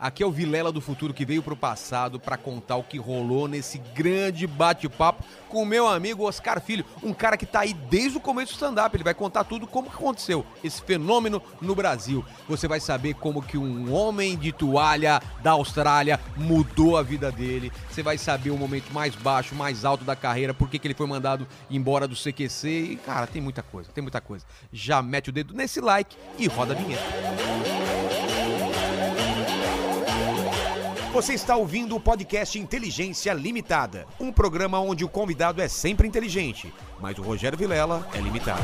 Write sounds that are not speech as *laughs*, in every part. Aqui é o Vilela do Futuro que veio pro passado para contar o que rolou nesse grande bate-papo com o meu amigo Oscar Filho, um cara que tá aí desde o começo do stand-up. Ele vai contar tudo como que aconteceu esse fenômeno no Brasil. Você vai saber como que um homem de toalha da Austrália mudou a vida dele. Você vai saber o momento mais baixo, mais alto da carreira, por que que ele foi mandado embora do CQC. E, cara, tem muita coisa, tem muita coisa. Já mete o dedo nesse like e roda a vinheta. Você está ouvindo o podcast Inteligência Limitada, um programa onde o convidado é sempre inteligente, mas o Rogério Vilela é limitado.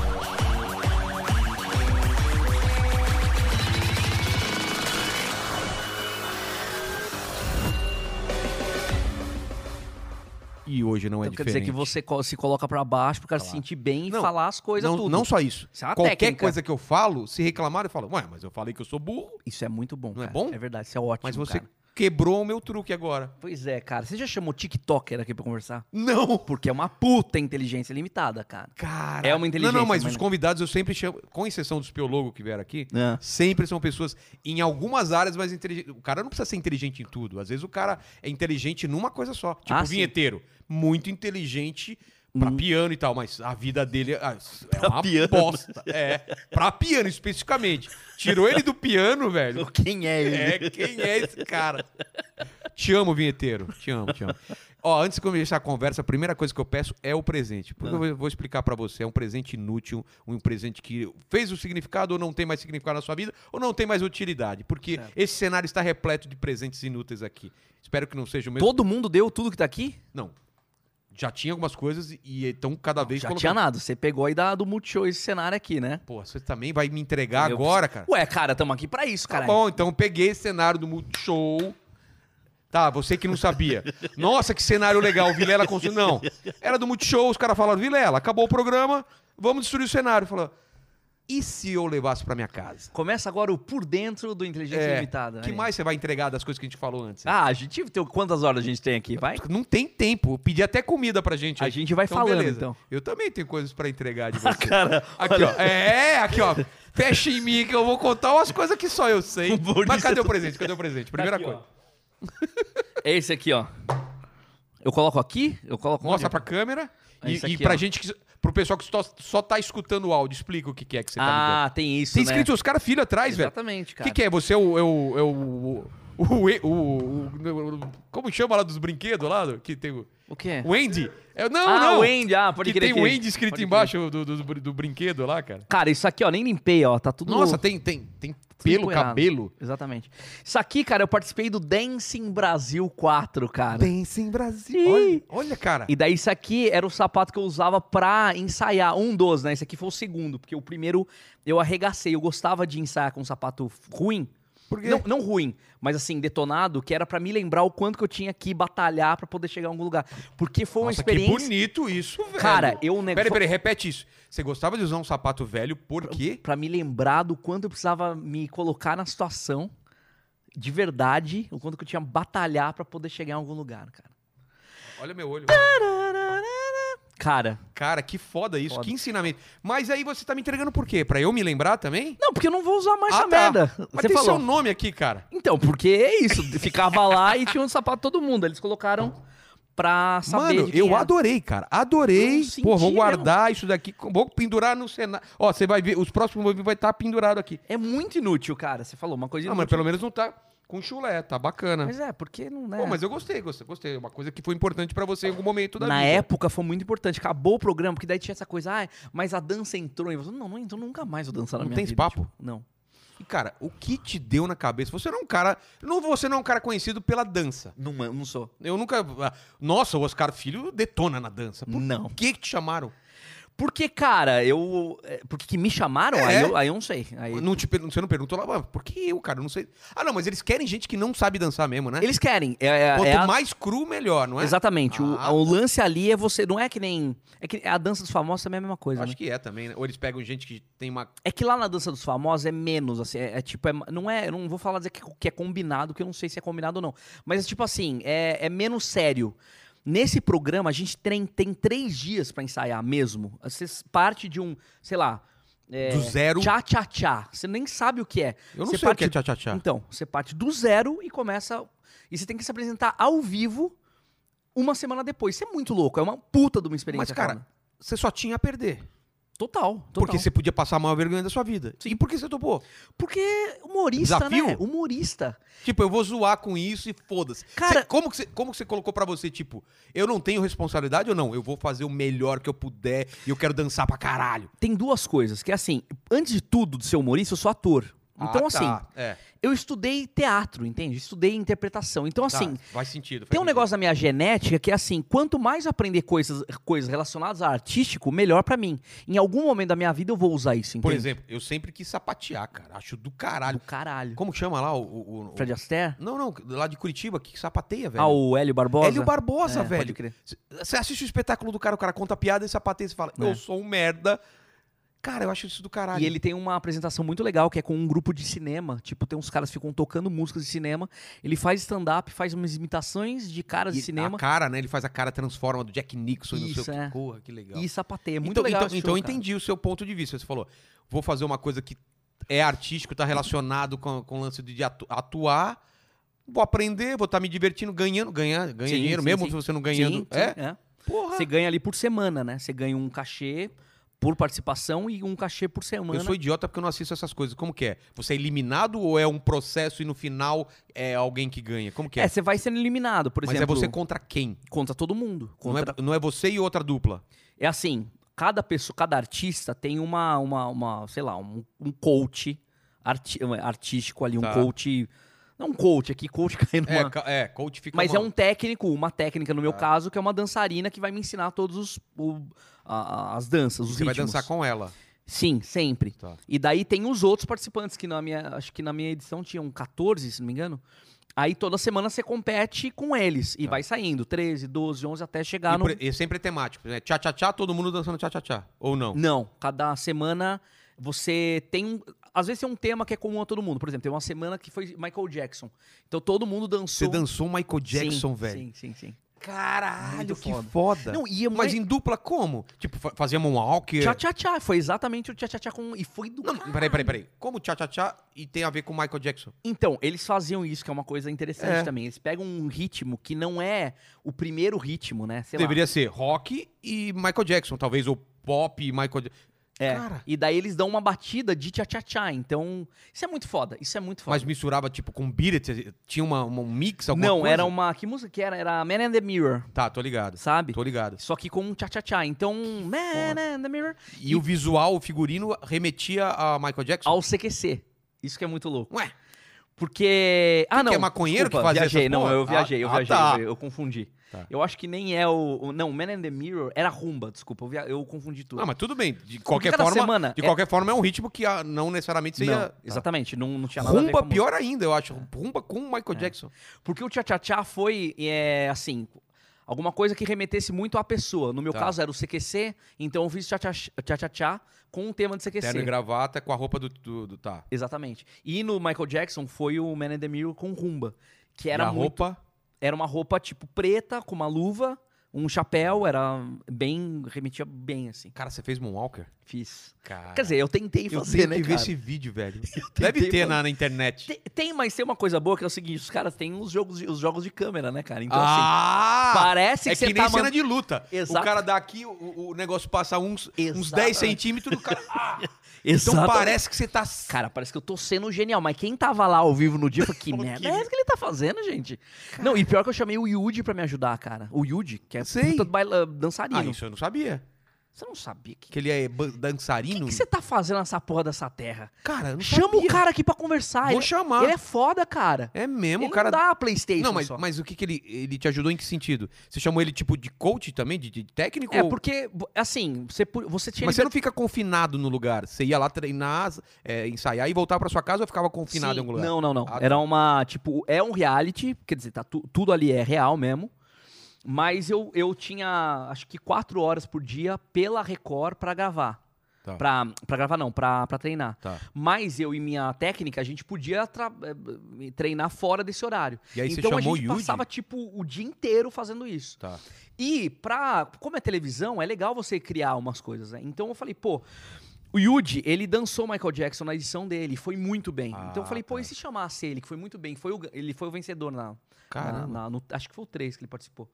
E hoje não é Então quer diferente. dizer que você co- se coloca pra baixo pro cara se sentir bem e Não, falar as coisas não, tudo. não só isso. Isso é uma Qualquer técnica. coisa que eu falo, se reclamaram, eu falo, ué, mas eu falei que eu sou burro, Isso é muito bom. Não é cara. bom? É verdade, isso é ótimo. mas você cara. quebrou o meu truque agora. Pois é, cara. Você já chamou TikToker aqui pra conversar? Não! Porque é uma puta inteligência limitada, cara. Cara. É uma inteligência, Não, não, mas mas os não. convidados eu sempre chamo, com exceção dos biólogos que vieram aqui, É. sempre são pessoas em algumas áreas mais inteligentes. O cara não precisa ser inteligente em tudo. Às vezes o cara é inteligente numa coisa só. Tipo, Ah, sim. Hum. vinheteiro. Muito inteligente pra piano e tal, mas a vida dele ah, é uma piano. bosta. É, pra piano especificamente. Tirou ele do piano, *laughs* velho. Quem é ele? É, quem é esse cara? Te amo, vinheteiro. Te amo, te amo. Ó, antes de começar a conversa, a primeira coisa que eu peço é o presente. Porque Ah. eu vou explicar pra você. É um presente inútil, um presente que fez o significado ou não tem mais significado na sua vida, ou não tem mais utilidade. Porque esse cenário está repleto de presentes inúteis aqui. Espero que não seja o mesmo. Todo mundo deu tudo que tá aqui? Não. Já tinha algumas coisas e então cada vez Já tinha nada. Você pegou aí da, do Multishow esse cenário aqui, né? Pô, você também vai me entregar Eu agora, cara? Ué, cara, tamo aqui pra isso, Tá cara. bom, então eu peguei esse cenário do Multishow. Tá, você que não sabia. *laughs* Nossa, que cenário legal, o Vilela construiu. Não, era do Multishow, os caras falaram, Vilela, acabou o programa, vamos destruir o cenário. Falou, e se eu levasse pra minha casa? Começa agora o Por Dentro do Inteligência É, Limitada. que aí. mais você vai entregar das coisas que a gente falou antes? Ah, a gente tem quantas horas a gente tem aqui, vai? Não tem tempo, eu pedi até comida pra gente. A aí. gente vai falando, então. Eu também tenho coisas pra entregar *laughs* de você. aqui, ó. É, aqui, ó. Fecha em mim que eu vou contar umas coisas que só eu sei. *laughs* Bonito. Mas cadê o presente? Cadê o presente? Primeira Aqui, ó. coisa. É esse aqui, ó. Eu coloco aqui? Eu coloco Mostra onde? pra câmera É e, isso e aqui, pra ó. gente que. Pro pessoal que só, só tá escutando o áudio, explica o que, que é que você tá me dando. Ah, tem isso, Tem né? escrito os caras filho atrás, velho. Exatamente, O cara. que, que é? Você é o. É o, é o, o, o- o- o- o- Como chama lá dos brinquedos lá? do- Que tem o. O que é? O Andy? É, não, ah, não. o Andy, ah, pode que crer tem o que- Andy escrito pode crer. embaixo do, do, do- do brinquedo lá, cara. Cara, isso aqui, ó, nem limpei, ó, tá tudo... Nossa, tem, tem, tem tudo pelo, empoeirado. cabelo. Exatamente. Isso aqui, cara, eu participei do Dancing Brasil 4, cara. Pensa em Brasil. Olha, olha, cara. E daí isso aqui era o sapato que eu usava pra ensaiar. Um dos, né? Esse aqui foi o segundo, porque o primeiro eu arregacei. Eu gostava de ensaiar com um sapato ruim. Por quê? Não, é não ruim, mas assim, detonado, que era pra me lembrar o quanto que eu tinha que batalhar pra poder chegar em algum lugar. Porque foi uma Nossa, experiência. que bonito isso, velho. Cara, eu né, nego- Peraí, peraí, repete isso. Você gostava de usar um sapato velho, por quê? Pra me lembrar do quanto eu precisava me colocar na situação de verdade, o quanto que eu tinha que batalhar pra poder chegar em algum lugar, cara. Olha meu olho. Cara, Cara, que foda isso, Foda. que ensinamento. Mas aí você tá me entregando por quê? Pra eu me lembrar também? não, porque eu não vou usar mais essa tá. merda. Mas Você tem falou. seu nome aqui, cara. Então, porque é isso, ficava lá e tinha um sapato todo mundo, eles colocaram pra saber Mano, de quem eu era. adorei, cara. Adorei. Eu Pô, vou senti guardar isso daqui. Vou pendurar no cenário. Ó, você vai ver, os próximos vai estar pendurado aqui. É muito inútil, cara. Você falou uma coisa Não, inútil. mas pelo menos não tá com chulé, tá bacana. Mas é, porque não, né? Pô, mas eu gostei, gostei, gostei. É Uma coisa que foi importante pra você em algum momento da Na vida. época foi muito importante. Acabou o programa, porque daí tinha essa coisa, ah, mas a dança entrou. E você, não, não entrou, nunca mais vou dançar na Não minha tem vida. papo? tipo, não. E, cara, o que te deu na cabeça? Você não é um cara. Não, você não é um cara conhecido pela dança. Não, eu não sou. Eu nunca. ah, Nossa, o Oscar Filho detona na dança. Por Não. que, que te chamaram? Porque, cara, eu... é, Porque que me chamaram, É. aí, eu, aí eu não sei. Aí... Não é? te, per- você não perguntou lá, "Ah, por que eu, cara? Eu Não sei. Ah, não, mas eles querem gente que não sabe dançar mesmo, né? Eles querem. É, é, Quanto é a- mais cru, melhor, não é? Exatamente. O, Ah, o lance ali é você... Não é que nem... É que a dança dos famosos também é a mesma coisa, né? Acho que é também, né? Ou eles pegam gente que tem uma. É que lá na dança dos famosos é menos, assim, é, é tipo, é- não é, eu não vou falar dizer que, que é combinado, que eu não sei se é combinado ou não, mas é tipo assim, é, é menos sério. Nesse programa a gente tem, tem três dias pra ensaiar mesmo. Você parte de um, sei lá, é, Do zero. Tchá, tchá, tchá. Você nem sabe o que é. Eu não Você sei o parte- que é tchá, tchá, tchá. Então, você parte do zero e começa. E você tem que se apresentar ao vivo uma semana depois. Isso é muito louco. É uma puta de uma Mas, experiência. cara, você só tinha a perder. Total, total. Porque você podia passar a maior vergonha da sua vida. E por que você topou? Porque humorista, né? Desafio? Humorista. Tipo, eu vou zoar com isso e foda-se. Cara- Cê- como, que você, como que você colocou pra você, tipo, eu não tenho responsabilidade ou não? Eu vou fazer o melhor que eu puder e eu quero dançar pra caralho. Tem duas coisas. Que é assim, antes de tudo de ser humorista, eu sou ator. Então, Ah, assim, tá. É, eu estudei teatro, entende? Estudei interpretação. Então, tá. assim, Faz sentido. faz Tem um sentido. negócio da minha genética que é assim, quanto mais eu aprender coisas, coisas relacionadas a artístico, melhor pra mim. Em algum momento da minha vida eu vou usar isso, Por entende? exemplo, eu sempre quis sapatear, cara. Acho do caralho. assim, Do caralho. Como que chama lá o. o, o- Fred Astaire? Não, não, lá de Curitiba, que sapateia, velho. Ah, o Hélio Barbosa? Hélio Barbosa, É, pode velho. crer. Você assiste o espetáculo do cara, o cara conta piada e sapateia e você fala, É. eu sou um merda. Cara, eu acho isso do caralho. E ele tem uma apresentação muito legal, que é com um grupo de cinema. Tipo, tem uns caras que ficam tocando músicas de cinema. Ele faz stand-up, faz umas imitações de E caras de tá cinema A cara, né? Ele faz a cara transforma do Jack Nixon e não Isso, sei o é. que. Porra, que legal. e sapateia. É muito então, legal então, esse então show, eu cara. entendi o seu ponto de vista. Você falou, vou fazer uma coisa que é artístico, tá relacionado com, com o lance de atu- atuar, vou aprender, vou estar me divertindo, ganhando, ganhar, ganha Sim, dinheiro sim, mesmo sim. se você não ganhando. Sim, sim, é? é. Porra. Você ganha ali por semana, né? Você ganha um cachê por participação e um cachê por semana. Eu sou idiota porque eu não assisto essas coisas. Como que é? Você é eliminado ou é um processo e no final é alguém que ganha? Como que é? É, você vai sendo eliminado, por Mas exemplo. é você contra quem? Contra todo mundo. Não é- Contra... Não, é, você e outra dupla. É assim, cada pessoa, cada artista tem uma, uma, uma sei lá, um, um coach arti- um, artístico ali, um Tá. coach. Não um coach aqui, coach *laughs* cai numa. É, ca- é, coach fica mas uma- é um técnico, uma técnica no meu Tá. caso, que é uma dançarina que vai me ensinar todos os o- a- a- as danças, os Você vai ritmos. dançar com ela. Sim, sempre. Tá. E daí tem os outros participantes que na minha, acho que na minha edição tinham 14, se não me engano. Aí toda semana você compete com eles e Tá. vai saindo 13, 12, 11 até e, chegar no por- e sempre é temático, né? Tchá, tchá, tchá, todo mundo dançando tchá, tchá, tchá. Ou não? Não, cada semana você tem um. Às vezes tem um tema que é comum a todo mundo. Por exemplo, tem uma semana que foi Michael Jackson. Então todo mundo Você dançou. dançou um Michael Jackson, Sim, velho. Tá. Sim, sim, sim. Caralho, Muito que foda. foda. Não, e é mas mais. em dupla como? Tipo, fa- fazia moonwalk? Tchá, tchá, tchá. Foi exatamente o tchá, tchá, tchá com. E foi do. Não, caralho. peraí, peraí, peraí. Como tchá, tchá, tchá e tem a ver com Michael Jackson? Então, eles faziam isso, que é uma coisa interessante É. também. Eles pegam um ritmo que não é o primeiro ritmo, né? Sei lá. Deveria ser rock e Michael Jackson, talvez, ou pop e Michael Jackson. É. Cara. E daí eles dão uma batida de tchá, tchá, tchá. Então, isso é muito foda. Isso é muito foda. Mas misturava, tipo, com Beat It, tinha uma, uma- um mix, alguma não, coisa? era uma. Que música que era? Era Man and the Mirror, Tá, tô ligado. sabe? Tô ligado. Só que com um tchá-tchá-tchá. Então, Man and the Mirror E, o visual, o figurino, remetia a Michael Jackson? ao CQC. Isso que é muito louco. Ué, Porque. Ah, não. é maconheiro desculpa, que fazia viajei. essas Não, porra? eu viajei, eu Ah, viajei, ah, tá. eu, viajei, eu confundi. Tá. Eu acho que nem é o. o- Não, Man and the Mirror era rumba, desculpa. Eu, via- eu confundi tudo. ah, mas tudo bem. De qualquer cada forma, semana de é- qualquer forma é um ritmo que ah, não necessariamente Não, tá. seria Exatamente, não, não tinha nada a ver com a Rumba música. É. pior ainda, eu acho. Rumba com Michael Jackson. Porque o tchá-tchá-tchá foi, é, assim, alguma coisa que remetesse muito à pessoa. No meu Tá. caso era o CQC, então eu fiz tchá-tchá-tchá com o tema de CQC. Terno e gravata com a roupa do... do, do- tá. Exatamente. E no Michael Jackson foi o Man in the Mirror com rumba, que E era a muito- roupa... era uma roupa tipo preta com uma luva, um chapéu, era bem remetia bem assim. Cara, você fez Moonwalker? Fiz. Cara, Quer dizer, eu tentei eu fazer, tenho né, que ver cara? esse vídeo, *laughs* velho. tentei Deve ter fazer. na, na internet. Tem, tem, mas tem uma coisa boa que é o seguinte, os caras têm os jogos de, os jogos de câmera, né, cara? Então assim, ah! parece que é você que nem tá cena man- de luta. Exato. O cara dá aqui, o, o negócio passa uns, uns Exato. 10 centímetros, o *laughs* cara... Ah! Exato. então parece que você tá... Cara, parece que eu tô sendo genial, mas quem tava lá ao vivo no dia, falou, que *laughs* Falou, merda "Que é essa que ele tá fazendo, gente? Não, e pior que eu chamei o Yudi pra me ajudar, cara. O Yudi, que é Sei. puta baila- dançarino. Ah, isso eu não sabia. Você não sabia que Que ele é ban- O que dançarino. que você tá fazendo nessa porra dessa terra? Cara, eu não Chama sabia. o cara aqui pra conversar. Vou ele, chamar. ele é foda, cara. É mesmo, ele o cara... não dá a Playstation Não, mas, só. mas o que que ele... Ele te ajudou em que sentido? Você chamou ele, tipo, de coach também? De, de técnico? É, ou- porque, bo- assim, você, pu- você tinha... Mas você liber- não fica confinado no lugar. Você ia lá treinar, é, ensaiar e voltar pra sua casa ou ficava confinado Sim, em algum lugar? Não, não, não. Ah, tá. Era uma, tipo, é um reality, quer dizer, tá tu- tudo ali é real mesmo. Mas eu, eu tinha, acho que quatro horas por dia pela Record pra gravar. Tá. Pra, pra gravar não, pra, pra treinar. Tá. Mas eu e minha técnica, a gente podia tra- eh, treinar fora desse horário. E aí você então chamou a gente o Yudi? passava, tipo, o dia inteiro fazendo isso. Tá. E pra. Como é televisão, é legal você criar umas coisas, né? Então eu falei, pô, O Yuji, ele dançou Michael Jackson na edição dele, foi muito bem. Ah, então eu falei, pô, tá. e se chamasse ele, que foi muito bem, foi o, ele foi o vencedor na, na, Caramba. na- no- acho que foi o 3 que ele participou.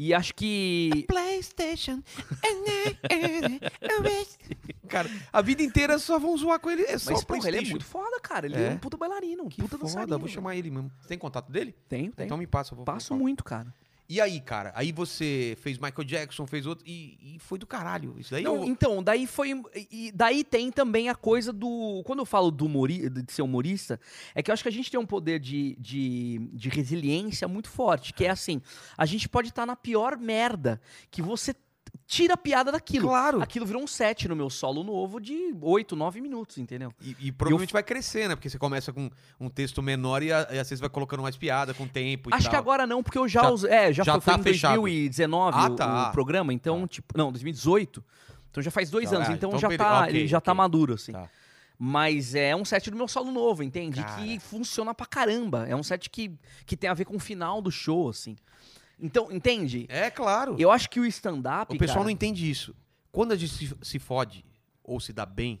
E acho que PlayStation. cara, a vida inteira só vão zoar com ele. É *laughs* só mas porra, ele é PlayStation. muito foda, cara, ele é, É? um puta bailarino, um Que puta dançarino. foda, vou chamar ele mesmo. Você tem contato dele? Tenho, tenho. Então me passa, eu vou Passo vou falar. muito, cara. E aí, cara? Aí você fez Michael Jackson, fez outro e, e foi do caralho. Isso daí Não, eu- Então, daí foi. E daí tem também a coisa do. Quando eu falo do humori- de ser humorista, é que eu acho que a gente tem um poder de, de, de resiliência muito forte, que é assim: a gente pode estar na pior merda que você tira a piada daquilo. Claro. Aquilo virou um set no meu solo novo de 8, 9 minutos, entendeu? E, e provavelmente vai crescer, né? Porque você começa com um texto menor e, a- e às vezes vai colocando mais piada com o tempo e Acho tal. que agora não, porque eu já, Já- usei. É, já, já foi, foi tá em fechado. 2019 Ah, o- tá. o programa, então, tipo. Não, 2018. Então já faz dois Tá, anos, ah, então, então já peri- tá, ok, ele já tá ok. maduro, assim. Tá. Mas é um set do meu solo novo, entende? Cara. Que funciona pra caramba. É um set que, que tem a ver com o final do show, assim. Então, entende? É, claro. Eu acho que o stand-up. O pessoal não cara, entende isso. Quando a gente se, se fode ou se dá bem,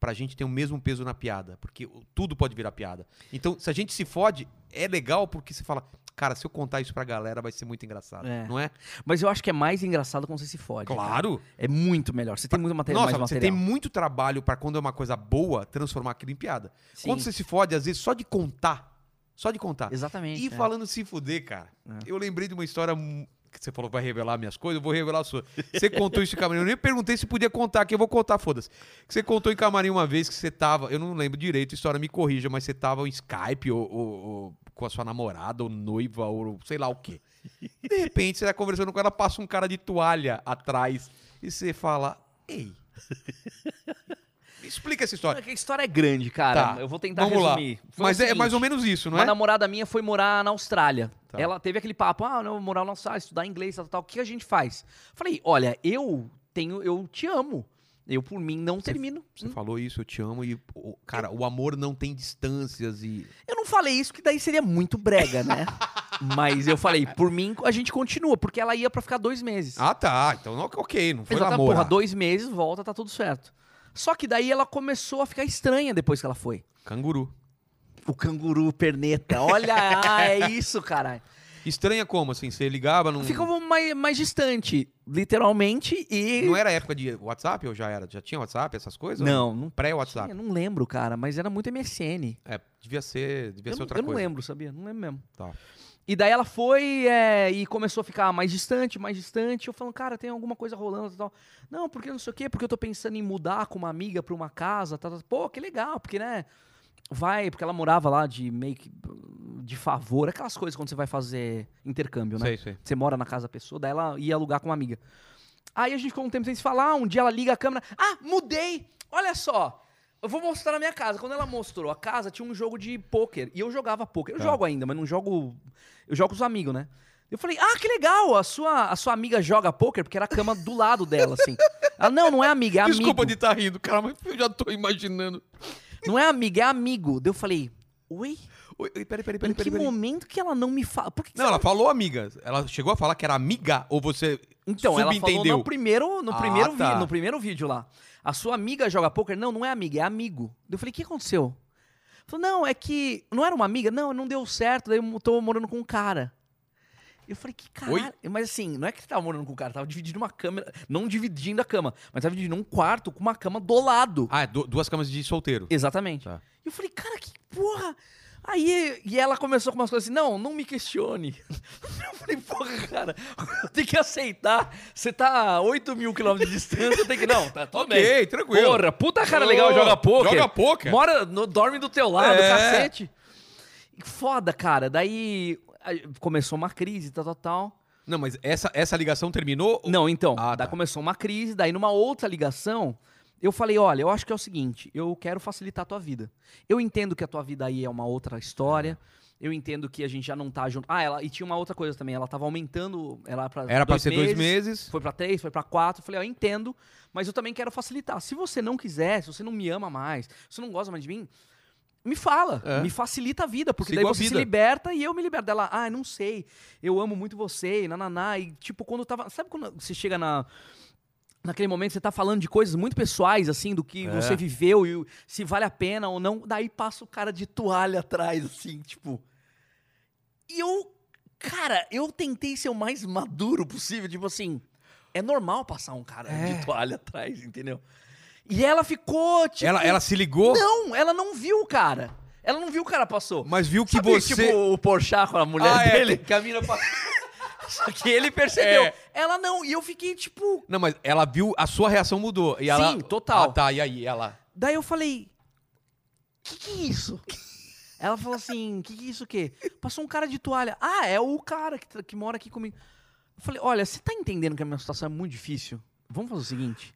pra gente tem o mesmo peso na piada. Porque o- tudo pode virar piada. Então, se a gente se fode, é legal porque você fala, cara, se eu contar isso pra galera vai ser muito engraçado. É. Não é? Mas eu acho que é mais engraçado quando você se fode. cara. Claro. É muito melhor. Você tem muito materi- Nossa, mais você material. tem muito trabalho pra quando é uma coisa boa, transformar aquilo em piada. Sim, Quando você se fode, às vezes, só de contar. Só de contar. Exatamente. E é. falando se fuder, cara, É. eu lembrei de uma história mu- que você falou que vai revelar minhas coisas, eu vou revelar a sua. Você contou isso em camarim, eu nem perguntei se podia contar, que eu vou contar, foda-se. Que você contou em camarim uma vez que você tava, eu não lembro direito, a história me corrija, mas você tava em Skype ou, ou- ou com a sua namorada ou noiva ou sei lá o quê. De repente você tá conversando com ela, passa um cara de toalha atrás e você fala, *laughs* ei. Me explica essa história. Porque A história é grande, cara. Tá, Eu vou tentar Vamos resumir. lá. Foi o Mas é, é mais seguinte. ou menos isso, não Uma é? namorada minha foi morar na Austrália. Tá. Ela teve aquele papo, ah, não, morar na Austrália, estudar inglês, tal, tal, tal. O que a gente faz? Falei, olha, eu tenho, eu te amo. Eu, por mim, não termino. Hum? Você falou isso, eu te amo e, o- cara, o amor não tem distâncias e. Eu não falei isso, que daí seria muito *laughs* brega, né? Mas eu falei, por mim, a gente continua, porque ela ia pra ficar dois meses. Ah, tá. Então, não- ok, não foi Exata- namoro. porra, dois meses, volta, tá tudo certo. Só que daí ela começou a ficar estranha depois que ela foi. Canguru. O canguru, perneta. *laughs* Olha, ah, é isso, caralho. Estranha como, assim? Você ligava, não. Ficava mais, mais distante, literalmente, e. Não era época de WhatsApp ou já era? Já tinha WhatsApp, essas coisas? Não, não Pré-WhatsApp. tinha, não lembro, cara, mas era muito MSN. É, devia ser, devia Eu, ser não- outra eu não coisa. lembro, sabia? Não lembro mesmo. Tá. E daí ela foi é, e começou a ficar mais distante, mais distante. Eu falando, cara, tem alguma coisa rolando e tal. Não, porque não sei o quê, porque eu tô pensando em mudar com uma amiga pra uma casa. Tal, tal. Pô, que legal, porque né? Vai, porque ela morava lá de meio que de favor, aquelas coisas quando você vai fazer intercâmbio, né? Sei, sei. Você mora na casa da pessoa, daí ela ia alugar com uma amiga. Aí a gente ficou um tempo sem se falar, um dia ela liga a câmera. Ah, mudei! Olha só! Eu vou mostrar a minha casa. Quando ela mostrou a casa, tinha um jogo de pôquer. E eu jogava pôquer. Eu Tá. jogo ainda, mas não jogo. Eu jogo com os amigos, né? Eu falei, ah, que legal! A sua, a sua amiga joga pôquer, porque era a cama do lado dela, assim. Ela, não, não é amiga, é amigo. Desculpa de estar rindo, cara, mas eu já tô imaginando. Não é amiga, é amigo. Daí eu falei, oi? Oi, oi, peraí, peraí, Em peraí, que peraí. peraí. momento que ela não me fala? Por que que Não, ela falou amiga. Ela chegou a falar que era amiga ou você Então, ela falou subentendeu? no primeiro, no Ah, primeiro, vi- tá. no primeiro vídeo lá. A sua amiga joga poker? Não, não é amiga, é amigo. Eu falei, o que aconteceu? Falou, não, é que não era uma amiga, não, não deu certo, daí eu tô morando com um cara. Eu falei, que cara. Mas assim, não é que você tava morando com um cara, tava dividindo uma câmera, não dividindo a cama, mas tava dividindo um quarto com uma cama do lado. Ah, é, du- duas camas de solteiro. Exatamente. Tá. E eu falei, cara, que porra! Aí e ela começou com umas coisas assim, não, não me questione. *laughs* Eu falei, porra, cara, eu tenho que aceitar. Você tá a 8 mil quilômetros de distância, eu tenho que. Não, tá tudo Ok, bem. tranquilo. Porra, puta cara legal, Ô, joga poker. joga pôquer. Mora, no- dorme do teu lado, É. cacete. Foda, cara. Daí aí começou uma crise, tal, tal, tal. Não, mas essa, essa ligação terminou? ou- Não, então, Ah, daí tá. começou uma crise, daí numa outra ligação, eu falei, olha, eu acho que é o seguinte, eu quero facilitar a tua vida. Eu entendo que a tua vida aí é uma outra história, eu entendo que a gente já não tá junto. Ah, ela, e tinha uma outra coisa também, ela tava aumentando, ela pra Era pra ser dois meses. foi pra três, foi pra quatro. Eu falei, ó, entendo, mas eu também quero facilitar. Se você não quiser, se você não me ama mais, se você não gosta mais de mim, me fala, É. me facilita a vida, porque Siga daí a você se vida. liberta e eu me liberto dela. Ah, não sei, eu amo muito você, e nananá. E tipo, quando eu tava. Sabe quando você chega na. naquele momento você tá falando de coisas muito pessoais, assim, do que É. você viveu e o- se vale a pena ou não. Daí passa o cara de toalha atrás, assim, tipo. E eu, cara, eu tentei ser o mais maduro possível, tipo assim. É normal passar um cara É. de toalha atrás, entendeu? E ela ficou, tipo. ela, ela se ligou, Não, ela não viu o cara. Ela não viu o cara passou. mas viu que Sabe, você. tipo, o Porchat com a mulher Ah, é, *laughs* dele? que Camila pa- Só que ele percebeu. É. Ela não. E eu fiquei, tipo... Não, mas ela viu, a sua reação mudou. E ela... Sim, total. Ah, tá, e aí? Ela. Daí eu falei, que que *laughs* é isso? Ela falou assim, que que é isso o quê? Passou um cara de toalha. Ah, é o cara que, tra- que mora aqui comigo. Eu falei, olha, você tá entendendo que a minha situação é muito difícil? Vamos fazer *laughs* o seguinte.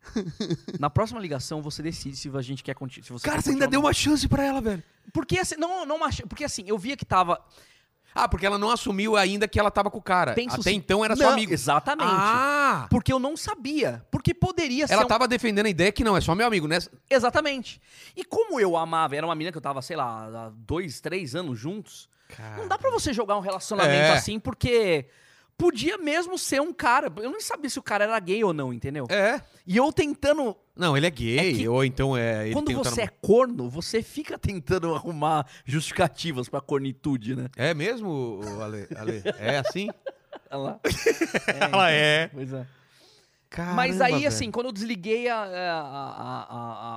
Na próxima ligação, você decide se a gente quer continuar. Se você Cara, quer você ainda continuar deu uma chance pra ela, velho. ou não. Porque assim, não, não mach- porque assim, eu via que tava. Ah, porque ela não assumiu ainda que ela tava com o cara. Penso Até assim, então era Não, sua amiga. Exatamente. Ah! Porque eu não sabia. Porque poderia ser. Ela tá um- tava defendendo a ideia que não, é só meu amigo, né? Exatamente. E como eu amava, era uma menina que eu tava, sei lá, há dois, três anos juntos. Não dá pra você jogar um relacionamento É. assim, porque podia mesmo ser um cara. Eu nem sabia se o cara era gay ou não, entendeu? É. E eu tentando. Não, ele é É gay, que- ou então é. Ele quando tem outra você é corno, você fica tentando *laughs* arrumar justificativas pra cornitude, né? É mesmo, ô, Ale? Ale? É assim? Olha lá. *laughs* Ela é. Pois é. Caramba, Mas aí, velho. assim, quando eu desliguei a, é, a, a-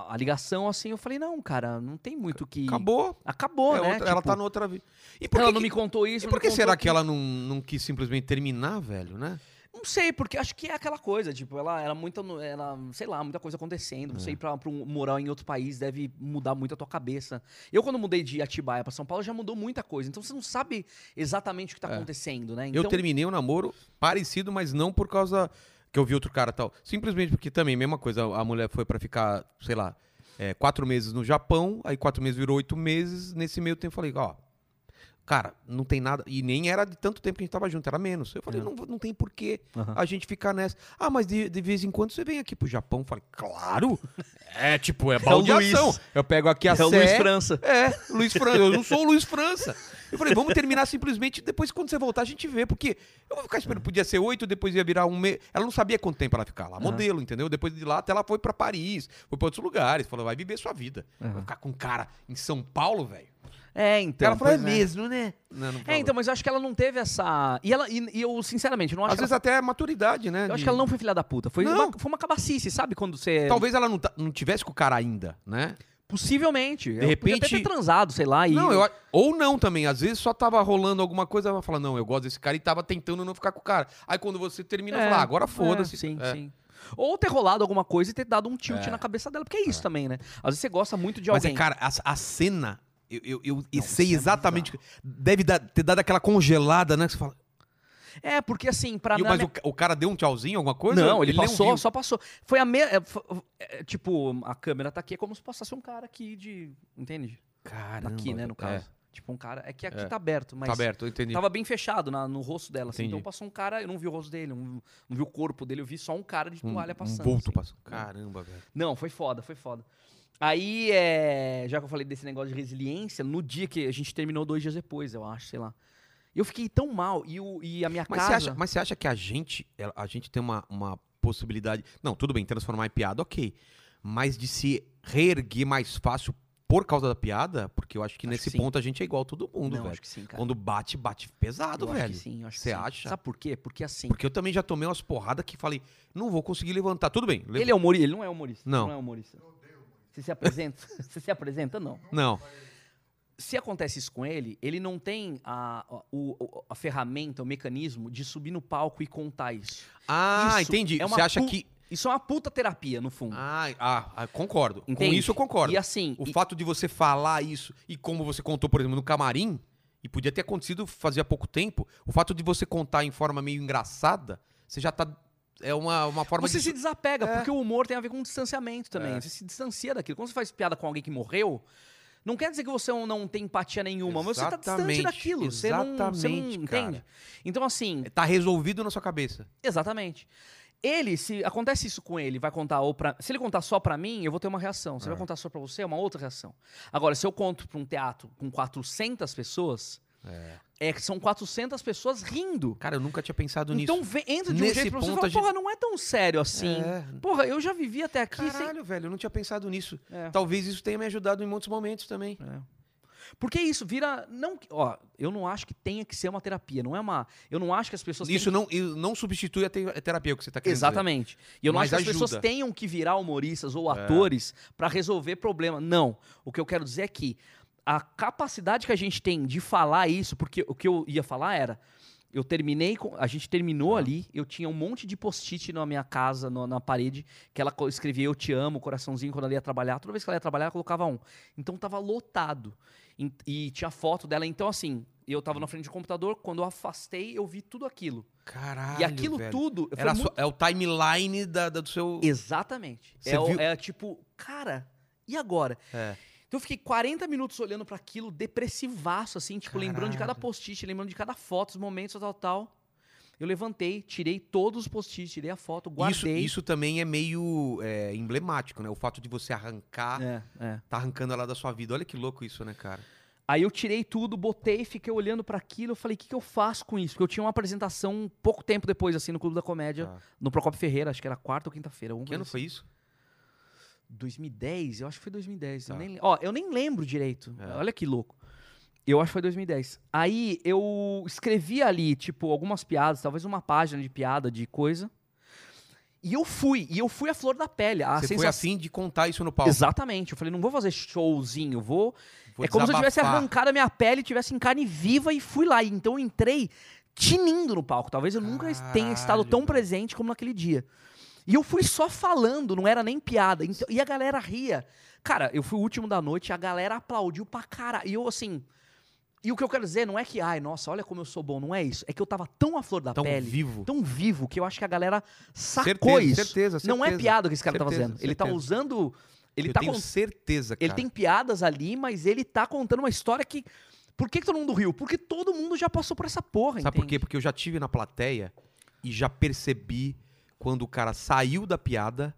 a- a ligação, assim, eu falei, não, cara, não tem muito o que. Acabou. Acabou, É né? outra- Ela Tipo, tá na outra vida. E por ela que, não me contou e isso. por não que contou será aquilo. que ela não, não quis simplesmente terminar, velho, né? Não sei, porque acho que é aquela coisa, tipo, ela era muita, no- ela, sei lá, muita coisa acontecendo. É. Você ir pra, pra um, morar em outro país deve mudar muito a tua cabeça. Eu, quando mudei de Atibaia pra São Paulo, já mudou muita coisa. Então você não sabe exatamente o que tá É. acontecendo, né? Então, Eu terminei um namoro parecido, mas não por causa que eu vi outro cara e tal. Simplesmente porque também, mesma coisa, a mulher foi pra ficar, sei lá, é, quatro meses no Japão, aí quatro meses virou oito meses. Nesse meio tempo eu falei, ó, cara, não tem nada. E nem era de tanto tempo que a gente tava junto, era menos. Eu falei, É. não, vou- não tem porquê Aham. a gente ficar nessa. Ah, mas de, de vez em quando você vem aqui pro Japão. Eu falei, claro! É, tipo, é o Luiz. baldeação. Eu pego aqui a é o Luiz Sé, França. é, Luiz França. Eu não sou o Luiz França. Eu falei, vamos terminar simplesmente, depois quando você voltar a gente vê, porque eu vou ficar esperando, podia ser oito, depois ia virar um mês. Ela não sabia quanto tempo ela ia ficar lá, modelo, entendeu? Depois de lá, até ela foi pra Paris, foi pra outros lugares, falou, vai viver sua vida. Vai ficar com um cara em São Paulo, velho. É, então. ela falou, é pois mesmo, né? Não, não É, falou. então, mas eu acho que ela não teve essa. E, ela, e, e eu, sinceramente, não acho Às que ela- vezes até é maturidade, né? Eu acho de- que ela não é. foi filha da puta. Foi, Não. uma, foi uma cabacice, sabe? Quando você. Talvez ela não, ta- não tivesse com o cara ainda, né? Possivelmente. De repente- ter transado, sei lá. E... Não, eu, a- ou não também. Às vezes só tava rolando alguma coisa, ela fala, não, eu gosto desse cara e tava tentando não ficar com o cara. Aí quando você termina, É, fala, ah, agora é, foda-se. sim, É. sim. Ou ter rolado alguma coisa e ter dado um tilt É. na cabeça dela, porque é isso também, né? Às vezes você gosta muito de Mas é, alguém. cara, a, a cena, eu, eu, eu sei isso é exatamente. Deve dar- ter dado aquela congelada, né? Que você fala. É, porque assim, pra E o- na mas minha- o, ca- o cara deu um tchauzinho, alguma coisa? um Não, ele, nem passou, viu. só passou. Foi a me... é, fo- é, Tipo, a câmera tá aqui, é como se passasse um cara aqui de... Entende? Caramba, aqui, né, no é, caso. Tipo, um cara... É que aqui É. tá aberto, mas... tá aberto, eu entendi. Tava bem fechado na- no rosto dela, assim. Entendi. Então passou um cara, eu não vi o rosto dele, não, não vi o corpo dele, eu vi só um cara de um, toalha um passando. vulto assim. passou. Caramba, velho. Não, foi foda, foi foda. Aí, é, já que eu falei desse negócio de resiliência, no dia que a gente terminou dois dias depois, eu acho, sei lá. Eu fiquei tão mal e, o- e a minha Mas você, casa. acha, mas você acha que a gente, ela- a gente tem uma, uma possibilidade. Não, tudo bem, transformar em piada, ok. Mas de se reerguer mais fácil por causa da piada, porque eu acho que Acho nesse que sim. ponto a gente é igual a todo mundo, Não, velho. acho que sim, cara. Quando bate, bate pesado, eu velho. Acho que sim, eu acho que Você sim. acha? Sabe por quê? Porque assim. Porque eu também já tomei umas porradas que falei, não vou conseguir levantar. Tudo bem. le- Ele é humorista, ele não é humorista. Não. é humorista. Você se apresenta? *laughs* você se apresenta? Não. Não. Se acontece isso com ele, ele não tem a, a- o- o- a ferramenta, o mecanismo de subir no palco e contar isso. Ah, Isso entendi. é uma Você acha pu- que. Isso é uma puta terapia, no fundo. Ah, ah, ah, concordo. Com Entende? isso eu concordo. E assim, O e- fato de você falar isso e como você contou, por exemplo, no camarim, e podia ter acontecido fazia pouco tempo, o fato de você contar em forma meio engraçada, você já tá. É uma, uma forma você de. se desapega, É. porque o humor tem a ver com distanciamento também. É. Você se distancia daquilo. Quando você faz piada com alguém que morreu, não quer dizer que você não tem empatia nenhuma, mas você tá distante Exatamente, daquilo. Você não, você não exatamente, cara. entende. Então, assim, Tá resolvido na sua cabeça. exatamente. Ele, se acontece isso com ele, vai contar ou pra. Se ele contar só pra mim, eu vou ter uma reação. Se é ele vai contar só pra você, é uma outra reação. Agora, se eu conto pra um teatro com 400 pessoas, É que são 400 pessoas rindo. Cara, eu nunca tinha pensado então nisso. vem- entra de um Nesse jeito pra você e ponto, fala, a gente- porra, não é tão sério assim. É. Porra, eu já vivi até aqui sem... Caralho, velho, eu não tinha pensado nisso. É. Talvez isso tenha me ajudado em muitos momentos também. Porque é isso vira. Não, que- ó, eu não acho que tenha que ser uma terapia. Não é uma. Eu não acho que as pessoas. Isso têm não, isso não substitui a te- a terapia que você tá que, querendo dizer. Exatamente. E eu não Mas acho que as ajuda. É. pessoas tenham que virar humoristas ou atores pra resolver problema. Não. O que eu quero dizer é que a capacidade que a gente tem de falar isso, porque o que eu ia falar era. Eu terminei com. A gente terminou É. ali, eu tinha um monte de post-it na minha casa, no- na parede, que ela co- escrevia Eu Te Amo, coraçãozinho, quando ela ia trabalhar. Toda vez que ela ia trabalhar, ela colocava um. Então tava lotado. E, e tinha foto dela. Então, assim, eu tava na frente do computador, quando eu afastei, eu vi tudo aquilo. Caralho. e aquilo velho. tudo. foi Era a muito- sua- É o timeline da, da- do seu. Exatamente. tipo, Você É, o- viu? é tipo, cara, e agora? É. Então eu fiquei 40 minutos olhando pra aquilo, depressivaço, assim, tipo, lembrando de cada Caralho. post-it, lembrando de cada foto, os momentos, tal, tal. Eu levantei, tirei todos os post-it, tirei a foto, Isso, guardei. isso também é meio é, emblemático, né? O fato de você arrancar, É, é. tá arrancando ela da sua vida. Olha que louco isso, né, cara? Aí eu tirei tudo, botei, fiquei olhando pra aquilo, eu falei, o que, que eu faço com isso? Porque eu tinha uma apresentação um pouco tempo depois, assim, no Clube da Comédia, Tá. no Procopio Ferreira, acho que era quarta ou quinta-feira. alguma Que coisa ano assim. foi isso? 2010, eu acho que foi 2010. Tá. Eu, nem, ó, eu nem lembro direito. É. Olha que louco. Eu acho que foi 2010. Aí eu escrevi ali, tipo, algumas piadas, talvez uma página de piada, de coisa. E eu fui, e eu fui à flor da pele. A você foi sensação... assim de contar isso no palco. Exatamente. Eu falei, não vou fazer showzinho, vou. Vou é como se eu tivesse desabafar. arrancado a minha pele, tivesse em carne viva e fui lá. Então eu entrei tinindo no palco. Talvez eu nunca tenha estado Caralho, tão velho. presente como naquele dia. E eu fui só falando, não era nem piada. Então- e a galera ria. Cara, eu fui o último da noite, a galera aplaudiu pra caralho. E eu, assim. E o que eu quero dizer não é que, ai, nossa, olha como eu sou bom, não é isso. É que eu tava tão à flor da Tão pele, vivo. tão vivo, que eu acho que a galera sacou certeza, isso. certeza, Não é certeza. piada que esse cara tá Certeza, fazendo. Ele tá certeza. usando. Ele eu tá tenho con- certeza, cara. ele tem piadas ali, mas ele tá contando uma história que. Por que, que todo mundo riu? Porque todo mundo já passou por essa porra, Sabe por entende? quê? Porque eu já tive na plateia e já percebi quando o cara saiu da piada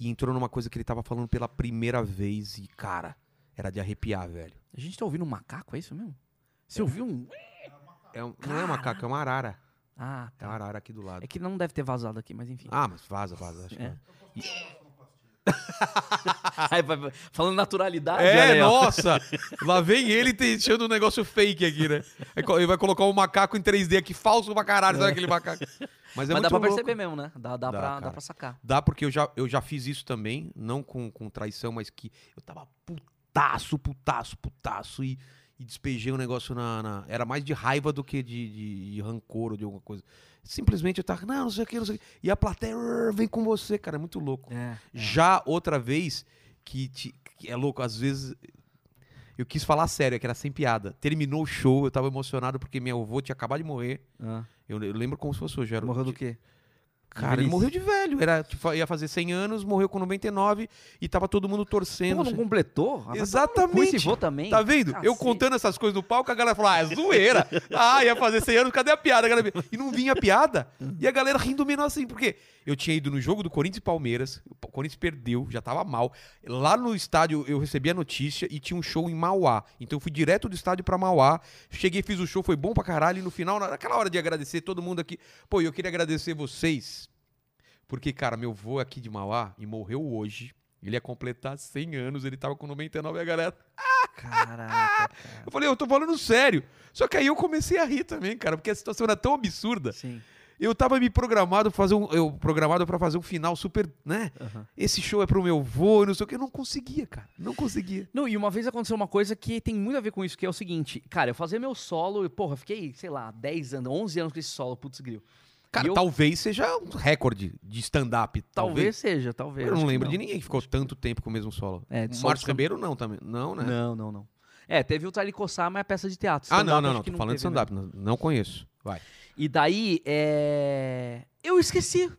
e entrou numa coisa que ele tava falando pela primeira vez e, cara, era de arrepiar, velho. A gente tá ouvindo um macaco, é isso mesmo? Você ouviu um. É um- não é uma caca, é uma arara. Ah, É uma tá. arara aqui do lado. É que não deve ter vazado aqui, mas enfim. Ah, mas vaza, vaza. Acho que É. não. Aí Ah, *laughs* vai- vai- Falando naturalidade, olha É, aí, ó. *laughs* nossa! Lá vem ele deixando um negócio fake aqui, né? Aí co- Ele vai colocar um macaco em 3D aqui, falso pra caralho, sabe aquele *laughs* macaco? Mas é Mas muito dá pra louco. perceber mesmo, né? Dá, Dá, dá, pra, dá cara. pra sacar. Dá porque eu já, eu já fiz isso também, não com, com traição, mas que eu tava putaço, putaço, putaço e, e despejei um negócio na, na- Era mais de raiva do que de, de- de rancor ou de alguma coisa. Simplesmente eu tava, não, não sei o que, não sei o que. E a plateia "Rrr, vem com você, cara, é muito louco. É. Já outra vez, que, te- que é louco, às vezes. Eu quis falar sério, é que era sem piada. Terminou o show, eu tava emocionado porque meu avô tinha acabado de morrer. Eu, eu lembro como se fosse hoje. era- Ah, Morreu do quê? Cara, ele Velhice. morreu de velho. Era, tipo, ia fazer 100 anos, morreu com 99 e tava todo mundo torcendo. Pô, não completou? Ah, vai tomar no cu Exatamente. Esse vô também. Tá vendo? Eu Cacete. contando essas coisas no palco, a galera falou, ah, é zoeira. Ah, ia fazer 100 anos, cadê a piada? A galera- E não vinha a piada. E a galera rindo menos assim, porque eu tinha ido no jogo do Corinthians e Palmeiras, o Corinthians perdeu, já tava mal. Lá no estádio eu recebi a notícia e tinha um show em Mauá. Então eu fui direto do estádio pra Mauá, cheguei, fiz o show, foi bom pra caralho. E no final, na- naquela hora de agradecer todo mundo aqui, pô, eu queria agradecer vocês, porque, cara, meu vô é aqui de Mauá e morreu hoje. Ele ia completar 100 anos, ele tava com 99 e a galera. *laughs* Caraca, cara. Eu falei, eu tô falando sério. Só que aí eu comecei a rir também, cara, porque a situação era tão absurda. Sim. Eu tava me programado pra fazer um, eu programado para fazer um final super, né? Aham. Esse show é pro meu vô, e não sei o que, eu não conseguia, cara. Não conseguia. Não, e uma vez aconteceu uma coisa que tem muito a ver com isso, que é o seguinte, cara, eu fazia meu solo e, porra, eu fiquei, sei lá, 10 anos, 11 anos com esse solo, putz gril. Cara, E eu- talvez seja um recorde de stand-up, Talvez seja, talvez. Eu acho não que lembro de ninguém que ficou tanto tempo com o mesmo solo. É, de O solo Márcio stand- Ribeiro não também. Não, né? Não, não, não. É, teve o Talicossá, mas é peça de teatro. Ah, Stand-up, não, não, acho não. que Tô falando de teve, né? stand-up, não, não conheço. Vai. E daí, é... eu esqueci.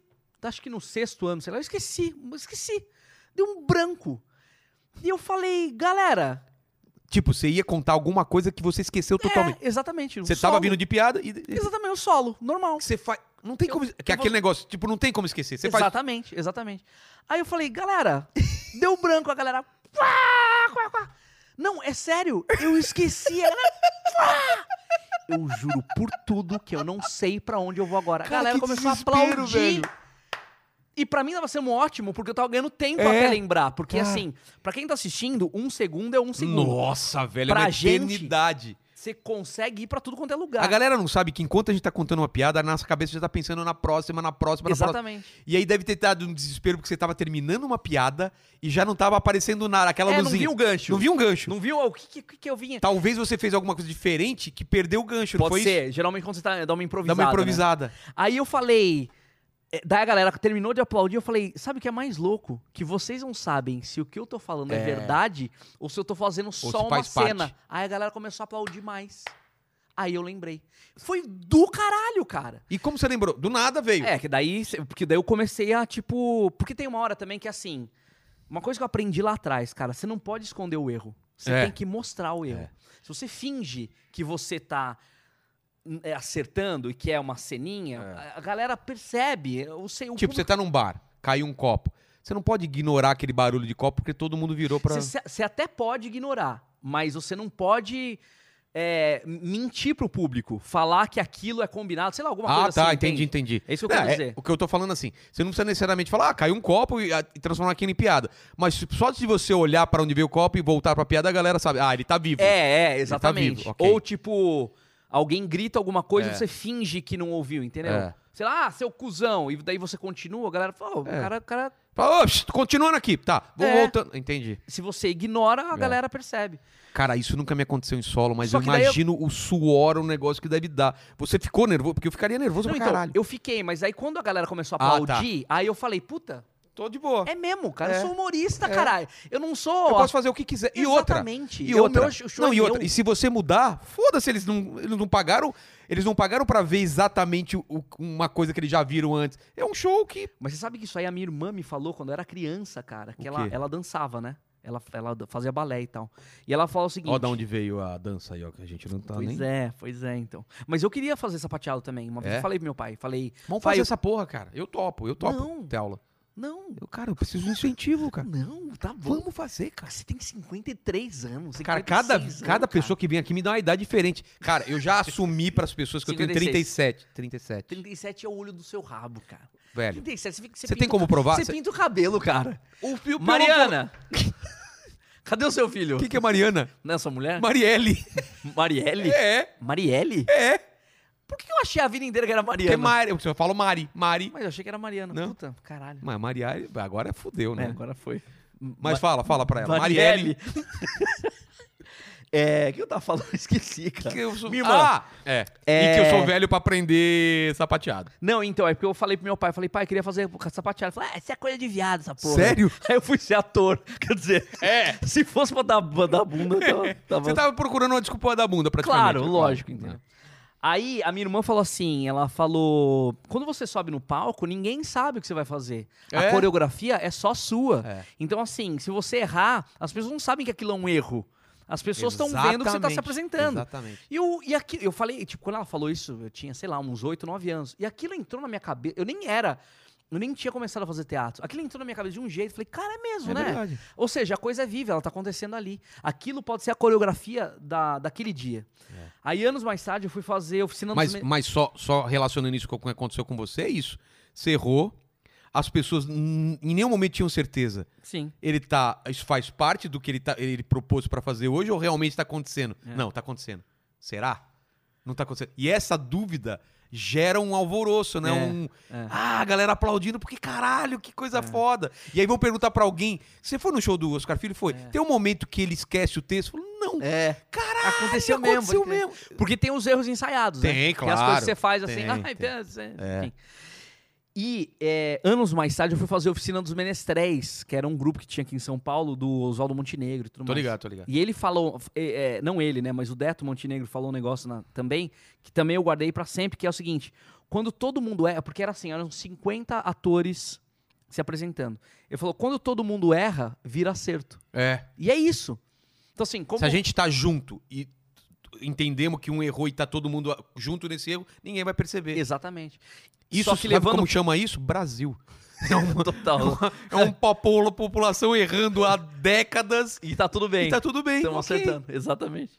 Acho que no sexto ano, sei lá, eu esqueci. Esqueci. Deu um branco. E eu falei, galera. Tipo, você ia contar alguma coisa que você esqueceu totalmente. É, exatamente. um Você tava solo. vindo de piada e. Exatamente, o solo, normal. Você faz. Não tem como. Que é eu vou- aquele negócio, tipo, não tem como esquecer. Você faz. exatamente, *laughs* exatamente. Aí eu falei, galera, deu branco a galera. quá, quá, quá. Não, é sério, eu esqueci. Ela- Pá! Eu juro por tudo que eu não sei pra onde eu vou agora. Cara, a galera que começou a desespero, aplaudir. velho. E pra mim tava sendo ótimo, porque eu tava ganhando tempo É. até lembrar. Porque Cara. assim, pra quem tá assistindo, um segundo é um segundo. Nossa, velho, é Pra uma gente, eternidade. Você consegue ir pra tudo quanto é lugar. A galera não sabe que enquanto a gente tá contando uma piada, a nossa cabeça já tá pensando na próxima, na próxima, na próxima. Exatamente. E aí deve ter dado um desespero porque você tava terminando uma piada e já não tava aparecendo nada, aquela É, não luzinha. viu o gancho. Não viu um gancho. Não viu? Ah, O que, que- que, que eu vinha? Talvez você fez alguma coisa diferente que perdeu o gancho, não foi Pode ser. Geralmente quando você tá, dá isso? Dá uma improvisada. uma né? improvisada. Aí eu falei. eh, Daí a galera terminou de aplaudir, eu falei, sabe o que é mais louco? Que vocês não sabem se o que eu tô falando é, É. verdade ou se eu tô fazendo se só uma faz parte. cena. Aí a galera começou a aplaudir mais. Aí eu lembrei. Foi do caralho, cara. E como você lembrou? Do nada veio. É, que daí, cê- porque daí eu comecei a, tipo. Porque tem uma hora também que assim. Uma coisa que eu aprendi lá atrás, cara, você não pode esconder o erro. Você É. tem que mostrar o erro. É. Se você finge que você tá hum, é, acertando e que é uma ceninha, É. a- a galera percebe. Eu sei, o Tipo, você público- tá num bar, caiu um copo. Você não pode ignorar aquele barulho de copo porque todo mundo virou pra. você, se- você até pode ignorar, mas você não pode é, mentir pro público, falar que aquilo é combinado, sei lá, alguma Ah, coisa tá, assim. entendi, entende? entendi. É isso que eu quero é, dizer. o que eu tô falando assim, você não precisa necessariamente falar, ah, caiu um copo e, ah, e transformar aquilo em piada. Mas só de você olhar pra onde veio o copo e voltar pra piada, a galera sabe, ah, ele tá vivo. É, é, tá vivo, exatamente. ok. Ou tipo, alguém grita alguma coisa É. e você finge que não ouviu, entendeu? É. Sei lá, ah, seu cuzão. E daí você continua, a galera fala, "Ô, o É. cara, o cara. Fala, "Ô, psh, continuando aqui, tá, vou É. voltando. Entendi. Se você ignora, a É. galera percebe. Cara, isso nunca me aconteceu em solo, mas Só eu que daí eu- imagino o suor, o negócio que deve dar. Você ficou nervoso? Porque eu ficaria nervoso Não, pra então, caralho. eu fiquei, mas aí quando a galera começou a Ah, tá. aplaudir, aí eu falei, puta, Tô de boa. é mesmo, cara. É. Eu sou humorista, É. caralho. Eu não sou. Eu posso fazer o que quiser. E outra, Exatamente. E É o outra. meu show não, é e outra. meu. E se você mudar, foda-se, eles não, eles não pagaram. Eles não pagaram pra ver exatamente o- o- uma coisa que eles já viram antes. É um show que. Mas você sabe que isso aí a minha irmã me falou quando eu era criança, cara, O que ela, quê? ela dançava, né? Ela, ela fazia balé e tal. E ela fala o seguinte. Ó, um da onde veio a dança aí, ó, que a gente não tá Pois nem. é, pois é, então. Mas eu queria fazer sapateado também. Uma vez É? eu falei pro meu pai, falei, Vamos Pai, fazer eu- essa porra, cara. Eu topo, eu topo Não. ter aula. não, Eu, cara, eu preciso de um incentivo, cara. não, tá bom. Vamos fazer, cara. Cara, você tem 53 anos. 56 Cara, cada, anos, cada cara. pessoa que vem aqui me dá uma idade diferente. Cara, eu já assumi pras pessoas que eu tenho 37. 37. 37 é o olho do seu rabo, cara. Velho. 37, você, fica- Você pinta- tem como provar? Você Cê- pinta o cabelo, cara. O, o Mariana! *laughs* Cadê o seu filho? O que, que é Mariana? Não é sua mulher? *laughs* Marielle. Marielle? É, Marielle? é. Por que eu achei a vida inteira que era Mariana? Porque é Mari. Eu falo Mari. Mari. Mas eu achei que era Mariana. Não. Puta, caralho. Mas Marielle, agora é fudeu, É, né? agora foi. Mas fala, fala pra ela. Marielle. Marielle. *laughs* é, o que eu tava falando? *laughs* Eu Esqueci, cara. Que eu sou... Minha irmã. Ah, é. É. E que eu sou velho pra aprender sapateado. Não, então, é porque eu falei pro meu pai, eu falei, pai, eu queria fazer sapateado. Ele falou, ah, isso é coisa de viado, essa porra. Sério? *laughs* Aí eu fui ser ator. Quer dizer, *laughs* É. se fosse pra dar, pra dar bunda, eu tava, tava- Você tá tava procurando uma desculpa da bunda, praticamente. né. Claro, lógico, entendeu? Aí a minha irmã falou assim, ela falou, quando você sobe no palco, ninguém sabe o que você vai fazer. É? A coreografia é só sua. É. Então assim, se você errar, as pessoas não sabem que aquilo é um erro. As pessoas estão vendo que você tá Exatamente, se apresentando. Exatamente. E, eu, e aqui, eu falei, tipo, quando ela falou isso, eu tinha, sei lá, uns 8, 9 anos. E aquilo entrou na minha cabeça. Eu nem era. Eu nem tinha começado a fazer teatro. Aquilo entrou na minha cabeça de um jeito. eu Falei, cara, é mesmo, É né? verdade. Ou seja, a coisa é viva, ela tá acontecendo ali. Aquilo pode ser a coreografia da, daquele dia. É. Aí, anos mais tarde, eu fui fazer oficina Mas, dos. Me... mas só, só relacionando isso com o que aconteceu com você, é isso. Você errou. As pessoas hum, em nenhum momento tinham certeza. Sim. Ele tá. Isso faz parte do que ele, tá, ele propôs pra fazer hoje ou realmente tá acontecendo? É. Não, tá acontecendo. Será? Não tá acontecendo. E essa dúvida gera um alvoroço, né? É, um. é. Ah, a galera aplaudindo, porque caralho, que coisa foda. E aí vão perguntar pra alguém: você foi no show do Oscar Filho? Foi. Tem um momento que ele esquece o texto? Fala, não. É. Caralho, Aconteceu aconteceu, mesmo, pode crer. mesmo. Porque tem os erros ensaiados, né? Tem, Que as coisas claro. que você faz assim. Tem, É. ai, tem. pensa, enfim. E é, anos mais tarde eu fui fazer a oficina dos Menestréis, que era um grupo que tinha aqui em São Paulo, do Oswaldo Montenegro e tudo Tô mais. ligado, tô ligado. E ele falou, é, é, não ele, né, mas o Deto Montenegro falou um negócio na- também, que também eu guardei pra sempre, que é o seguinte: quando todo mundo erra, porque era assim, eram 50 atores se apresentando. Ele falou: quando todo mundo erra, vira acerto. É. E é isso. Então, assim, como. Se a gente tá junto e t- entendemos que um errou e tá todo mundo junto nesse erro, ninguém vai perceber. Exatamente. Isso, Só que sabe levando. como chama isso? Brasil. É um, *laughs* Total. é um popolo, população errando há décadas E tá tudo bem. e tá tudo bem. Estamos ok. acertando, exatamente.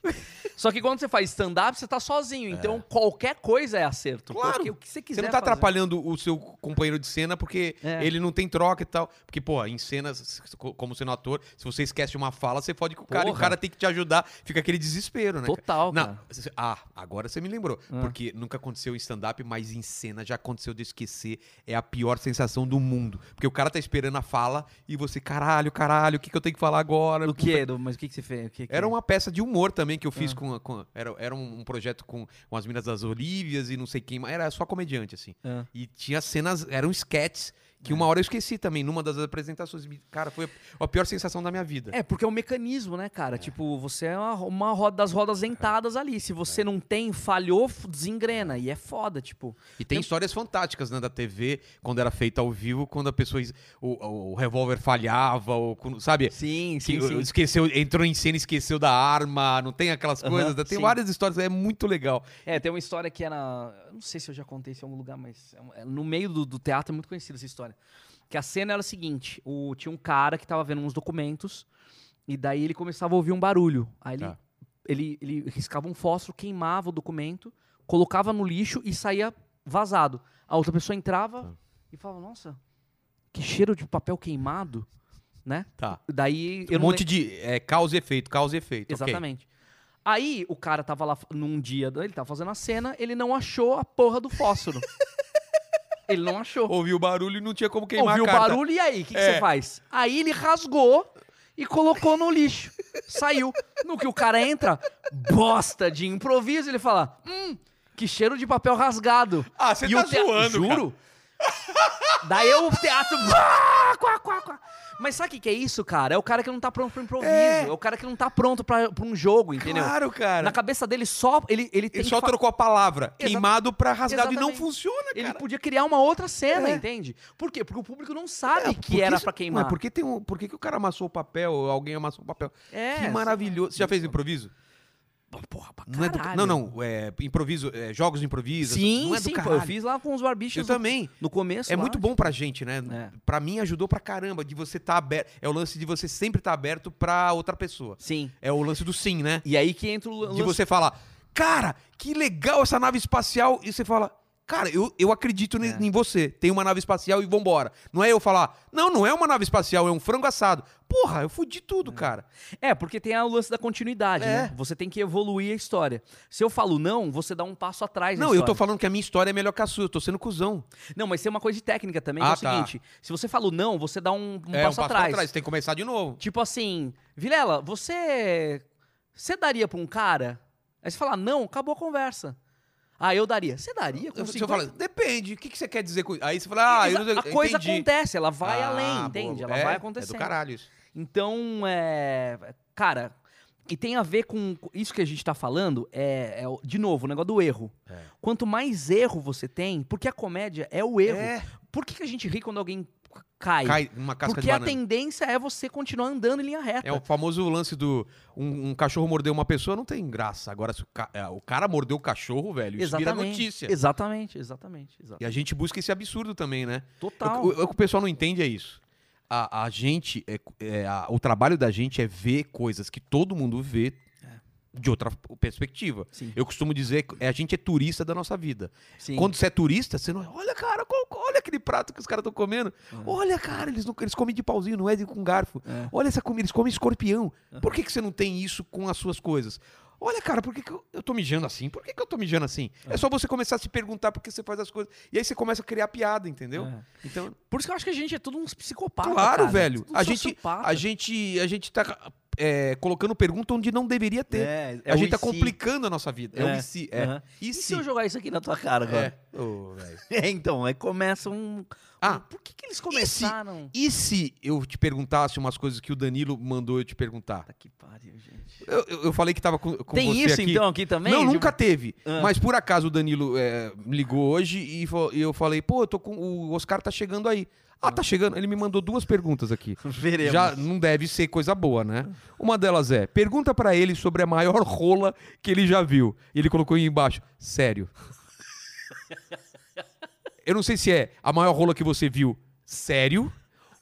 Só que quando você faz stand-up, você tá sozinho. Então qualquer coisa é acerto. Claro. Porque o que você Você quiser. não tá fazer. atrapalhando o seu companheiro de cena porque É. ele não tem troca e tal. Porque, pô, em cenas, co- como sendo ator, se você esquece uma fala, você fode com o cara e o Porra. cara tem que te ajudar. Fica aquele desespero, né? cara? Total, Não, cara. c- c- ah, agora você me lembrou. Ah. Porque nunca aconteceu em stand-up, mas em cena já aconteceu de eu esquecer. É a pior sensação do mundo. Porque o cara tá esperando a fala e você, caralho, caralho, o que, que eu tenho que falar agora? Do que? é, Do, mas o que, que você fez? O que que- é? Era uma peça de humor também que eu Ah. fiz com, a- com a- era, era um um projeto com, com as minas das Olívias e não sei quem, mas era só comediante assim. Ah. E tinha cenas, eram sketches É. que uma hora eu esqueci também numa das apresentações. Me- Cara, foi a pior sensação da minha vida. É, porque é um mecanismo, né, cara? Tipo, você é uma, uma roda das rodas dentadas ali. Se você não tem, falhou, f- desengrena. E é foda, tipo. E tem histórias fantásticas né, da TV quando era feita ao vivo, quando a pessoa es- o, o, o revólver falhava ou quando- sabe? Sim, Que esqueceu, entrou em cena, e esqueceu da arma, não tem aquelas Aham, coisas, né? tem sim. várias histórias, é muito legal. É, tem uma história que era. eu Não sei se eu já contei isso em algum lugar, mas é um- é no meio do, do teatro é muito conhecida essa história. Que a cena era a seguinte: o, tinha um cara que tava vendo uns documentos, e daí ele começava a ouvir um barulho. Aí ele, Tá. ele, ele riscava um fósforo, queimava o documento, colocava no lixo e saía vazado. A outra pessoa entrava Tá. e falava: Nossa, que cheiro de papel queimado, né? Tá. Daí eu um não monte de é, causa e efeito, causa e efeito. ok. Exatamente. Aí o cara tava lá f- num dia, ele tava fazendo a cena, ele não achou a porra do *laughs* fósforo. ele não achou. Ouviu o barulho e não tinha como queimar Ouviu a o carta. barulho e aí, o que que É. você faz? Aí ele rasgou e colocou no lixo. Saiu. No que o cara entra, bosta de improviso, ele fala: "Hum, que cheiro de papel rasgado". Ah, você E tá o tea- zoando, Juro. *laughs* Daí o teatro. Quá, quá, quá, quá. Mas sabe o que, que é isso, cara? É o cara que não tá pronto pro improviso. É. É, o cara que não tá pronto pra, pra um jogo, entendeu? Claro, cara. Na cabeça dele só. Ele, ele, tem Ele que só fa- trocou a palavra. Exa- Queimado pra rasgado e não Exatamente. funciona, Ele cara. podia criar uma outra cena, É. entende? Por quê? Porque o público É, não sabe que Por era É, isso- pra queimar. Ué, por que, tem um, por que, que o cara amassou o papel ou alguém amassou o papel? É. que maravilhoso. Você já fez improviso? Porra, pra Não, é do- caralho. não, não. É, improviso, é, jogos de improviso. Sim, não é do sim. pô, caralho. eu fiz lá com os barbichos Eu no- também. no começo. É lá. muito bom pra gente, né? É. Pra mim ajudou pra caramba de você estar aberto. É o lance de você sempre estar aberto pra outra pessoa. Sim. É o lance do sim, né? E aí que entra o lan- De lance você falar, cara, que legal essa nave espacial. E você fala, cara, eu, eu acredito ne- É. em você. Tem uma nave espacial e vambora. Não é eu falar, não, não é uma nave espacial, é um frango assado. Porra, eu fudi tudo, cara. É, porque tem a lance da continuidade, É. né? Você tem que evoluir a história. Se eu falo não, você dá um passo atrás na Não, eu tô história. falando que a minha história é melhor que a sua, eu tô sendo cuzão. Não, mas tem uma coisa de técnica também, Ah, que é o tá. seguinte. Se você fala o não, você dá um, um é, passo atrás. você tem que começar de novo. Tipo assim, Vilela, você... Você daria pra um cara? Aí você fala não, acabou a conversa. Ah, eu daria. Você daria? Com Eu, você 50? fala, depende, o que, que você quer dizer com isso? Aí você fala, ah, eu não Exa- sei- a coisa entendi. acontece, ela vai Ah, além, entende? boa. Ela É, vai É acontecendo. do caralho isso. Então, é. Cara, e tem a ver com. com Isso que a gente tá falando é, é o- de novo, o negócio do erro. É. Quanto mais erro você tem, porque a comédia é o erro. É, Por que, que a gente ri quando alguém c- cai? cai uma casca porque de a banana. tendência é você continuar andando em linha reta. É o famoso lance do um, um cachorro mordeu uma pessoa, não tem graça. Agora, se o, ca- é, o cara mordeu o cachorro, velho, isso vira notícia. Exatamente, exatamente, exato. E a gente busca esse absurdo também, né? Total. O, o- o que o pessoal não entende é isso. A, a gente, é, é, a- o trabalho da gente é ver coisas que todo mundo vê É. de outra perspectiva. Sim, Eu costumo dizer que a gente é turista da nossa vida. sim. Quando você é turista, você não. Olha, cara, qual- olha aquele prato que os caras estão comendo. Uhum. Olha, cara, eles, não- eles comem de pauzinho, não é de com garfo. É. Olha essa comida, eles comem escorpião. Por que, que você não tem isso com as suas coisas? Olha, cara, por que, que eu, eu tô mijando assim? Por que, que eu tô mijando assim? É só você começar a se perguntar por que você faz as coisas. E aí você começa a criar piada, entendeu? É. Então, Por isso que eu acho que a gente é todo uns psicopatas. claro, cara. velho. Tudo A gente, sociopata. a, gente, a gente tá é, colocando pergunta onde não deveria ter. É, é a o gente e tá se. complicando a nossa vida. É, o É, e se. É. Aham. E, E se? se eu jogar isso aqui na tua cara agora? É. Ô, velho. *laughs* É, então, aí começa um. Ah. um- por que, que eles começaram? E se eu te perguntasse umas coisas que o Danilo mandou eu te perguntar? Puta que pariu, gente. Eu, eu- eu falei que tava com, com Tem você isso aqui. então aqui também? Não, Tipo, nunca teve. Ah. Mas por acaso o Danilo é, me ligou hoje e, fa- e eu falei, pô, eu tô com. O Oscar tá chegando aí. Ah, tá chegando. Ele me mandou duas perguntas aqui. Veremos. Já não deve ser coisa boa, né? Uma delas é: pergunta pra ele sobre a maior rola que ele já viu. E ele colocou aí embaixo: sério. eu não sei se é a maior rola que você viu. sério?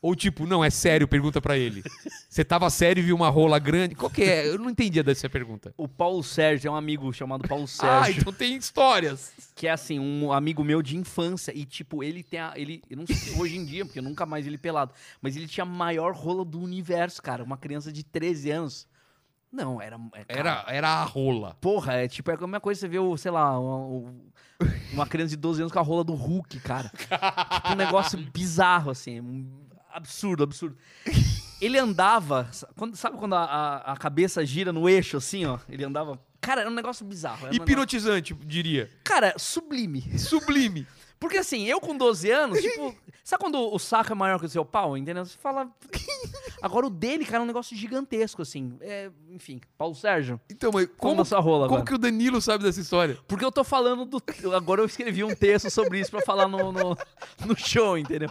Ou tipo, não, é sério, pergunta pra ele. Você tava sério e viu uma rola grande? Qual que é? Eu não entendia dessa pergunta. O Paulo Sérgio é um amigo chamado Paulo Ah, Sérgio. então tem histórias. Que é assim, um amigo meu de infância. E, tipo, ele tem a. Ele, eu não sei se hoje em dia, porque eu nunca mais ele pelado. Mas ele tinha a maior rola do universo, cara. Uma criança de 13 anos. Não, era. é, cara, Era, era a rola. Porra, é tipo, é a mesma coisa que você vê, o, sei lá, o- o- uma criança de 12 anos com a rola do Hulk, cara. tipo, um negócio bizarro, assim. um- Absurdo, absurdo. Ele andava. sa- quando- sabe quando a, a- a cabeça gira no eixo, assim, ó? Ele andava. Cara, era um negócio bizarro. era um negócio- Hipnotizante, eu diria. Cara, sublime. Sublime. Porque assim, eu com 12 anos, tipo, sabe quando o saco é maior que o seu pau, entendeu? Você fala. Agora o dele, cara, é um negócio gigantesco, assim. É, enfim, Paulo Sérgio, Então, mas como como, sua rola como agora? que o Danilo sabe dessa história? Porque eu tô falando do. Agora eu escrevi um texto sobre isso pra falar no, no, no show, entendeu?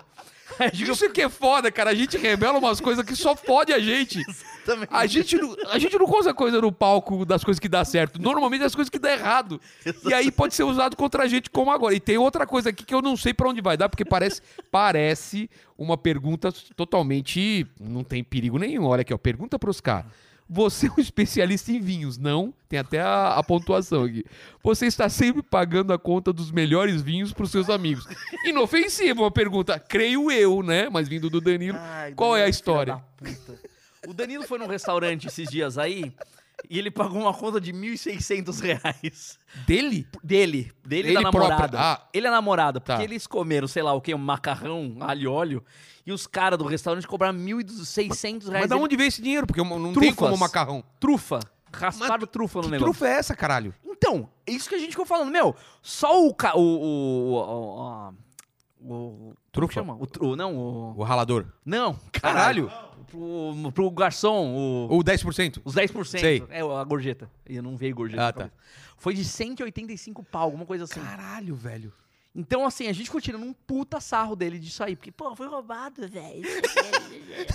Aí eu digo, Isso que é foda, cara. A gente revela umas coisas que só fode a *laughs* gente. também. A gente, não, a gente não conta coisa no palco das coisas que dá certo. Normalmente das coisas que dá errado. E aí pode ser usado contra a gente como agora. E tem outra coisa aqui que eu não sei pra onde vai dar, porque parece, parece uma pergunta totalmente. Não tem perigo nenhum. Olha aqui, ó. Pergunta pros caras. Você é um especialista em vinhos, não? Tem até a, a pontuação aqui. Você está sempre pagando a conta dos melhores vinhos pros seus amigos. Inofensiva uma pergunta, creio eu, né? Mas vindo do Danilo. Ai, Qual é a Danilo, filha história? da puta. O Danilo foi num restaurante esses dias aí e ele pagou uma conta de 1.600 reais. Dele? Dele, dele e Ele da namorada. próprio, ah. Ele é a namorada, Tá. porque eles comeram, sei lá o que, um macarrão, alho e óleo, e os caras do restaurante cobraram 1.600 reais. Mas da Ele- onde vem esse dinheiro? Porque eu não não tem Trufas. como macarrão. Trufa. Rasparam trufa no Que negócio. trufa é essa, caralho? Então, é isso que a gente ficou falando. Meu, só o... Ca... O... O... o- o- o- Trufa? Como chama? O, tru- não, o... O ralador. Não, caralho. Caralho! Pro, pro garçom, o... Ou 10%? Os 10%. Sei. É, a gorjeta. Eu não veio gorjeta. Ah, na cabeça. Foi de 185 pau, alguma coisa assim. Caralho, velho. Então, assim, a gente ficou tirando um puta sarro dele disso aí. Porque, pô, foi roubado, velho. *laughs*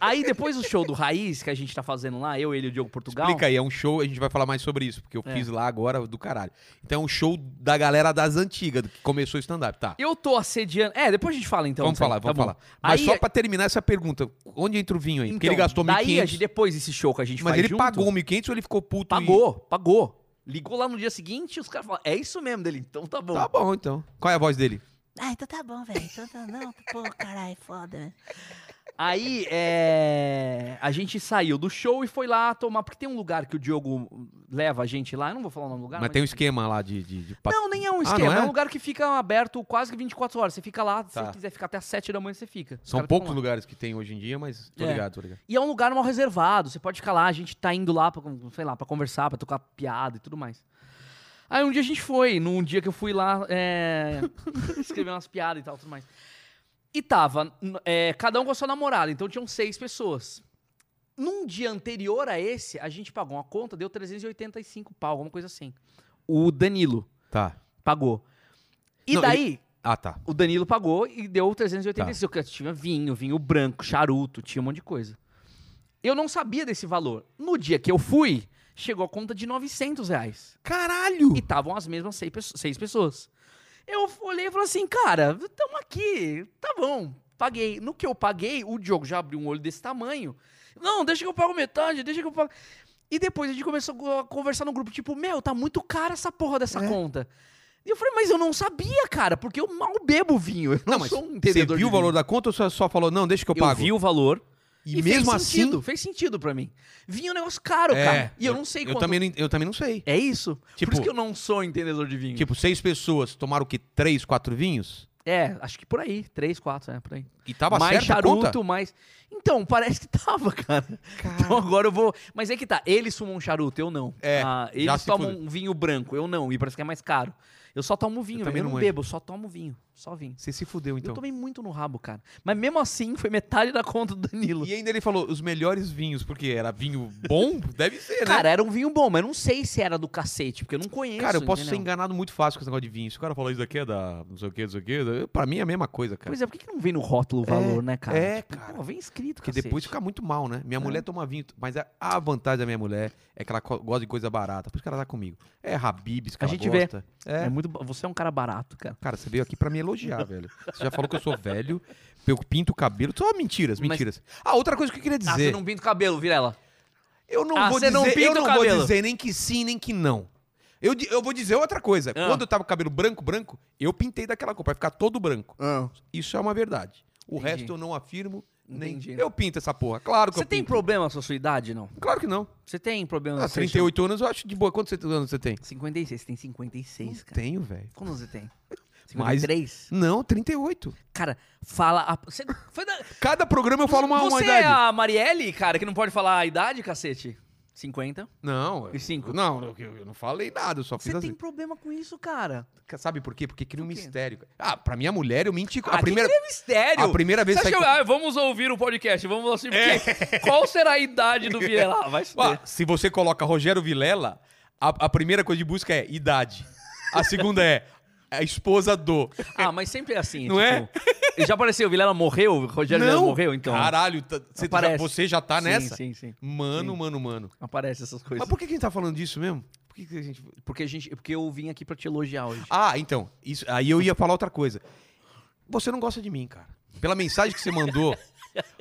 aí, depois do show do Raiz, que a gente tá fazendo lá, eu, ele e o Diogo Portugal. Explica aí, é um show, a gente vai falar mais sobre isso, porque eu É. fiz lá agora do caralho. Então é um show da galera das antigas, do que começou o stand-up, tá? Eu tô assediando... É, depois a gente fala, então. vamos disso aí. falar, Tá vamos bom. falar. Mas Aí- só pra terminar essa pergunta, onde entra o vinho aí? porque Então, ele gastou Daí, a gente- 1.500, depois desse show que a gente mas faz ele junto, pagou 1.500 ou ele ficou puto e- Pagou, pagou. Ligou lá no dia seguinte e os caras falaram, é isso mesmo dele, então tá bom. Tá bom, então. Qual é a voz dele? Ah, então tá bom, velho. Então tá, não, pô, caralho, foda, né? Aí, é... A gente saiu do show e foi lá tomar, porque tem um lugar que o Diogo leva a gente lá, eu não vou falar o nome do lugar, mas tem um esquema lá de... de, de pa- Não, nem é um Ah, esquema, não é? é? um lugar que fica aberto quase que 24 horas. Você fica lá, se Tá. você quiser ficar até as 7 da manhã, você fica. Os São caras poucos ficam tá lá. lugares que tem hoje em dia, mas tô É. ligado, tô ligado. E é um lugar mal reservado, você pode ficar lá, a gente tá indo lá pra, sei lá, pra conversar, pra tocar piada e tudo mais. Aí um dia a gente foi, num dia que eu fui lá é, escrever umas piadas e tal, tudo mais. E tava, n- é, cada um com a sua namorada, então tinham seis pessoas. Num dia anterior a esse, a gente pagou uma conta, deu 385 pau, alguma coisa assim. O Danilo Tá. pagou. E Não, daí, Ah, tá. o Danilo pagou e deu 385. que Tinha vinho, vinho branco, charuto, tinha um monte de coisa. Eu não sabia desse valor. No dia que eu fui, chegou a conta de 900 reais. Caralho! E estavam as mesmas seis, pesso- seis pessoas. Eu olhei e falei assim, cara, estamos aqui, tá bom, paguei. No que eu paguei, o Diogo já abriu um olho desse tamanho. Não, deixa que eu pago metade, deixa que eu pago... E depois a gente começou a conversar no grupo, tipo, meu, tá muito cara essa porra dessa É. conta. E eu falei, mas eu não sabia, cara, porque eu mal bebo vinho. Eu não, Não, mas sou um você entendedor de viu o vinho. valor da conta ou só, só falou, não, deixa que eu Eu pago? vi o valor. E, fez mesmo assim... sentido, Fez sentido pra mim. Vinho é um negócio caro, É, cara. E eu, não sei Eu quanto... também não, eu também não sei. É isso? Tipo- Por isso que eu não sou entendedor de vinho. Tipo, seis pessoas tomaram o quê? Três, quatro vinhos? É, acho que por aí. Três, quatro, é, por aí. E tava mais certa a charuto, conta? mais. Então, parece que tava, *laughs* cara. Então agora eu vou. Mas é que tá, eles fumam charuto, eu não. É, Ah, já eles se tomam fudeu. um vinho branco, eu não, e parece que é mais caro. Eu só tomo vinho, velho. também Eu não não bebo, eu só tomo vinho. Só vinho. Você se fudeu, então. Eu tomei muito no rabo, cara. Mas mesmo assim, foi metade da conta do Danilo. E né? ainda ele falou, os melhores vinhos, porque era vinho *laughs* bom? Deve ser, né? Cara, era um vinho bom, mas eu não sei se era do cacete, porque eu não conheço. Cara, eu posso ser entendeu? enganado muito fácil com esse negócio de vinho. Se o cara falar isso daqui é da não sei o que, não sei o que, pra mim é a mesma coisa, cara. Pois é, por que, que não vem no rótulo o valor, né, cara? é, cara. Pô, vem escrito, Porque cacete. É. depois fica muito mal, né? Minha mulher toma vinho, mas a, a vantagem da minha mulher é que ela co- gosta de coisa barata. Por isso que ela tá comigo. É Habibs que A ela gente vê. gosta. É. É muito... ba- Você é um cara barato, cara. Cara, você veio aqui pra me elogiar, velho. Você já falou que eu sou velho, eu pinto o cabelo. Só mentiras, Mas- mentiras. Ah, outra coisa que eu queria Ah, você dizer. não pinta o cabelo, Virela. Eu não Ah, vou você dizer, não pinta eu não o vou cabelo. dizer nem que sim, nem que não. Eu, di- eu vou dizer outra coisa. Ah. Quando eu tava com o cabelo branco, branco, eu pintei daquela cor, pra ficar todo branco. Isso é uma verdade. O Entendi. resto eu não afirmo, nem. Entendi. Eu pinto essa porra, claro que Você eu tem pinto. problema com a sua idade, não? Claro que não. Você tem problema Ah, com a sua 38 anos eu acho de boa. Quantos anos você tem? 56, você tem 56, Não cara. tenho, velho. Quantos você tem? Mais- 53? Não, 38. Cara, fala. A... Você foi da... Cada programa eu falo uma, uma Você idade. é a Marielle, cara, que não pode falar a idade, cacete? 50. Não. E cinco? Não, eu, eu não falei nada, eu só fiz Você tem assim. problema com isso, cara. Sabe por quê? Porque cria um Por quê? mistério. Ah, pra minha mulher eu menti. Aqui A primeira, que é mistério. a primeira vez Você acha saí que eu- com- É. ah, vamos ouvir o podcast, vamos assim, porque qual será a idade do Vilela? Vai se Ó, fuder. se você coloca Rogério Vilela, a, a primeira coisa de busca é idade. A segunda é a esposa do. Ah, mas sempre é assim, Não é? tipo, Já apareceu, o Vilela morreu, o Rogério Vilela morreu, então. Caralho, tá- você, já, Aparece. você já tá sim, nessa? Sim, sim. Mano, Sim. mano, mano. Aparece essas coisas. Mas por que que a gente tá falando disso mesmo? Por que que a gente... Porque a gente, porque eu vim aqui pra te elogiar *laughs* hoje. Ah, então. Isso, aí eu ia falar outra coisa. Você não gosta de mim, cara. Pela mensagem que você *laughs* mandou.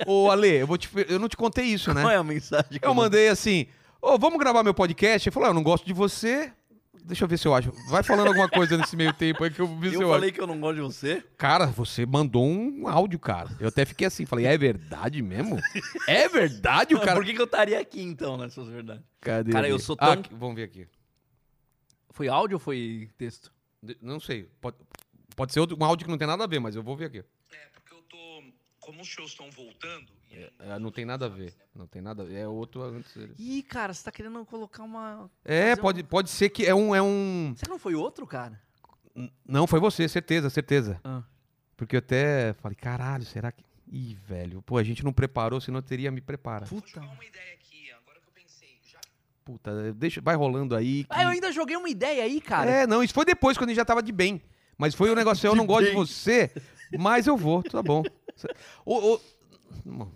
Ô, Ale, eu, vou te, eu não te contei isso, Qual né? é a mensagem? que Eu mandei assim: Ô, vamos gravar meu podcast? Ele falou: ah, Eu não gosto de você. Deixa eu ver se eu acho. Vai falando alguma coisa nesse meio tempo aí que eu vou ver se eu, Eu acho. falei que eu não gosto de você. Cara, você mandou um áudio, cara. Eu até fiquei assim, falei, é verdade mesmo? É verdade o *laughs* cara? Por que, que eu estaria aqui então, nessas verdades? Cadê Cara, ele? eu sou Ah, tão- aqui, vamos ver aqui. Foi áudio ou foi texto? De- Não sei, pode, pode ser outro, um áudio que não tem nada a ver, mas eu vou ver aqui. É, porque eu tô. Como os shows estão voltando. e aí- É, não tem nada a ver, não tem nada a ver. É outro antes dele. Ih, cara, você tá querendo colocar uma. É, Mas eu- pode, pode ser que é um, é um... Será que não foi outro, cara? Não, foi você, certeza, certeza. Ah. Porque eu até falei, caralho, será que... Ih, velho, pô, a gente não preparou, senão eu teria me preparado. Vou Puta. jogar uma ideia aqui, agora que eu pensei. Já Puta, deixa, vai rolando aí. que- Ah, eu ainda joguei uma ideia aí, cara. É, não, isso foi depois, quando a gente já tava de bem. Mas foi o um negócio, eu não gosto de bem. você, mas eu vou, tá bom. Ô, ô, não.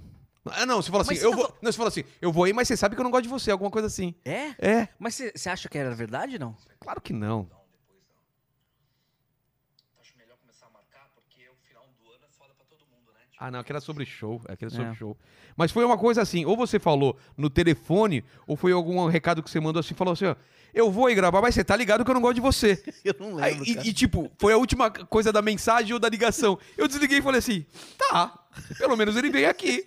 Ah, não, você fala assim, Mas você eu tá vou. Não, você fala assim, eu vou aí, mas você sabe que eu não gosto de você, alguma coisa assim. É? É, Mas você acha que era verdade, não? claro que não. acho melhor começar a marcar, porque o final do ano é foda pra todo mundo, né? Tipo, Ah, não, aquela sobre show, aquela sobre É. show. Mas foi uma coisa assim, ou você falou no telefone, ou foi algum recado que você mandou assim, falou assim, ó, eu vou aí gravar, mas você tá ligado que eu não gosto de você. Eu *laughs* não Aí, lembro, cara. e, e, tipo, foi a última coisa da mensagem ou da ligação. Eu desliguei e falei assim, tá, pelo menos ele veio aqui.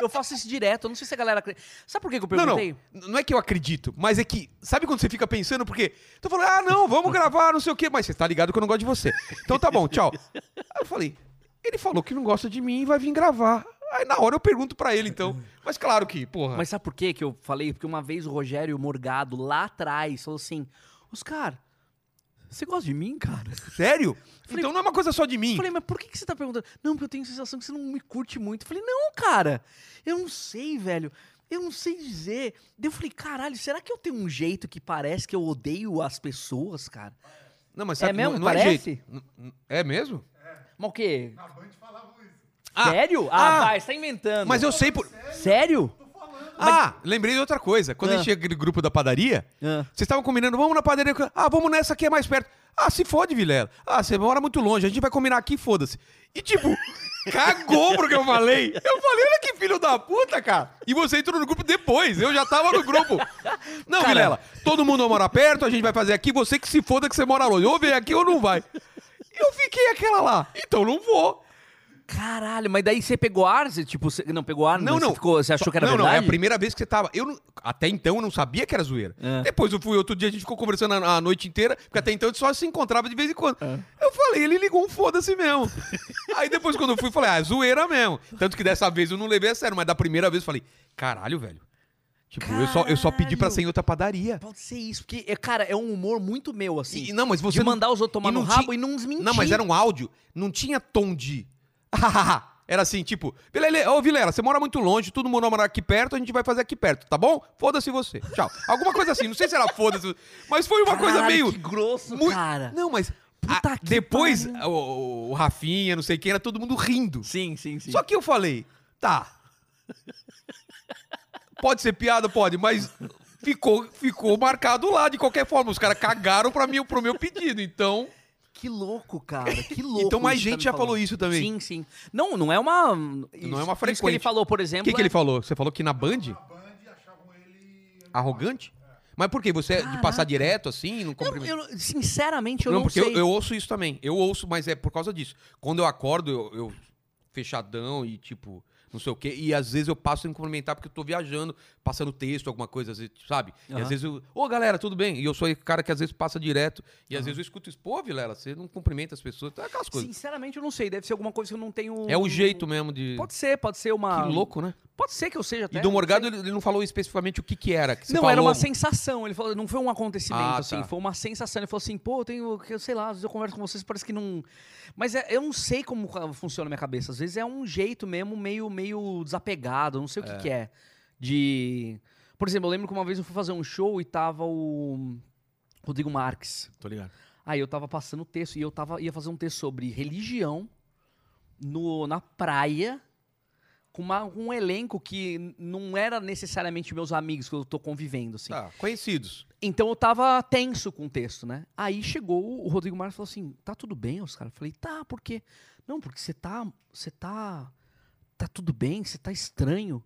Eu faço isso direto, eu não sei se a galera... acre- Sabe por que, que eu perguntei? Não, não. Não é que eu acredito, mas é que. Sabe quando você fica pensando, porque. Tô falando, ah, não, vamos gravar, não sei o quê, mas você tá ligado que eu não gosto de você. Então tá bom, tchau. Aí eu falei, ele falou que não gosta de mim e vai vir gravar. Aí na hora eu pergunto pra ele, então. Mas claro que, porra. Mas sabe por que que eu falei? Porque uma vez o Rogério Morgado, lá atrás, falou assim... Oscar, você gosta de mim, cara? sério? Falei- então não é uma coisa só de Eu mim. falei, mas por que, que você tá perguntando? Não, porque eu tenho a sensação que você não me curte muito. Eu falei, não, cara, eu não sei, velho. Eu não sei dizer. Daí eu falei, caralho, será que eu tenho um jeito que parece que eu odeio as pessoas, cara? não, mas sabe, É mesmo? não, não Parece? é jeito. N- n- É mesmo? Mas o quê? Ah, Sério? ah, Ah, vai, você tá inventando. Mas eu sei por. Sério? Ah, lembrei de outra coisa. Quando a gente Ah. chega no grupo da padaria, Ah. Vocês estavam combinando, vamos na padaria. Ah, vamos nessa aqui, é mais perto. Ah, se fode, Vilela. Ah, você mora muito longe, a gente vai combinar aqui, foda-se. E tipo, cagou pro que eu falei. Eu falei, olha que filho da puta, cara. E você entrou no grupo depois, eu já tava no grupo. Não, Cara. Vilela, todo mundo mora perto, a gente vai fazer aqui, você que se foda que você mora longe. Ou vem aqui ou não vai. E eu fiquei aquela lá, então não vou. Caralho, mas daí você pegou ar? Você, tipo, você- não pegou ar? Não, mas não. Você, ficou- você achou que era não, verdade? Não, é a primeira vez que você tava. Eu não- até então eu não sabia que era zoeira. É. Depois eu fui outro dia, a gente ficou conversando a, a noite inteira, porque até então a gente só se encontrava de vez em quando. É. Eu falei, ele ligou um foda-se mesmo. Aí depois quando eu fui, eu falei, ah, é zoeira mesmo. Tanto que dessa vez eu não levei a sério, mas da primeira vez eu falei, caralho, velho. Tipo, eu só, eu só pedi pra Caralho. ser em outra padaria. Pode ser isso, porque, é, cara, é um humor muito meu, assim. E, não, mas você. de mandar os outros tomar e no não rabo tinha- e não desmentir. Não, mas era um áudio, não tinha tom de. *laughs* era assim, tipo, Vilele, ô Vilela, você mora muito longe, todo mundo mora aqui perto, a gente vai fazer aqui perto, tá bom? Foda-se você. Tchau. Alguma coisa assim, não sei se era foda-se, mas foi uma coisa Caralho, meio. que grosso, mui- cara. Não, mas. Puta ah, que depois, pariu. o, o- o Rafinha, não sei quem, era todo mundo rindo. Sim, sim, sim. Só que eu falei, tá. Pode ser piada, pode, mas ficou, ficou marcado lá. De qualquer forma, os caras cagaram pra mim, pro meu pedido. Então, Que louco, cara. Que louco. então mais isso que tá gente me já falando. falou isso também. Sim, sim. Não, não é uma. Não é uma Isso que ele frequente. falou, por O exemplo. que, que é- ele falou? Você falou que na Band? Arrogante? Mas por quê? Você é de Caraca. passar direto assim, não Eu- cumprimenta? eu- sinceramente, eu não, porque sei. Eu, eu ouço isso também. Eu ouço, mas é por causa disso. Quando eu acordo, eu, eu fechadão e tipo, não sei o quê. E às vezes eu passo sem cumprimentar porque eu tô viajando, passando texto, alguma coisa, às vezes, sabe? E Aham. às vezes eu, ô galera, tudo bem? E eu sou o cara que às vezes passa direto. E às vezes eu escuto isso, pô, Vilela, você não cumprimenta as pessoas. Tá aquelas coisas. Sinceramente, eu não sei. Deve ser alguma coisa que eu não tenho. É o jeito mesmo de. Pode ser, pode ser uma. Que louco, né? Pode ser que eu seja até. E Dom não Morgado, sei. ele ele não falou especificamente o que que era. que você Não, era falou. um uma sensação. Ele falou, não foi um acontecimento, Ah, assim, tá. foi uma sensação. Ele falou assim, pô, eu tenho, que eu sei lá, às vezes eu converso com vocês, parece que não. Mas é- eu não sei como ca- funciona a minha cabeça. Às vezes é um jeito mesmo, meio, meio desapegado, eu não sei o que, que é. De. Por exemplo, eu lembro que uma vez eu fui fazer um show e tava o. Rodrigo Marques. Tô tá ligado. Aí eu tava passando o texto e eu tava, ia fazer um texto sobre religião no, na praia com uma- um elenco que n- não era necessariamente meus amigos que eu tô convivendo, assim. Tá, conhecidos. Então eu tava tenso com o texto, né? Aí chegou o Rodrigo Marques e falou assim: tá tudo bem, Oscar? Eu falei, tá, por quê? Não, porque você tá. Você tá. Tá tudo bem, você tá estranho.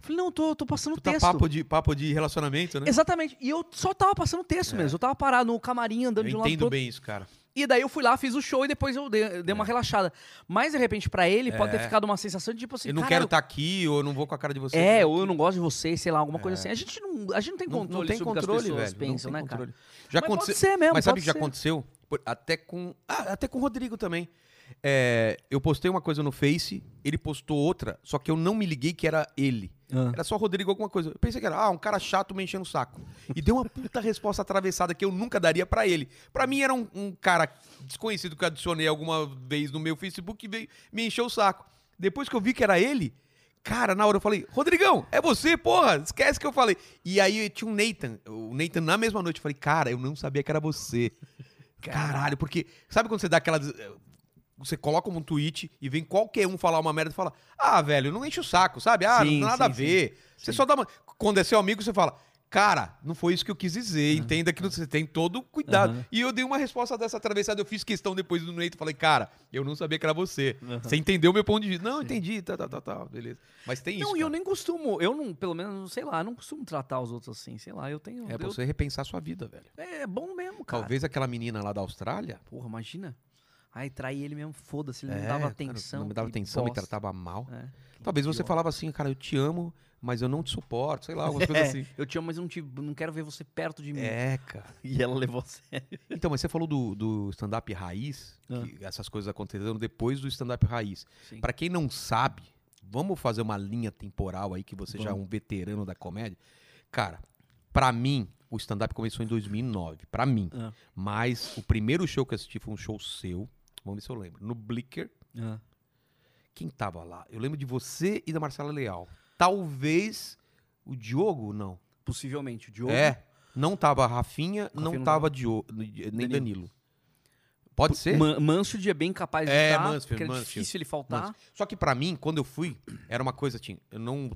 Eu falei, não, eu tô, tô passando o Puta texto. tá papo de, papo de relacionamento, né? Exatamente. E eu só tava passando o texto mesmo. Eu tava parado no camarim andando de É. Eu um lado pro entendo outro. bem isso, cara. E daí eu fui lá, fiz o show e depois eu dei, dei uma relaxada. Mas, de repente, pra ele, pode ter É. ficado uma sensação de tipo assim. eu não "Cara, quero tá estar aqui, ou eu não vou com a cara de você. É, ou eu não gosto de você, sei lá, alguma coisa assim. A gente não, a gente não tem É. Não- controle não tem sobre o que as controle, pessoas velho, não pensam, tem né, cara? controle. Já Mas aconteceu. pode ser mesmo, mas sabe o que já pode ser. aconteceu? Por- até com. ah, até com o Rodrigo também. É, eu postei uma coisa no Face, ele postou outra, só que eu não me liguei que era ele. Era só Rodrigo alguma coisa. Eu pensei que era, ah, um cara chato me enchendo o saco. E deu uma puta resposta atravessada que eu nunca daria pra ele. Pra mim era um, um cara desconhecido que eu adicionei alguma vez no meu Facebook que veio me encheu o saco. Depois que eu vi que era ele, cara, na hora eu falei, Rodrigão, é você, porra, esquece que eu falei. E aí tinha um Nathan, o Nathan na mesma noite, eu falei, cara, eu não sabia que era você. Caralho, porque sabe quando você dá aquela. des- eh, Você coloca um tweet e vem qualquer um falar uma merda e fala: Ah, velho, não enche o saco, sabe? Ah, Sim, não tem nada sim, a ver. Você só dá uma. Quando é seu amigo, você fala. Cara, não foi isso que eu quis dizer. Entenda que não- você tem todo o cuidado. Aham. E eu dei uma resposta dessa atravessada. Eu fiz questão depois do Neito. Falei, cara, eu não sabia que era você. Você entendeu meu ponto de vista? Não, entendi. Tá, tá, tá, tá. Beleza. Mas tem isso. Não, e eu cara. nem costumo, eu não, pelo menos, sei lá, eu não costumo tratar os outros assim, sei lá, eu tenho. É pra eu- você repensar sua vida, velho. é bom mesmo, cara. Talvez aquela menina lá da Austrália. Porra, imagina. Ai, trair ele mesmo, foda-se, ele É, não dava cara, atenção. Não me dava que atenção, me bosta. tratava mal. É, Talvez você idiota. falava assim, cara, eu te amo, mas eu não te suporto, sei lá, *laughs* alguma coisa assim. É, Eu te amo, mas eu não, te, não quero ver você perto de mim. É, cara. *laughs* E ela levou a sério. Então, mas você falou do, do stand-up raiz, que essas coisas aconteceram depois do stand-up raiz. Ah. Sim. Pra quem não sabe, vamos fazer uma linha temporal aí, que você já é Vamos. um veterano da comédia. Cara, pra mim, o stand-up começou em 2009, Pra mim. Ah. Mas o primeiro show que eu assisti foi um show seu, vamos ver se eu lembro, no Blicker. Ah. Quem tava lá? Eu lembro de você e da Marcela Leal. Talvez o Diogo, não. Possivelmente, o Diogo. É. Não tava Rafinha, não não tava Diogo, nem Danilo. Pode ser? Man Mansfield é bem capaz de É, estar, Mansfield, porque era Mansfield. difícil ele faltar. Só que pra mim, quando eu fui, era uma coisa assim, eu não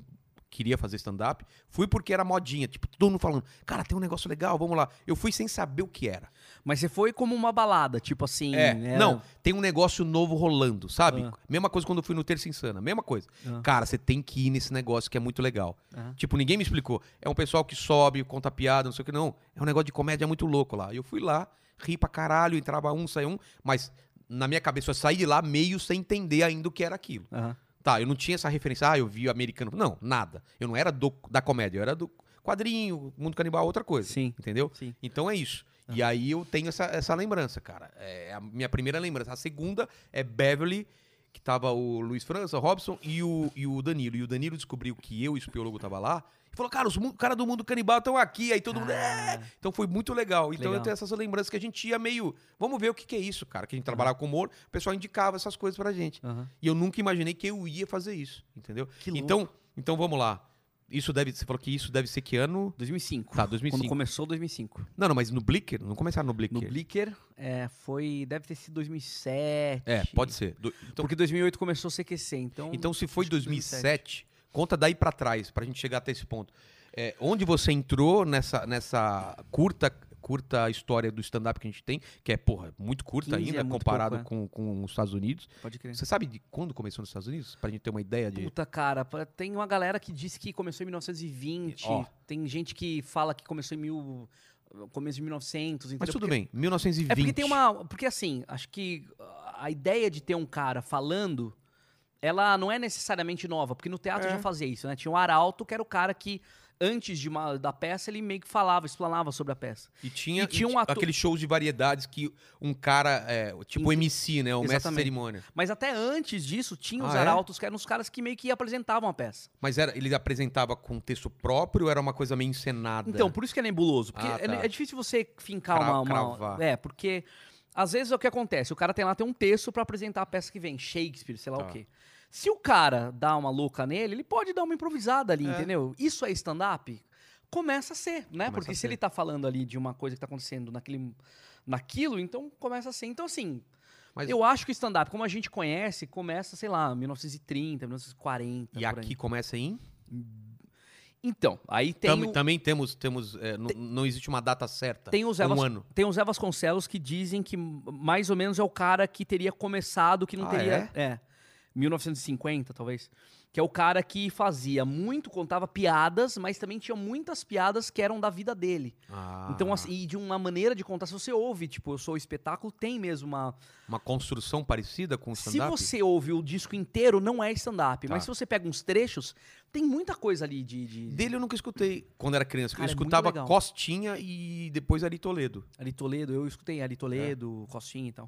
queria fazer stand-up, fui porque era modinha, tipo, todo mundo falando, cara, tem um negócio legal, vamos lá. Eu fui sem saber o que era. Mas você foi como uma balada, tipo assim... É, era- não, tem um negócio novo rolando, sabe? Ah. Mesma coisa quando eu fui no Terça Insana, mesma coisa. Ah. Cara, você tem que ir nesse negócio que é muito legal. Ah. Tipo, ninguém me explicou. É um pessoal que sobe, conta piada, não sei o que, não. É um negócio de comédia muito louco lá. E Eu fui lá, ri pra caralho, entrava um, saia um, mas na minha cabeça eu saí de lá meio sem entender ainda o que era aquilo. Aham. Tá, eu não tinha essa referência, ah, eu vi o americano. Não, nada. Eu não era do- da comédia, eu era do quadrinho, mundo canibal, outra coisa. Sim. Entendeu? Sim. Então é isso. E aí eu tenho essa, essa lembrança, cara. É a minha primeira lembrança. A segunda é Beverly, que tava o Luiz França, o Robson e o, e o Danilo. E o Danilo descobriu que eu, o espiólogo, tava lá. E falou, cara, os mu- cara do mundo canibal estão aqui. Aí todo mundo... "É!" Ah. Então foi muito legal. Então Legal. eu tenho essas lembranças que a gente ia meio... Vamos ver o que, que é isso, cara. Que a gente trabalhava com humor, o pessoal indicava essas coisas pra gente. Aham. E eu nunca imaginei que eu ia fazer isso, entendeu? Que louco. então, então vamos lá. Isso deve, você falou que isso deve ser que ano? 2005. Tá, 2005. Quando começou, 2005. Não, não, mas no Blicker, não começaram no Blicker. No Blicker, é, foi... Deve ter sido 2007. É, pode ser. Do- então, Porque 2008 começou o CQC, então... então se foi acho que 2007, conta daí pra trás, pra gente chegar até esse ponto. É, onde você entrou nessa nessa curta curta história do stand-up que a gente tem, que é, porra, muito curta 15 é ainda, muito comparado pouco, com, com os Estados Unidos. Pode crer. Você sabe de quando começou nos Estados Unidos? Pra gente ter uma ideia de. Puta, cara, pra- tem uma galera que disse que começou em 1920, Ó. tem gente que fala que começou em mil, começo de 1900. Mas entendeu? tudo Porque- bem, 1920. É porque tem uma, porque assim, acho que ah, a ideia de ter um cara falando, ela não é necessariamente nova, porque no teatro É. já fazia isso, né? Tinha o arauto, que era o cara que antes de uma, da peça ele meio que falava, explanava sobre a peça. E tinha, e tinha um ti- ator- aqueles shows de variedades que um cara, é, tipo o MC, né? O mestre Exatamente. cerimônia. Mas até antes disso, tinha os Ah, é? arautos, que eram os caras que meio que apresentavam a peça. Mas era, ele apresentava com texto próprio ou era uma coisa meio encenada? Então, por isso que é nebuloso. Porque Ah, é- tá. é, difícil você fincar Cra- uma, uma- cravar. É, porque às vezes é o que acontece. O cara tem lá tem um texto pra apresentar a peça que vem, Shakespeare, sei lá Tá. o quê. Se o cara dá uma louca nele, ele pode dar uma improvisada ali, É. entendeu? Isso é stand-up? Começa a ser, né? Começa porque a se ser. ele tá falando ali de uma coisa que tá acontecendo naquele, naquilo, então começa a ser. Então, assim, Mas- eu acho que o stand-up, como a gente conhece, começa, sei lá, 1930, 1940. E é por aí. aqui começa em. Então, aí tem. Tam- o- Também temos. temos é, n- Não existe uma data certa. Tem os Evas um ano. Tem o Zé Vasconcelos que dizem que m- mais ou menos é o cara que teria começado, que não Ah, teria. É? 1950, talvez. Que é o cara que fazia muito, contava piadas, mas também tinha muitas piadas que eram da vida dele. Ah, Então, assim, e de uma maneira de contar, se você ouve, tipo, eu sou o espetáculo, tem mesmo uma. Uma construção parecida com o Se Um stand-up? você ouve o disco inteiro, não é stand-up. Tá. Mas se você pega uns trechos, tem muita coisa ali de. de... Dele eu nunca escutei quando era criança. Cara, eu é muito escutava legal. Então, tipo um É, um né? É, Então, é, um assim, né? é Então, assim, Então, assim, um Ah. é? assim, tipo,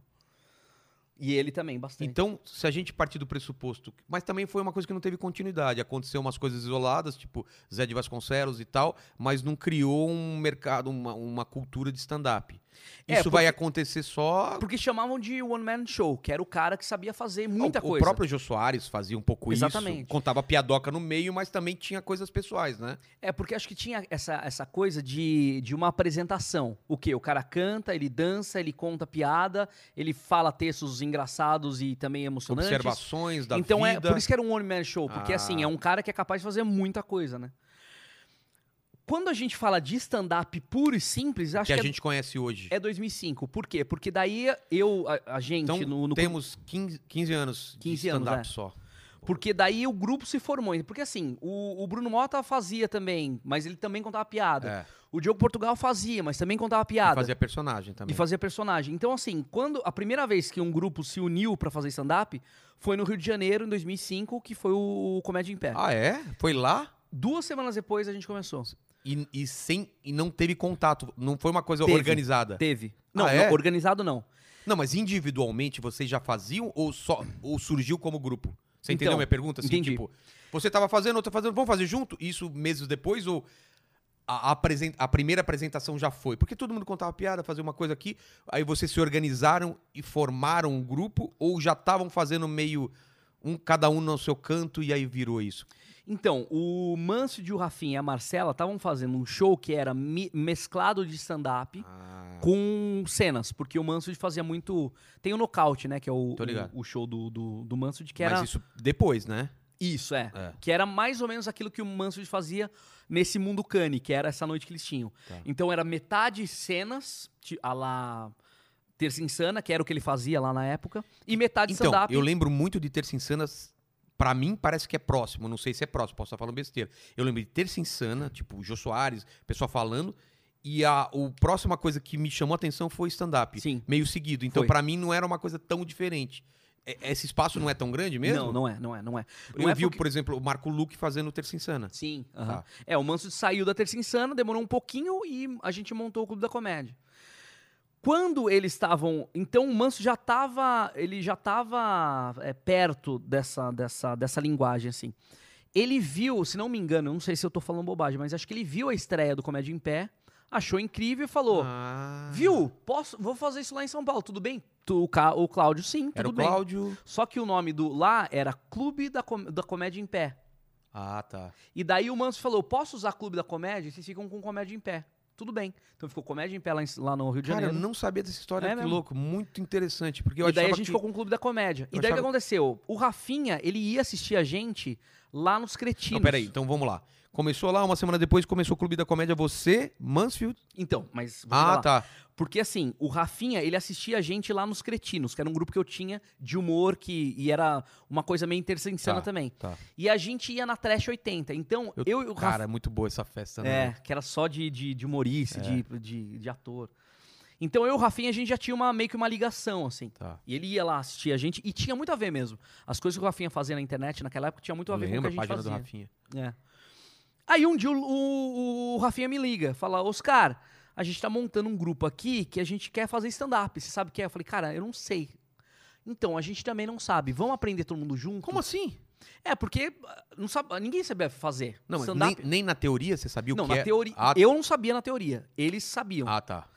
um um né? Então, é tipo, Então, É, Ah. Então, um Ah, né, é é, Então, é, tá. É, um então é, assim. Tudo bem. Então ficou comédia em pé lá, em- lá no Rio de Cara, eu Janeiro. não sabia dessa história, É que mesmo. louco. Muito interessante. Porque eu e daí a achava gente que... ficou com o Clube da Comédia. E Eu daí o que achava- aconteceu? O Rafinha, ele ia assistir a gente lá nos Cretinos. Não, peraí, então vamos lá. Começou lá, uma semana depois começou o Clube da Comédia, você, Mansfield. Então, mas... vamos Ah, lá. tá. Porque assim, o Rafinha, ele assistia a gente lá nos Cretinos, que era um grupo que eu tinha de humor, que e era uma coisa meio intersecciona Tá, também. tá. E a gente ia na Trash 80. Então, eu, Eu- e o Rafinha... Cara, é muito boa essa festa, né? É. É, que era só de, de, de humorista, de, de, de ator. Então eu e o Rafinha, a gente já tinha uma, meio que uma ligação, assim. Tá. E ele ia lá assistir a gente, e tinha muito a ver mesmo. As coisas que o Rafinha fazia na internet naquela época tinha muito a ver Lembra a com o que página a gente do fazia. Rafinha? É. Aí um dia o, o, o Rafinha me liga, fala, Oscar, a gente tá montando um grupo aqui que a gente quer fazer stand-up. Você sabe o que é? Eu falei, cara, eu não sei. Então, a gente também não sabe. Vamos aprender todo mundo junto? Como assim? É, porque ah, não sabe, ninguém sabia fazer. Não, mas stand-up. nem, nem na teoria você sabia o Não, que na é? teoria. Ah, Eu não sabia na teoria. Eles sabiam. ah, tá.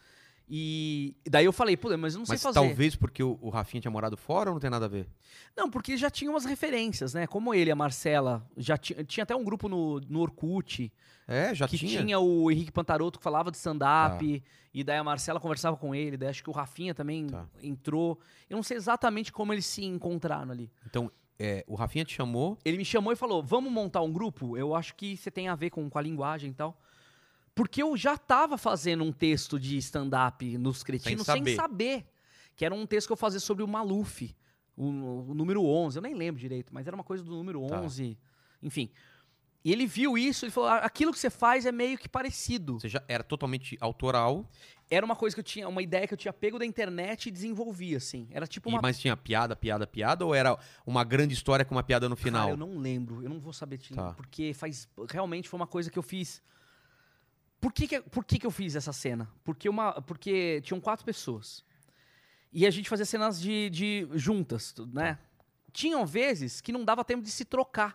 E daí eu falei, pô, mas eu não Mas sei fazer. talvez porque o, o Rafinha tinha morado fora ou não tem nada a ver? Não, porque já tinha umas referências, né? Como ele, a Marcela, já tinha, tinha até um grupo no, no Orkut, É, já que tinha. tinha. o Henrique Pantaroto que falava de stand-up, e daí a Marcela conversava com ele, daí acho que o Rafinha também Tá. entrou. Eu não sei exatamente como eles se encontraram ali. Então, é, o Rafinha te chamou. Ele me chamou e falou: Vamos montar um grupo? Eu acho que você tem a ver com, com a linguagem e tal. Porque eu já tava fazendo um texto de stand-up nos cretinos sem saber. saber. Que era um texto que eu fazia sobre o Maluf, o, o número 11. Eu nem lembro direito, mas era uma coisa do número Tá. 11. Enfim. E ele viu isso, ele falou: "Ah, aquilo que você faz é meio que parecido. Você já era totalmente autoral, Era uma coisa que eu tinha, uma ideia que eu tinha pego da internet e desenvolvi, assim. Era tipo uma. e, mas tinha piada, piada, piada, ou era uma grande história com uma piada no final? Cara, eu não lembro, eu não vou saber te Tá. porque faz realmente foi uma coisa que eu fiz. Por que que, por que que eu fiz essa cena? Porque uma, porque tinham quatro pessoas. E a gente fazia cenas de, de juntas, tu- Tá. né? Tinham vezes que não dava tempo de se trocar.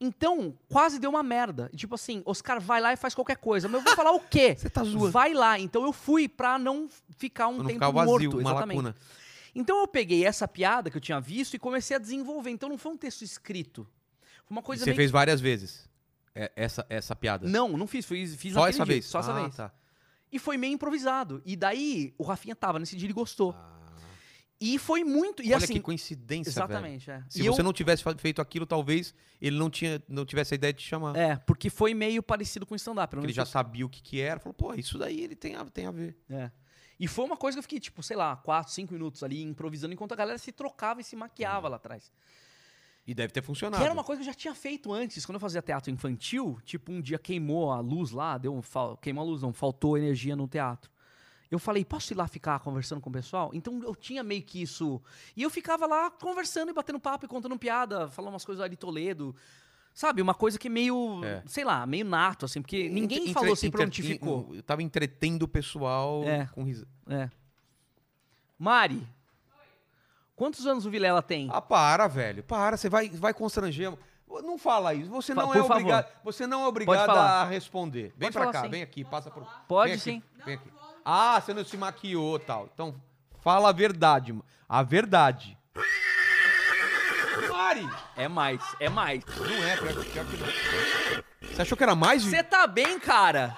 Então, quase deu uma merda. E, Tipo assim, Oscar, vai lá e faz qualquer coisa. Mas eu vou falar *laughs* o quê? Você tá zoando. Vai lá. Então eu fui pra não ficar um Pra não tempo ficar vazio, morto. uma exatamente. lacuna. Então eu peguei essa piada que eu tinha visto e comecei a desenvolver. Então não foi um texto escrito. Foi uma E coisa você meio... fez várias vezes é, essa, essa piada. Não, não fiz. Fiz, fiz só naquele essa dia, vez. Só essa Ah, vez. Tá. E foi meio improvisado. E daí o Rafinha tava nesse dia e ele gostou. Ah. E foi muito. E Olha assim. que coincidência, velho. exatamente, é. Se E você eu- não tivesse fa- feito aquilo, talvez ele não, tinha, não tivesse a ideia de te chamar. É, porque foi meio parecido com stand-up. pelo Porque ele menos já sabia o que, que era. Falou, pô, isso daí ele tem a, tem a ver. É. E foi uma coisa que eu fiquei, tipo, sei lá, 4, 5 minutos ali improvisando enquanto a galera se trocava e se maquiava Uhum. lá atrás. E deve ter funcionado. Que era uma coisa que eu já tinha feito antes, quando eu fazia teatro infantil, tipo, um dia queimou a luz lá, deu um fal- queimou a luz, não, faltou energia no teatro. Eu falei, posso ir lá ficar conversando com o pessoal? Então eu tinha meio que isso. E eu ficava lá conversando e batendo papo e contando piada, falando umas coisas ali Toledo. Sabe, uma coisa que é meio, É. sei lá, meio nato, assim, porque ninguém Entre- falou, se entre- prontificou. Eu tava entretendo o pessoal É. com risada. É. Mari, quantos anos o Vilela tem? Ah, para, velho. Para, você vai, vai constranger. Não fala isso. Você Fa- não por é favor. obrigado. Você não é Pode obrigado falar. a responder. Vem Pode pra falar cá, sim. vem aqui, passa por. Pode vem aqui, sim. Vem aqui. Ah, você não se maquiou, tal. Então, fala a verdade, mano. A verdade. Mari! É mais, é mais. Não é, pior, que- pior que não. Você achou que era mais? Você tá bem, cara?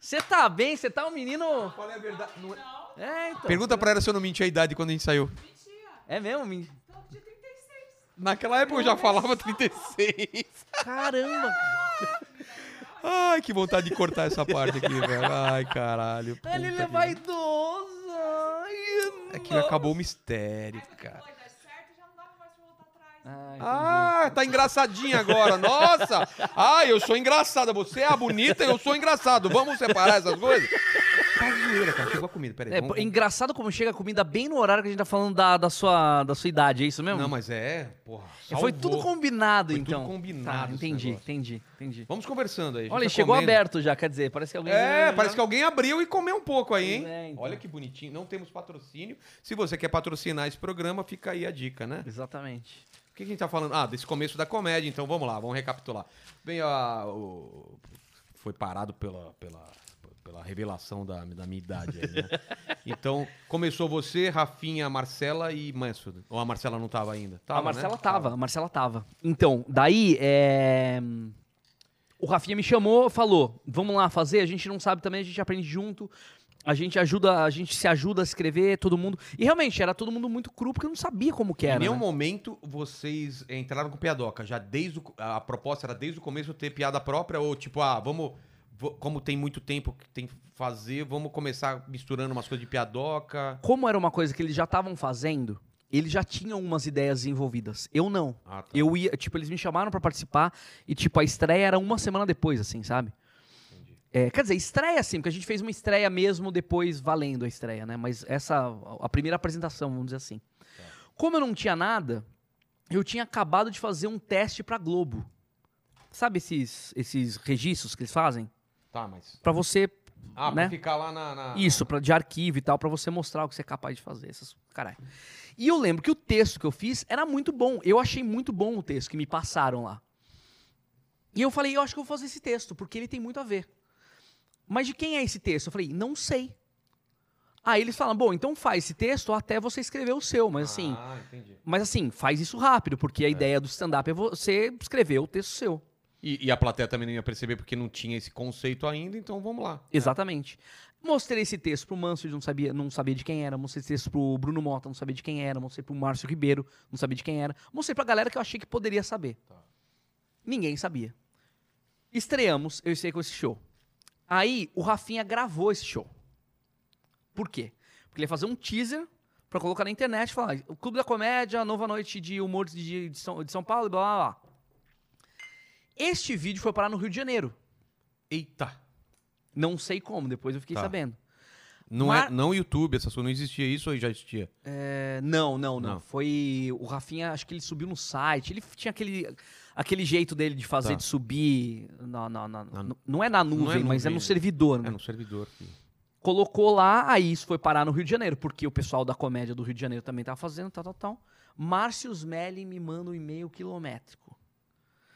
Você tá bem? Você tá um menino. Qual é a verdade? Não é- É, então. Pergunta pra ela se eu não menti a idade quando a gente saiu. É mesmo? menino? Naquela época eu já falava 36. Caramba! Ai, que vontade de cortar *laughs* essa parte aqui, velho. Ai, caralho. puta Ele que- é vaidoso! Ai, É que não. acabou o mistério, cara. Ai, Ah, tá engraçadinha agora. Nossa! Ah, eu sou engraçada. Você é a bonita eu sou engraçado. Vamos separar essas coisas? Tá de zoeira, cara. Chegou a comida, peraí. É, vamos- pô, engraçado como chega a comida bem no horário que a gente tá falando da, da, sua, da sua idade, é isso mesmo? Não, mas é, porra. É, salvou. Foi tudo combinado, Foi tudo então. combinado Tá, esse entendi, negócio. entendi, entendi. Vamos conversando aí. a gente Olha, tá ele chegou comendo. aberto já, quer dizer, parece que alguém. É, parece que alguém abriu e comeu um pouco aí, hein? É, então. Olha que bonitinho. Não temos patrocínio. Se você quer patrocinar esse programa, fica aí a dica, né? Exatamente. O que que a gente tá falando? Ah, desse começo da comédia, então vamos lá, vamos recapitular. Bem, a, o- foi parado pela, pela, pela revelação da, da minha idade aí, né? *laughs* Então, começou você, Rafinha, Marcela e Mansfield. Ou a Marcela não tava ainda? Tava, a Marcela né? tava, a Marcela tava. Então, daí, é... O Rafinha me chamou, falou: vamos lá fazer, a gente não sabe também, a gente aprende junto. A gente ajuda, a gente se ajuda a escrever, todo mundo. E realmente, era todo mundo muito cru, porque eu não sabia como que Em era. nenhum né? momento vocês entraram com piadoca. Já desde o- a proposta era desde o começo ter piada própria ou tipo, ah, vamos vo- como tem muito tempo que tem que fazer, vamos começar misturando umas coisas de piadoca. Como era uma coisa que eles já estavam fazendo, eles já tinham umas ideias envolvidas. Eu não. Ah, tá. Eu ia, tipo, eles me chamaram pra participar e, tipo, a estreia era uma semana depois, assim, sabe? É, quer dizer, estreia sim, porque a gente fez uma estreia mesmo depois valendo a estreia, né? Mas essa, a primeira apresentação, vamos dizer assim. Como eu não tinha nada, eu tinha acabado de fazer um teste pra Globo. Sabe esses, esses registros que eles fazem? Tá, mas Pra você, Ah, Né? pra ficar lá na, na- isso, pra, de arquivo e tal, pra você mostrar o que você é capaz de fazer. Essas, caralho. E eu lembro que o texto que eu fiz era muito bom. Eu achei muito bom o texto que me passaram lá. E eu falei, eu acho que eu vou fazer esse texto, porque ele tem muito a ver. Mas de quem é esse texto? Eu falei, não sei. Aí eles falam, bom, então faz esse texto até você escrever o seu, mas assim. Ah, entendi. Mas assim, faz isso rápido, porque a ideia do stand-up é você escrever o texto seu. E, e a plateia também não ia perceber porque não tinha esse conceito ainda, então vamos lá. Exatamente. Mostrei esse texto pro Mansfield, não sabia, não sabia de quem era. Mostrei esse texto pro Bruno Mota, não sabia de quem era. Mostrei pro Márcio Ribeiro, não sabia de quem era. Mostrei pra galera que eu achei que poderia saber. Tá. Ninguém sabia. Estreamos, eu estreiei com esse show. Aí, o Rafinha gravou esse show. Por quê? Porque ele ia fazer um teaser pra colocar na internet e falar: o Clube da Comédia, nova noite de humor de, de São, de São Paulo, e blá blá blá. Este vídeo foi parar no Rio de Janeiro. Eita. Não sei como, depois eu fiquei Tá. sabendo. Não é Mar- não YouTube, essa sua não existia isso aí já existia. É, não, não, não, Não. Foi. O Rafinha, acho que ele subiu no site. Ele tinha aquele, aquele jeito dele de fazer, Tá. de subir. na- na- na- Na- n- não é na nuvem, mas nuvem, é né? no servidor. né? É no servidor aqui. Colocou lá, aí isso foi parar no Rio de Janeiro, porque o pessoal da comédia do Rio de Janeiro também tava fazendo, tal, tal, tal. Márcio Smelly me manda um e-mail quilométrico.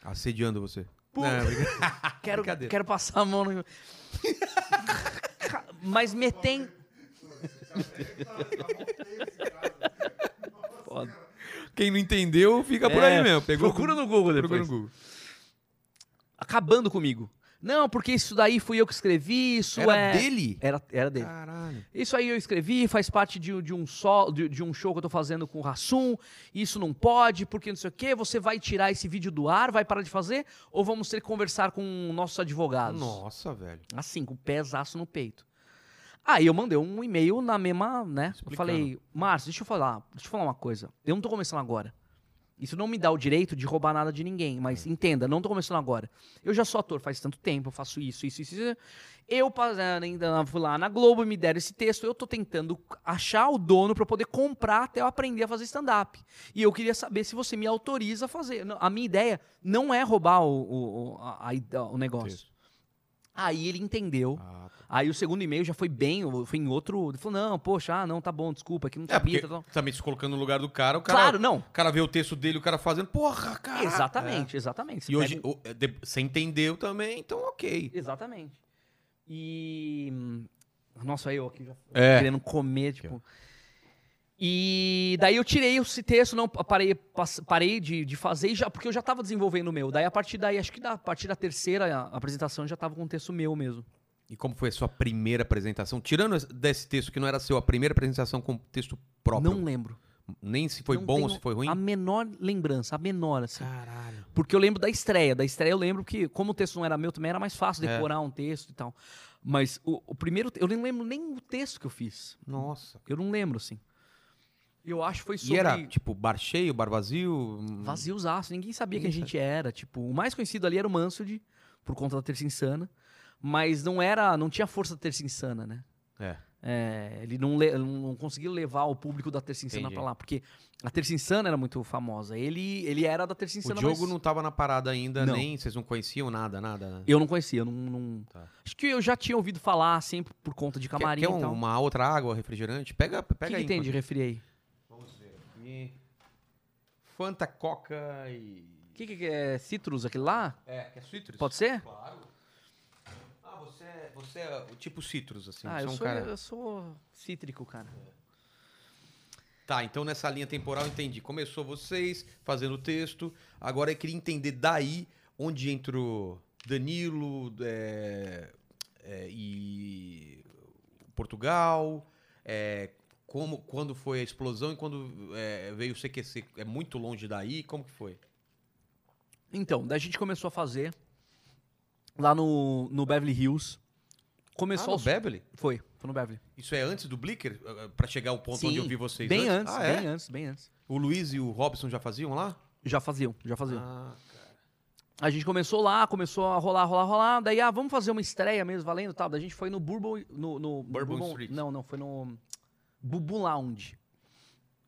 Assediando você. *laughs* Pô. Não, brinca- Quero, Brincadeira. quero passar a mão *laughs* no. Ca- mas metem. Foda. Quem não entendeu, fica por É, aí mesmo. Pegou procura no Google Procura depois. no Google. acabando comigo. Não, porque isso daí fui eu que escrevi, isso Era é. dele? Ah. Era, era dele. Caralho. Isso aí eu escrevi, faz parte de, de um só, de, de um show que eu tô fazendo com o Rassum. Isso não pode, porque não sei o quê. Você vai tirar esse vídeo do ar, vai parar de fazer, ou vamos ter que conversar com nossos advogados? Nossa, velho. Assim, com o pesaço no peito. Aí eu mandei um e-mail na mesma, né? Explicando. Eu falei, Márcio, deixa eu falar, deixa eu falar uma coisa. Eu não tô começando agora. Isso não me dá o direito de roubar nada de ninguém, mas entenda, não tô começando agora. Eu já sou ator faz tanto tempo, eu faço isso, isso, isso. isso. Eu pas- ainda fui lá na Globo, me deram esse texto, eu tô tentando achar o dono pra eu poder comprar até eu aprender a fazer stand-up. E eu queria saber se você me autoriza a fazer. Não, A minha ideia não é roubar o, o- o- a- a- o negócio. Texto. Aí ele entendeu. Ah, tá. Aí o segundo e-mail já foi bem, foi em outro. Ele falou: não, poxa, ah, não, tá bom, desculpa, aqui não É, sabia. porque tá, tá, tá. também se colocando no lugar do cara, o cara, Claro, não. o cara vê o texto dele, o cara fazendo, porra, cara. Exatamente, exatamente. Você E hoje, pega o- é, de- você entendeu também, então ok. um- Exatamente. E. hum, Nossa, eu aqui já É. querendo comer, tipo. E daí eu tirei esse texto, não parei, pass- parei de, de fazer, e já, porque eu já tava desenvolvendo o meu. Daí a partir daí, acho que da, a partir da terceira apresentação, eu já tava com o texto meu mesmo. E como foi a sua primeira apresentação? Tirando es- desse texto que não era seu, a primeira apresentação com texto próprio. Não lembro. Nem se foi Não um bom ou tenho se foi ruim. A menor lembrança, a menor, assim. Caralho. Porque eu lembro da estreia. Da estreia eu lembro que, como o texto não era meu, também era mais fácil É. decorar um texto e tal. Mas o, o primeiro. te- Eu nem lembro nem o texto que eu fiz. Nossa. Eu não lembro, assim. Eu acho que foi sobre. E era tipo hum. bar cheio, bar vazio? Vaziozaço, ninguém sabia Ninguém quem a gente era. Tipo, o mais conhecido ali era o Mansfield, por conta da Terça Insana. Mas não era. Não tinha força da Terça Insana, né? É. É, ele não, le- não- não conseguiu levar o público da Terça Insana Entendi. pra lá. Porque a Terça Insana era muito famosa. Ele, ele era da Terça O Insana, Diogo mas- não tava na parada ainda, Não. nem vocês não conheciam nada, nada. né? Eu não conhecia, eu não. não- Tá. Acho que eu já tinha ouvido falar sempre por conta de Quer- camarim Quer, um, e tal. uma outra água, refrigerante? Pega, O que, pega que aí. tem de refri aí? Vamos ver aqui. Fanta, coca e. O que, que que é citrus aquele lá? É, quer citrus? Pode ser? Claro. Ah, você, é- você é o tipo citrus, assim. ah, você eu é um sou, cara- eu sou cítrico, cara. Tá, então nessa linha temporal, entendi. Começou vocês fazendo o texto, agora eu queria entender daí onde entrou Danilo é, é, e Portugal. é, como, quando foi a explosão e quando é, veio o CQC? É muito longe daí? Como que foi? Então, daí a gente começou a fazer lá no, no Beverly Hills. ah, Começou no aos- Beverly? Foi, foi no Beverly. Isso é antes do Blicker? Eh, Pra chegar ao ponto Sim, onde eu vi vocês bem antes, antes? Ah, é? bem antes, bem antes. O Luiz e o Robson já faziam lá? Já faziam, já faziam. Ah, A gente começou lá, começou a rolar, rolar, rolar. Daí, ah, vamos fazer uma estreia mesmo, valendo e tal. Daí a gente foi no Bourbon. No, no Bourbon Street. Não, não, foi no. Bubu Lounge.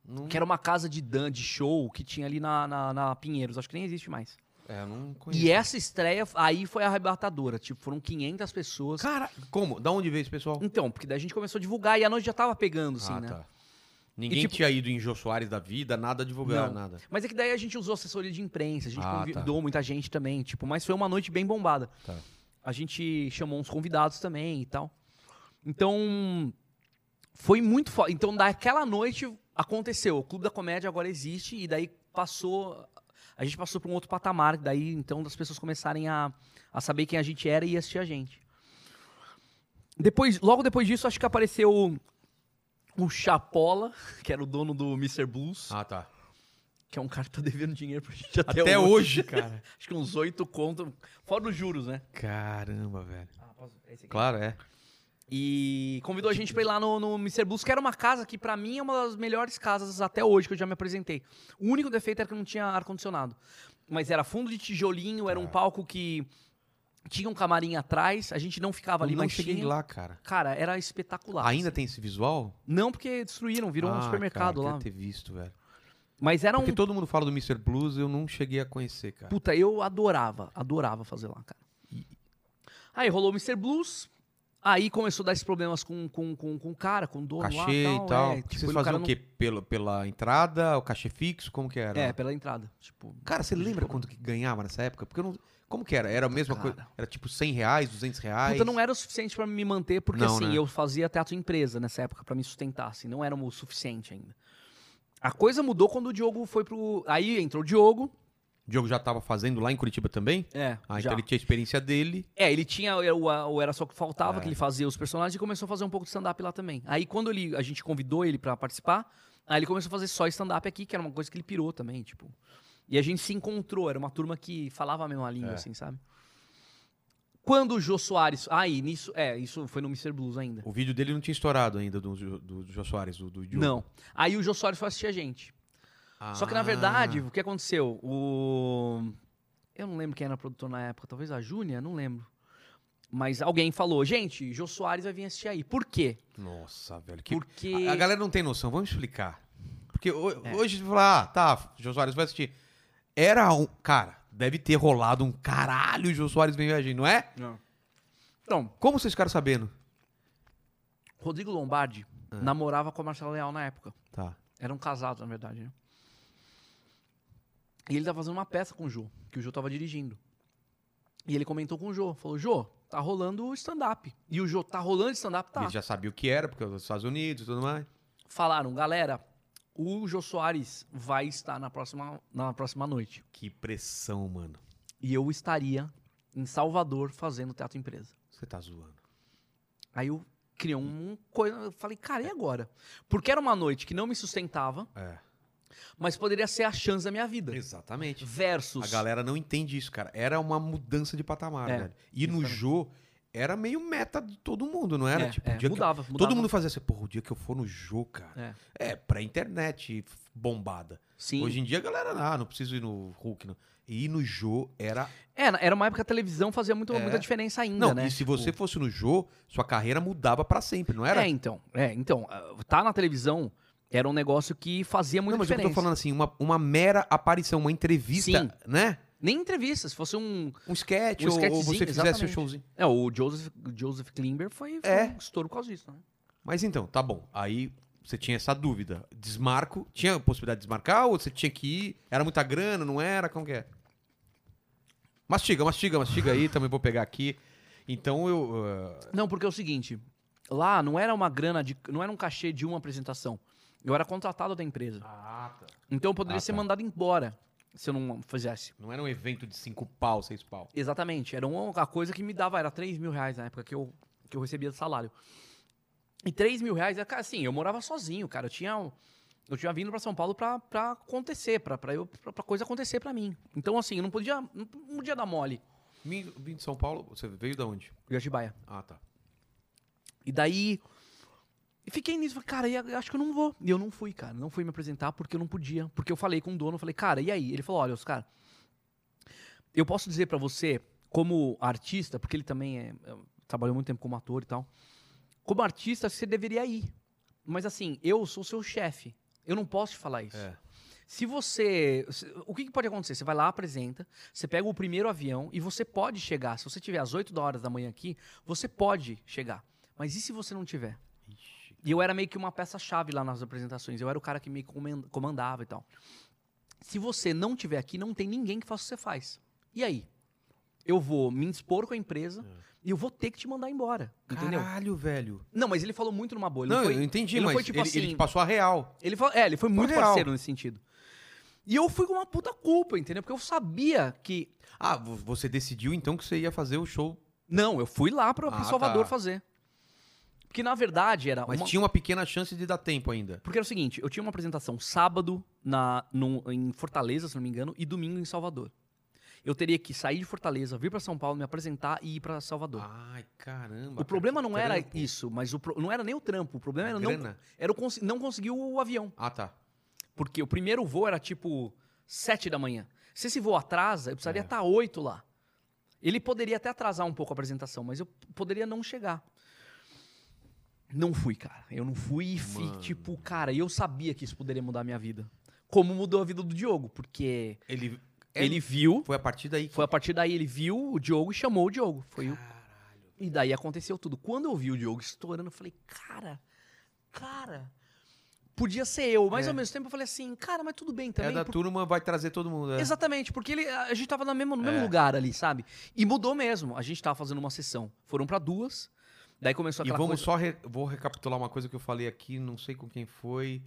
Não- Que era uma casa de dan, de show que tinha ali na, na, na Pinheiros. Acho que nem existe mais. é, eu não conheço. E essa estreia aí foi arrebatadora. Tipo, foram 500 pessoas. Cara, como? Da onde veio esse pessoal? Então, porque daí a gente começou a divulgar e a noite já tava pegando, Ah, assim, né? tá. Ninguém E, tipo- tinha ido em Jô Soares da vida, nada divulgar, Não. nada. Mas é que daí a gente usou assessoria de imprensa, a gente Ah, convidou muita gente também, tipo, mas foi uma noite bem bombada. Tá. A gente chamou uns convidados também e tal. Então, foi muito foda. Então, daquela noite aconteceu. O Clube da Comédia agora existe e daí passou. A gente passou para um outro patamar, daí então das pessoas começarem a, a saber quem a gente era e assistir a gente. Depois, logo depois disso, acho que apareceu o- o Chapola, *laughs* que era o dono do Mr. Blues Ah, tá. que é um cara que tá devendo dinheiro pra gente *laughs* até, Até hoje, cara. *laughs* Acho que uns oito contos, fora os juros, né? *laughs* Caramba, velho. Ah, posso... é esse aqui. Claro, é. E convidou a gente pra ir lá no, no Mr. Blues, que era uma casa que pra mim é uma das melhores casas até hoje que eu já me apresentei. O único defeito era que não tinha ar-condicionado. Mas era fundo de tijolinho, era um Tá. palco que tinha um camarim atrás, a gente não ficava Eu ali, não mas cheguei tinha. lá, cara. Cara, era espetacular. Ainda assim. tem esse visual? Não porque destruíram, virou Ah, um supermercado cara, lá. queria ter visto, velho. Mas era um Porque todo mundo fala do Mr. Blues, eu não cheguei a conhecer, cara. É. Puta, eu adorava, adorava fazer lá, cara. Aí rolou o Mr. Blues, aí começou a dar esses problemas com, com, com, com o cara, com o dono lá Cachê e tal. é, tipo, Vocês ele- o cara faziam o quê? Pela, pela entrada, o cachê fixo? Como que não- era? É, pela entrada. Tipo, Cara, você lembra quanto que ganhava nessa época? Porque eu não... Como que era? Era a mesma cara. coisa? Era tipo 100 reais, 200 reais? puta, não é- era o suficiente pra me manter, porque Não, assim, né? eu fazia teatro empresa nessa época pra me sustentar, assim, não era o suficiente ainda. A coisa mudou quando o Diogo foi pro... Aí entrou o Diogo, O Diogo já tava fazendo lá em Curitiba também? é, Ah, já. então ele tinha a experiência dele. É, ele tinha o, o Era Só Que Faltava, É. que ele fazia os personagens e começou a fazer um pouco de stand-up lá também. Aí quando ele, a gente convidou ele pra participar, aí ele começou a fazer só stand-up aqui, que era uma coisa que ele pirou também, tipo. E a gente se encontrou, era uma turma que falava a mesma língua, É. assim, sabe? Quando o Jô Soares. Aí, nisso. É, isso foi no Mr. Blues ainda. O vídeo dele não tinha estourado ainda, do, do, do Jô Soares, do, do Diogo. Não. Aí o Jô Soares foi assistir a gente. Só que na Ah, verdade, o que aconteceu? O. Eu não lembro quem era produtor na época, talvez a Júnia, não lembro. Mas alguém falou, gente, Jô Soares vai vir assistir aí. Por quê? Nossa, velho. Que... Porque. É. A, a galera não tem noção, vamos explicar. Porque ho- hoje você fala, ah, tá, Jô Soares vai assistir. Era um. Cara, deve ter rolado um caralho, Jô Soares vem viajar, não é? Então, Como vocês ficaram sabendo? Rodrigo Lombardi Ah. namorava com a Marcela Leal na época. Tá. Eram casados, na verdade, né? E ele tá fazendo uma peça com o Jô, que o Jô tava dirigindo. E ele comentou com o Jô, falou, Jô, tá rolando stand-up. E o Jô, tá rolando stand-up? Tá. Ele já sabia o que era, porque é dos Estados Unidos e tudo mais. falaram, galera, o Jô Soares vai estar na próxima, na próxima noite. Que pressão, mano. E eu estaria em Salvador fazendo teatro empresa. Você tá *laughs* zoando. Aí eu criei um coisa, eu falei, cara, e agora? Porque era uma noite que não me sustentava, É. mas poderia ser a chance da minha vida. Exatamente. Versus. A galera não entende isso, cara. Era uma mudança de patamar, É, velho. E no exatamente. Jô, era meio meta de todo mundo, não era? É, tipo, é, o dia que- mudava, mudava. Todo mundo fazia assim, porra, o dia que eu for no Jô, cara. É. É, pré-internet f- bombada. Sim. Hoje em dia a galera, ah, não preciso ir no Hulk, não. E ir no Jô era... É, na- era uma época que a televisão fazia muito, É. muita diferença ainda, Não, né? e se Tipo, você fosse no Jô, sua carreira mudava pra sempre, não era? É, então. É, então. ah, Tá na televisão era um negócio que fazia muita não, mas diferença. eu tô falando assim, uma, uma mera aparição, uma entrevista, Sim. né? Nem entrevista, se fosse um, Um sketch, Um ou- ou, sketchzinho, você fizesse um exatamente. showzinho. É, o Joseph, o Joseph Klimber foi, foi É. um estouro por causa disso, né? Mas então, tá bom. Aí você tinha essa dúvida. Desmarco, tinha a possibilidade de desmarcar ou você tinha que ir? Era muita grana, não era? Como que é? Mastiga, mastiga, mastiga aí, também vou pegar aqui. Então eu... ah, Não, porque é o seguinte, lá não era uma grana de, não era um cachê de uma apresentação. Eu era contratado da empresa. Então eu poderia Ah, ser tá. mandado embora. Se eu não fizesse. Não era um evento de cinco pau, seis pau. Exatamente. Era uma a coisa que me dava, era 3 mil reais na época que eu, que eu recebia de salário. E 3 mil reais, é, cara, assim, eu morava sozinho, cara. Eu tinha, um- eu tinha vindo pra São Paulo pra, pra acontecer, pra, pra, eu, pra, pra coisa acontecer pra mim. Então, assim, eu não podia, não podia dar mole. Vim vim de São Paulo, você veio de onde? Jatibaia. Ah, tá. E daí. E fiquei nisso, falei, cara, e eu acho que eu não vou. E eu não fui, cara. Não fui me apresentar porque eu não podia. Porque eu falei com o dono, eu falei, cara, e aí? Ele falou, olha, Oscar, eu posso dizer pra você, como artista, porque ele também é- é- trabalhou muito tempo como ator e tal. Como artista, você deveria ir. Mas assim, eu sou seu chefe. Eu não posso te falar isso. É. Se você. se- O que, que pode acontecer? Você vai lá, apresenta, você pega o primeiro avião e você pode chegar. Se você tiver às 8 da horas da manhã aqui, você pode chegar. Mas e se você não tiver? E eu era meio que uma peça-chave lá nas apresentações. Eu era o cara que me comen- comandava e tal. Se você não tiver aqui, não tem ninguém que faça o que você faz. E aí? Eu vou me expor com a empresa É. e eu vou ter que te mandar embora. Entendeu? Caralho, velho. Não, mas ele falou muito numa boa. Ele Não, foi- eu entendi, ele não mas foi, tipo, ele, assim- ele te passou a real. ele falou, é, ele foi Foi muito real. parceiro nesse sentido. E eu fui com uma puta culpa, entendeu? Porque eu sabia que. Ah, vo- você decidiu então que você ia fazer o show, Não, eu fui lá pra, pra Ah, Salvador tá. fazer. Porque na verdade era. mas Ah, uma- tinha uma pequena chance de dar tempo ainda. Porque era o seguinte, eu tinha uma apresentação sábado na, num- em Fortaleza, se não me engano, e domingo em Salvador. Eu teria que sair de Fortaleza, vir pra São Paulo, me apresentar e ir pra Salvador. Ai, caramba. o problema cara, não que era trampo. isso, mas o pro- não era nem o trampo. O problema A era não, grana? era o cons- não conseguir o avião. Ah, tá. Porque o primeiro voo era tipo 7 da manhã. Se esse voo atrasa, eu precisaria É. estar 8 lá. Ele poderia até atrasar um pouco a apresentação, mas eu p- poderia não chegar. Não fui, cara. Eu não fui e fui, Mano. tipo, cara, e eu sabia que isso poderia mudar a minha vida. Como mudou a vida do Diogo, porque Ele, ele viu, Foi a partir daí que. É foi a partir daí ele viu o Diogo e chamou o Diogo. Foi o Caralho. e daí aconteceu tudo. Quando eu vi o Diogo estourando, eu falei, cara, cara, podia ser eu. Mas É. ao mesmo tempo eu falei assim, cara, mas tudo bem É também. da por- turma, vai trazer todo mundo. É. Exatamente, porque ele, a gente tava no mesmo, no mesmo É. lugar ali, sabe? E mudou mesmo. A gente tava fazendo uma sessão. Foram pra duas. Daí começou E aquela vamos coisa... só. re- Vou recapitular uma coisa que eu falei aqui, não sei com quem foi.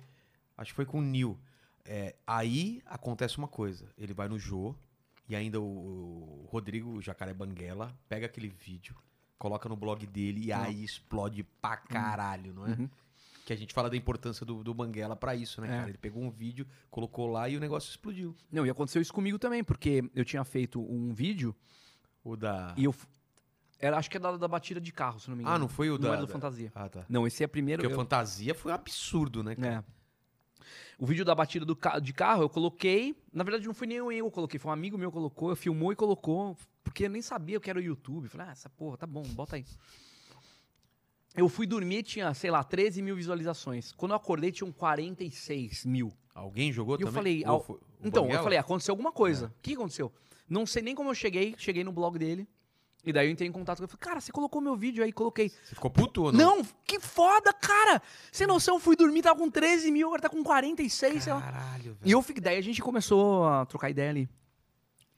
Acho que foi com o Nil. É, aí acontece uma coisa. Ele vai no Jô e ainda o, o Rodrigo o Jacaré Banguela pega aquele vídeo, coloca no blog dele e Não. aí explode pra caralho, não é? Uhum. Que a gente fala da importância do, do Banguela pra isso, né, É. cara? Ele pegou um vídeo, colocou lá e o negócio explodiu. Não, e aconteceu isso comigo também, porque eu tinha feito um vídeo O da. e eu... f- Era, acho que era da batida de carro, se não me engano. Ah, não foi o da. era do da- Fantasia. Ah, tá. Não, esse é primeiro... Porque o eu- Fantasia foi um absurdo, né, cara? É. O vídeo da batida do ca- de carro eu coloquei. Na verdade, não fui nem eu que coloquei, foi um amigo meu que colocou, filmou e colocou, porque eu nem sabia o que era o YouTube. Falei, ah, essa porra, tá bom, bota aí. Eu fui dormir, tinha, sei lá, 13 mil visualizações. Quando eu acordei, tinham 46 mil. Alguém jogou E eu também? falei, Ou ao- foi- o Então, eu Banguela? É. falei, aconteceu alguma coisa. O que aconteceu? Não sei nem como eu cheguei, cheguei no blog dele. E daí eu entrei em contato com ele. Falei, cara, você colocou meu vídeo aí, coloquei. Você ficou puto ou não? ah, Não, que foda, cara! Sem noção, fui dormir, tava com 13 mil, agora tá com 46, sei lá. Caralho, E velho. eu fiquei, daí a gente começou a trocar ideia ali.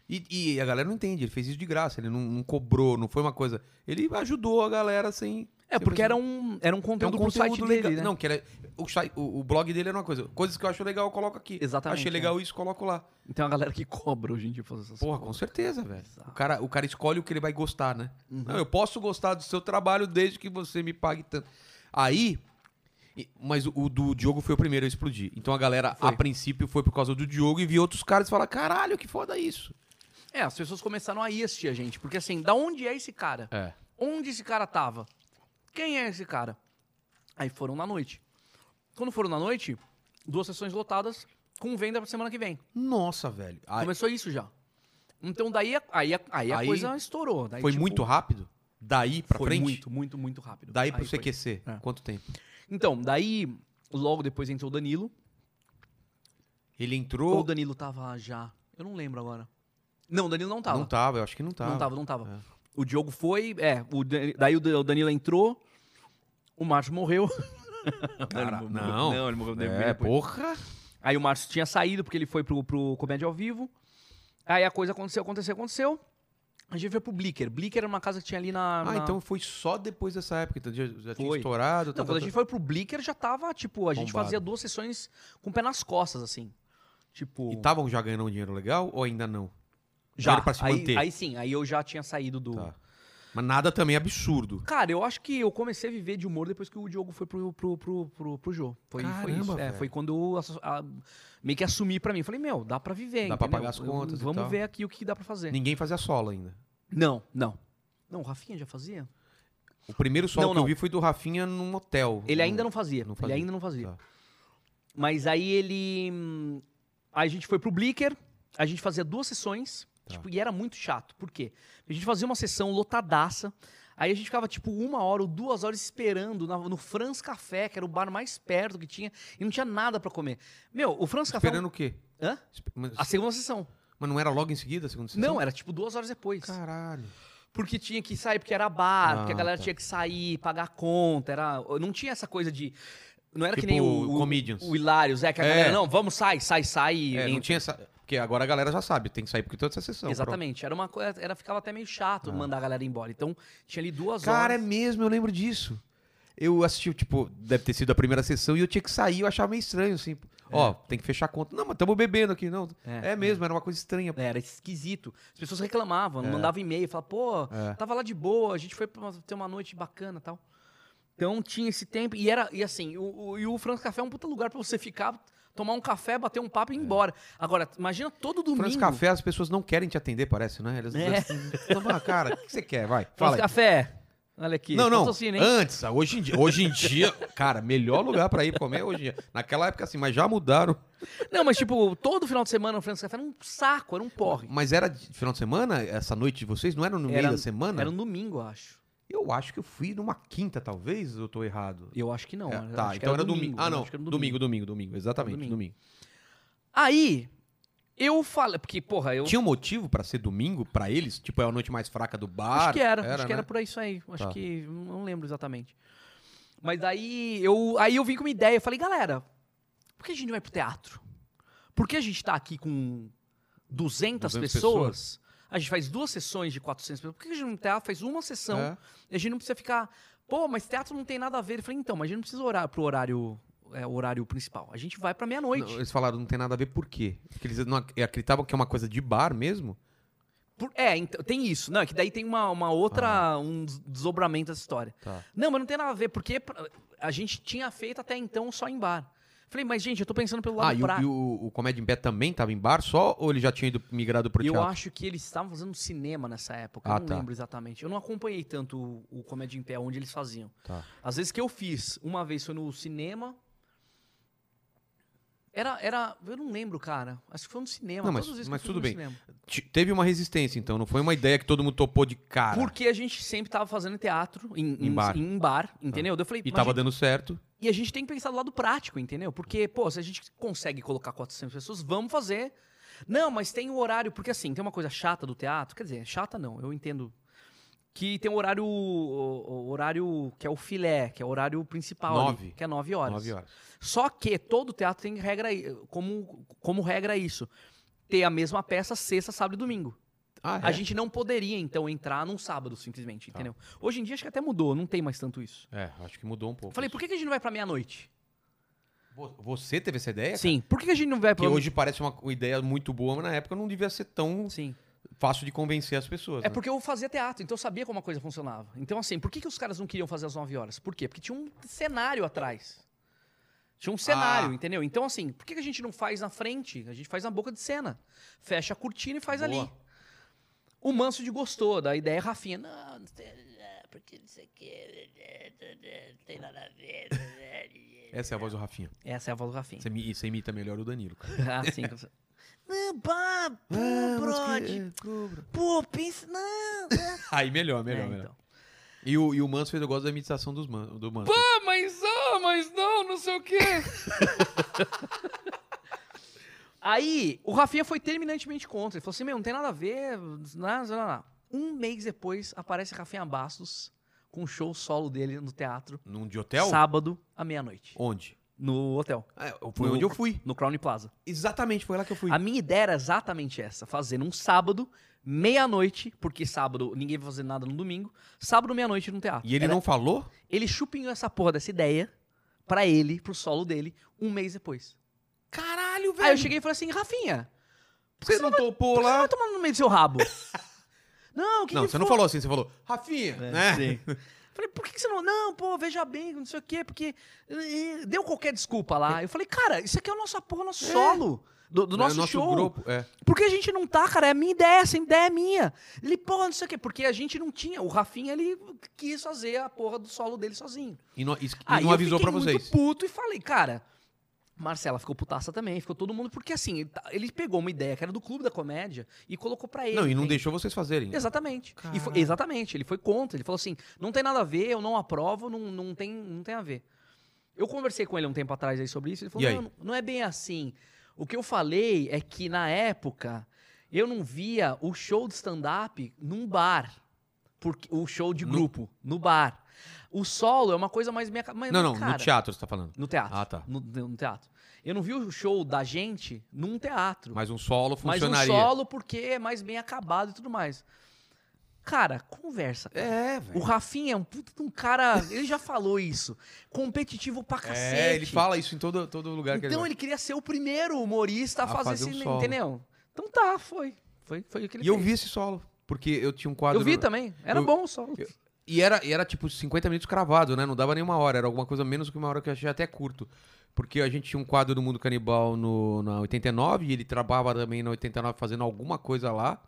E, e a galera não entende, ele fez isso de graça, ele não, não cobrou, não foi uma coisa. Ele ajudou a galera sem. É, sem porque fazer- era um, era É um um conteúdo, pro conteúdo site legal. dele, né? Não, que era. O, site- o- o blog dele era uma coisa. Coisas que eu acho legal, eu coloco aqui. Exatamente, é. Achei legal isso, coloco lá. Tem uma galera que cobra hoje em dia pra fazer essas Porra, coisas. com certeza, velho. Exato. O cara, o cara escolhe o que ele vai gostar, né? Uhum. Não, eu posso gostar do seu trabalho desde que você me pague tanto. Aí. e- Mas o, o do Diogo foi o primeiro a explodir. Então a galera, Foi. a princípio, foi por causa do Diogo e vi outros caras e falaram: caralho, que foda isso. É, as pessoas começaram a ir assistir a gente. Porque assim, da onde é esse cara? É. Onde esse cara tava? Quem é esse cara? Aí foram na noite. Quando foram na noite, duas sessões lotadas com venda pra semana que vem. Nossa, velho. Aí- Começou isso já. Então daí, a- aí, a- aí a Aí coisa estourou. Daí, foi tipo, muito rápido? Daí pra Foi frente? muito, muito, muito rápido. Daí Aí pro foi. CQC? É. Quanto tempo? Então, daí, logo depois entrou o Danilo. Ele Ou entrou. o Danilo tava já. Eu não lembro agora. Não, o Danilo não tava. Não tava, eu acho que não tava. Não tava, não tava. É. O Diogo foi, é, o Dan- daí o Dan- o Danilo entrou, o Márcio morreu. *laughs* Cara, ele morreu- não. ele morreu bem É, depois. porra. Aí o Márcio tinha saído porque ele foi pro, pro Comédia ao Vivo. Aí a coisa aconteceu, aconteceu, aconteceu. A gente foi pro Blicker. Blicker era uma casa que tinha ali na. Ah, na- então foi só depois dessa época. Então já, já tinha Foi. estourado. tá, Não, tá, quando a tá. gente foi pro Blicker já tava, tipo, a gente Bombado. fazia duas sessões com o pé nas costas, assim. Tipo. E estavam já ganhando um dinheiro legal ou ainda não? já. dinheiro pra se aí, manter. aí sim, aí eu já tinha saído do. Tá. Mas nada também absurdo. Cara, eu acho que eu comecei a viver de humor depois que o Diogo foi pro, pro, pro, pro, pro Jô. Foi, foi Caramba, isso. É, velho. foi quando eu asso- a- meio que assumi pra mim. Falei, meu, dá pra viver, Dá pra entendeu? pagar as Eu- contas e Vamos tal. ver aqui o que dá pra fazer. Ninguém fazia solo ainda. Não, não. Não, o Rafinha já fazia? O primeiro solo Não, que eu não. vi foi do Rafinha num hotel. Ele ainda não fazia. não fazia. Ele ainda não fazia. Tá. Mas aí ele. hum, A gente foi pro Blicker, a gente fazia duas sessões, Tá. tipo, e era muito chato. Por quê? A gente fazia uma sessão lotadaça, aí a gente ficava, tipo, uma hora ou duas horas esperando na- no Franz Café, que era o bar mais perto que tinha, e não tinha nada pra comer. Meu, o Franz Café. Esperando o quê? Hã? Espe- Mas, A segunda sessão. mas não era logo em seguida a segunda sessão? Não, era tipo duas horas depois. Caralho. Porque tinha que sair, porque era bar, porque a Ah, galera tá. tinha que sair, pagar a conta, era... não tinha essa coisa de... Não era Tipo que nem o, o, comedians. o Hilários, é, que a É. galera, não, vamos, sai, sai, sai. É, não entra. tinha essa... Porque agora a galera já sabe, tem que sair porque toda essa sessão. Exatamente, era uma coisa, era, ficava até meio chato Ah. mandar a galera embora. Então, tinha ali duas pronto. Cara, é horas. mesmo, eu lembro disso. Eu assisti, tipo, deve ter sido a primeira sessão e eu tinha que sair, eu achava meio estranho, assim. É. Ó, tem que fechar a conta. Não, mas estamos bebendo aqui, não. É, mesmo, era uma coisa estranha. É, Era esquisito. As pessoas reclamavam, mandavam e-mail, falavam, pô, É. tava lá de boa, a gente foi pra uma- ter uma noite bacana e tal. Então tinha esse tempo. E era, e assim, o, o- e o Franz Café é um puta lugar pra você ficar, tomar um café, bater um papo e ir embora. Agora, imagina todo domingo. É. Franz Café, as pessoas não querem te atender, parece, né? Elas É. elas- Toma, cara, o que você quer? Vai, Franz fala aí. Café. Olha aqui. Não, não. patrocínio, hein? Antes, ah, hoje em dia, hoje em dia, cara, melhor lugar pra ir comer é hoje em dia. Naquela época assim, mas já mudaram. Não, mas tipo, todo final de semana o Franz Café era um saco, era um porre. Mas era de final de semana, essa noite de vocês não era no meio Era- da semana? Era um domingo, eu acho. Eu acho que eu fui numa quinta, talvez, ou eu tô errado. Eu acho que não. né? É, eu tá, acho que então era domingo. Ah, eu não. acho que era um domingo. domingo, domingo, Exatamente, Domingo. domingo. Aí, eu falei, porque, porra, eu Tinha um motivo pra ser domingo pra eles? Tipo, é a noite mais fraca do bar? acho que era, acho que né? era por isso aí, acho Tá. que, não lembro exatamente. Mas daí, eu, aí eu vim com uma ideia, eu falei, galera, por que a gente não vai pro teatro? Por que a gente tá aqui com 200 200, pessoas? A gente faz duas sessões de 400 pessoas, por que a gente não no teatro faz uma sessão É. e a gente não precisa ficar, pô, mas teatro não tem nada a ver. Eu falei, então, mas a gente não precisa orar pro horário, é, horário principal, a gente vai pra meia-noite. Não, eles falaram, não tem nada a ver por quê? Porque eles não ac- acreditavam que é uma coisa de bar mesmo? Por- é, então, tem isso. Não, é que daí tem uma, uma outra, um des- desdobramento dessa história. Ah. Tá. Não, mas não tem nada a ver, porque pra- a gente tinha feito até então só em bar. Falei, mas gente, eu tô pensando pelo lado ah, e, o, prático. e o, o Comédia em Pé também tava em bar só? Ou ele já tinha ido migrado pro Eu teatro? acho que eles estavam fazendo cinema nessa época, eu Ah, não tá. lembro exatamente. Eu não acompanhei tanto o, o Comédia em Pé, onde eles faziam. Tá. Às vezes que eu fiz, uma vez foi no cinema... Era, era, eu não lembro, cara. Acho que foi no cinema. Não, todas mas- as vezes que mas eu fui tudo no bem. cinema. Te- Teve uma resistência, então. Não foi uma ideia que todo mundo topou de cara. Porque a gente sempre tava fazendo teatro em, Em bar. Tá. em bar, entendeu? Daí Eu falei, E mas tava gente, dando certo. E a gente tem que pensar do lado prático, entendeu? Porque, pô, se a gente consegue colocar 400 pessoas, vamos fazer. Não, mas tem o horário, porque assim, tem uma coisa chata do teatro, quer dizer, chata não, eu entendo. Que tem um horário, o- o horário que é o filé, que é o horário principal, ali, Nove. que é 9 horas. Nove horas. Só que todo teatro tem regra, i- como, como regra isso. Ter a mesma peça sexta, sábado e domingo. Ah, A gente não poderia, então, entrar num sábado, simplesmente, Tá. entendeu? Hoje em dia acho que até mudou, não tem mais tanto isso. É, acho que mudou um pouco. Falei, por que que a gente não vai pra meia-noite? Vo- Você teve essa ideia? Sim. Por que a gente não vai Que pra hoje parece uma uma ideia muito boa, mas na época não devia ser tão Sim. fácil de convencer as pessoas. É né? porque eu fazia teatro, então eu sabia como a coisa funcionava. Então, assim, por que, que os caras não queriam fazer às 9 horas? Por quê? Porque tinha um cenário atrás. Tinha um cenário, Ah. entendeu? Então, assim, por que que a gente não faz na frente? A gente faz na boca de cena. Fecha a cortina e faz Boa. ali. O Manso de gostou da ideia, é Rafinha. Não, não sei, é, porque não sei o quê. né, Não tem nada a ver. Essa é a voz do Rafinha. Essa é a voz do Rafinha. *laughs* Você, imi- você imita melhor o Danilo. cara. Ah, sim. com *laughs* certeza. Não, pá, pô, Ah, brode. Pô, pensa. Não, não. Aí melhor, melhor, É, melhor. então. E o, e o Manso fez, eu gosto da imitação dos man, do Manso. Ah, mas ah, mas não, não sei o quê. *laughs* Aí, o Rafinha foi terminantemente contra. Ele falou assim: meu, não tem nada a ver. Nada, nada, nada. Um mês depois, aparece Rafinha Bastos com um show solo dele no teatro. Num de hotel? Sábado, à meia-noite. Onde? No hotel, Ah, foi No- onde eu fui. no Crown Plaza. Exatamente, foi lá que eu fui. A minha ideia era exatamente essa: fazer num sábado, meia-noite, porque sábado ninguém vai fazer nada no domingo. Sábado, meia-noite no teatro. E ele Era- não falou? Ele chupinhou essa porra dessa ideia pra ele, pro solo dele, um mês depois. Caralho, Caralho, velho. Aí eu cheguei e falei assim, Rafinha, Você não topou você lá? vai tomar no meio do seu *laughs* rabo. não, o que Não, que você não foi? É, falou assim, você falou, Rafinha, né? *laughs* Falei, por que que você não. Não, pô, veja bem, não sei o quê, porque. eh, eh, Deu qualquer desculpa lá. Eu falei, cara, isso aqui é o nosso porra, nosso solo. Do, do Né, nosso, show. grupo. É. Por que a gente não tá, cara? É a minha ideia, essa ideia é minha. Ele, porra, não sei o quê. Porque a gente não tinha. O Rafinha, ele quis fazer a porra do solo dele sozinho. E não, isso- e Aí não avisou pra Ah, Eu vocês. fiquei muito puto e falei, cara. Marcela ficou putaça também, ficou todo mundo. Porque assim, ele, tá- ele pegou uma ideia que era do Clube da Comédia e colocou pra ele. Não, e não entende? deixou vocês fazerem. né? Exatamente. E foi- exatamente, ele foi contra. Ele falou assim: não tem nada a ver, eu não aprovo, não, não, tem, não tem a ver. Eu conversei com ele um tempo atrás aí sobre isso, ele E falou: aí? não, não é bem assim. O que eu falei é que na época eu não via o show de stand-up num bar. Porque, o show de No- grupo, no bar. O solo é uma coisa mais minha. ca- Mas, Não, não, cara, no teatro você tá falando. No teatro. Ah, tá. No, no teatro. Eu não vi o show da gente num teatro. Mas um solo Mas um funcionaria. solo porque é mais bem acabado e tudo mais. Cara, conversa. cara. É, O velho. Rafinha é um puta de um cara. Ele já falou isso. Competitivo pra cacete. É, ele fala isso em todo, todo lugar que ele Então vai. ele queria ser o primeiro humorista a, A fazer, fazer um esse. solo. entendeu? Então tá, foi. Foi, foi o que ele E eu fez. vi esse solo, porque eu tinha um quadro... Eu vi também. Era eu- bom o solo. eu- E era, e era tipo 50 minutos cravado, né? Não dava nem uma hora, era alguma coisa menos que uma hora que eu achei até curto. Porque a gente tinha um quadro do Mundo Canibal no, na 89 e ele trabalhava também na 89 fazendo alguma coisa lá.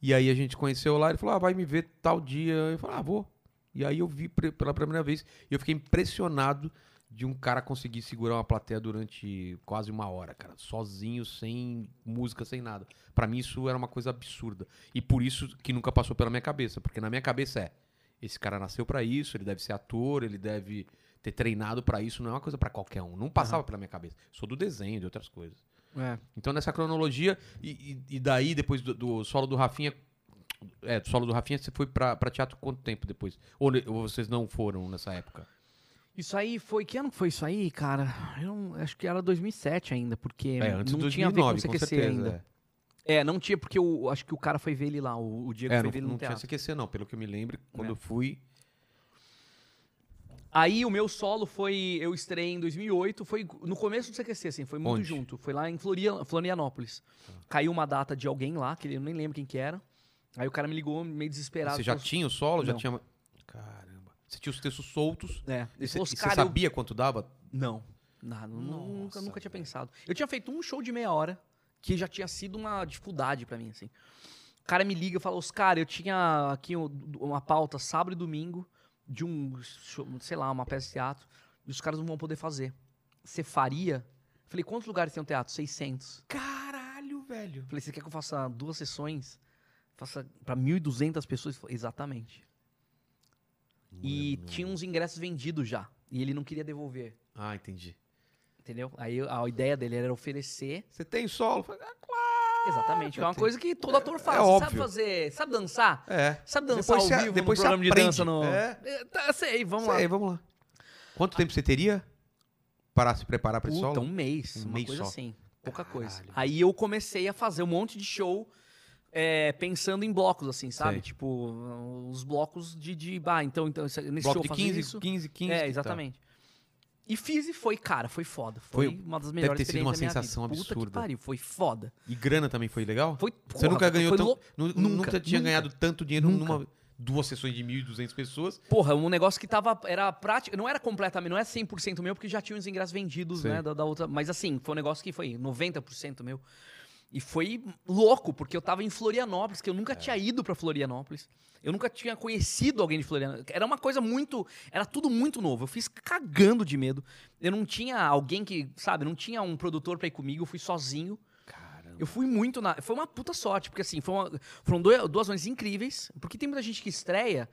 E aí a gente se conheceu lá, ele falou: ah, vai me ver tal dia. Eu falei: ah, vou. E aí eu vi pre- pela primeira vez e eu fiquei impressionado de um cara conseguir segurar uma plateia durante quase uma hora, cara, sozinho, sem música, sem nada. Pra mim isso era uma coisa absurda. E por isso que nunca passou pela minha cabeça, porque na minha cabeça é esse cara nasceu pra isso, ele deve ser ator, ele deve ter treinado pra isso, não é uma coisa pra qualquer um. Não passava pela minha cabeça. Sou do desenho, de outras coisas. É. Então nessa cronologia, e, e- e daí depois do, do solo do Rafinha, é, do solo do Rafinha, você foi pra, pra teatro quanto tempo depois? Ou, ne- ou vocês não foram nessa época? Isso aí foi. Que ano que foi isso aí, cara? Eu não- acho que era 2007 ainda, porque É, antes não de tinha a ver com 2009, com, CQC certeza. ainda. É, não tinha, porque o, acho que o cara foi ver ele lá, o, o Diego É, É, foi não, ver ele não no tinha teatro. CQC não, pelo que eu me lembro, quando É. eu fui... Aí o meu solo foi. Eu estrei em 2008, foi no começo do CQC, assim, foi muito Onde? Tá. junto. Foi lá em Floria- Florianópolis. Caiu uma data de alguém lá, que eu nem lembro quem que era. Aí o cara me ligou meio desesperado. Você já falou- assim, tinha o solo? Já Não. tinha... Caramba. Você tinha os textos soltos? É, E ele você falou, e você cara, eu- sabia quanto dava? Não. Nada, nunca, Nossa, nunca tinha velho. pensado. Eu tinha feito um show de meia hora, que já tinha sido uma dificuldade pra mim, assim. O cara me liga e fala, Oscar, eu tinha aqui um- uma pauta sábado e domingo de um, show, sei lá, uma peça de teatro, e os caras não vão poder fazer. Você faria? Falei, quantos lugares tem um teatro? 600. Caralho, velho. Falei, você quer que eu faça duas sessões? Faça pra 1.200 pessoas? Ele falou, Exatamente. E tinha uns ingressos vendidos já, e ele não queria devolver. Ah, entendi. Entendeu? Aí a ideia dele era oferecer. Você tem solo? Exatamente. que É uma tem- coisa que todo ator faz. é Você sabe óbvio. fazer. Sabe dançar? É. Sabe dançar Depois ao você- vivo depois no você programa de aprende. dança no. É. Tá, sei, vamos Sei, lá. vamos lá. Quanto tempo você teria para se preparar para esse Puta, um solo? mês. Um uma mês coisa só. assim. Pouca coisa. Caralho. Aí eu comecei a fazer um monte de show é, pensando em blocos, assim, sabe? Sei. Tipo, os blocos de. de bah, então, então esse- nesse Bloco show de eu fazia 15, isso. 15, 15. é, tá. exatamente. E fiz e foi, cara, foi foda. Foi, Foi- uma das melhores ter sido uma experiências da minha sensação vida. Puta que absurda. pariu, foi foda. E grana também foi legal? Foi, Você porra, nunca ganhou foi tanto. lou- nu- Nunca, Nunca, tinha nunca. ganhado tanto dinheiro Nunca. numa duas sessões de 1.200 pessoas. Porra, um negócio que tava. Era prático. Não era completamente. Não é 100% meu, porque já tinha os ingressos vendidos, Sei. né? Da, da outra. Mas assim, foi um negócio que foi 90% meu. E foi louco, porque eu tava em Florianópolis, que eu nunca tinha ido pra Florianópolis. Eu nunca tinha conhecido alguém de Florianópolis. Era uma coisa muito. Era tudo muito novo. Eu fiz cagando de medo. Eu não tinha alguém que. Sabe? Não tinha um produtor pra ir comigo. Eu fui sozinho. Caramba. Eu fui muito na. Foi uma puta sorte, porque assim, foi uma- foram doi- duas noites incríveis, porque tem muita gente que estreia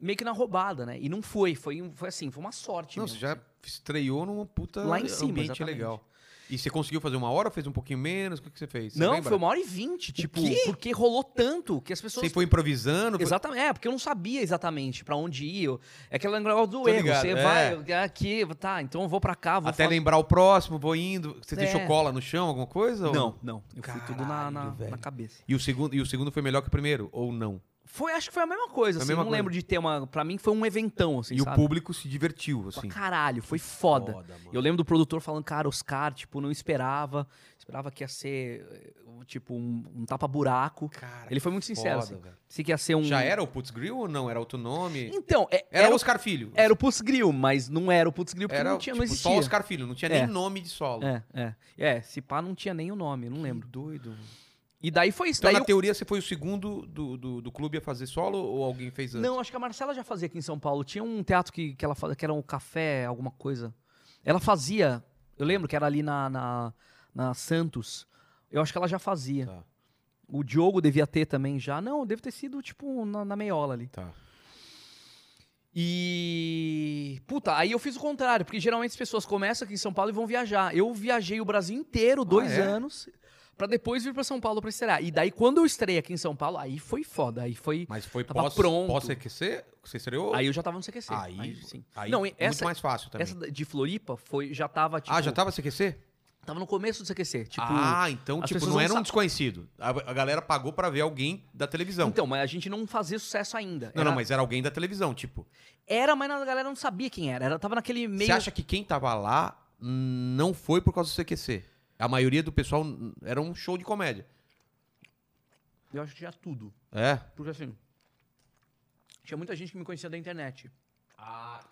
meio que na roubada, né? E não foi, foi, um- foi assim, foi uma sorte. Não, você mesmo, já assim. estreou numa puta Lá em cima, ambiente exatamente. legal. E você conseguiu fazer uma hora? Fez um pouquinho menos? O que, que você fez? Você Não, lembra? foi uma hora e vinte, tipo, quê? porque rolou tanto que as pessoas. Você foi improvisando? foi- Exatamente, é, porque eu não sabia exatamente pra onde ir. eu- É aquele negócio do Tô erro. ligado, você é. vai eu- aqui, tá, então eu vou pra cá, vou Até fazer- lembrar o próximo, vou indo. Você deixou É. cola no chão, alguma coisa? ou Não, não. Eu fui tudo na, Caralho, na, na velho. cabeça. E o, segundo, e o segundo foi melhor que o primeiro, ou não? Foi, acho que foi a mesma coisa, Foi a assim. mesma não coisa. lembro de ter uma. Pra mim foi um eventão, assim. e o sabe? público se divertiu, Pra assim. caralho, foi foda. mano. Eu lembro do produtor falando, cara, Oscar, tipo, não esperava. Esperava que ia ser, eh, tipo, um, um tapa-buraco. Cara, Ele foi muito que sincero, foda, assim. velho. Se que ia ser um. Já era o Putz Grill ou não? Era outro nome? Então, é- Era, era, o- Oscar Filho. era o Putz Grill, mas não era o Putz Grill, porque Era não, tinha, não tipo, existia. só Oscar Filho, não tinha É. nem nome de solo. É, é. É, se pá, não tinha nem o nome, não lembro. Doido. E daí foi isso. Então, daí na eu- teoria, você foi o segundo do, do, do clube a fazer solo ou alguém fez antes? Não, acho que a Marcela já fazia aqui em São Paulo. Tinha um teatro que, que ela fazia, que era um café, alguma coisa. Ela fazia. Eu lembro que era ali na, na, na Santos. Eu acho que ela já fazia. Tá. O Diogo devia ter também já. Não, deve ter sido, tipo, na, na meiola ali. Tá. E. Puta, aí eu fiz o contrário, porque geralmente as pessoas começam aqui em São Paulo e vão viajar. Eu viajei o Brasil inteiro, dois é? anos, pra depois vir pra São Paulo pra estrear. E daí, quando eu estreiei aqui em São Paulo, aí foi foda. Aí foi. Mas foi Tava pós, pronto. pós aquecer? Você estreou? Aí eu já tava no CQC. Aí, sim. aí é Não, e muito essa, mais fácil também. essa de Floripa foi, já tava, tipo. ah, já tava CQC? Tava no começo do CQC. Tipo, ah, então, as tipo, pessoas não não era um sa- desconhecido. A, a galera pagou pra ver alguém da televisão. Então, mas a gente não fazia sucesso ainda. não, era, não, mas era alguém da televisão, tipo. Era, mas a galera não sabia quem era. Era tava naquele meio. Você acha que quem tava lá hum, não foi por causa do CQC? A maioria do pessoal hum, era um show de comédia. Eu acho que tinha tudo. É. Porque assim. Tinha muita gente que me conhecia da internet. Ah,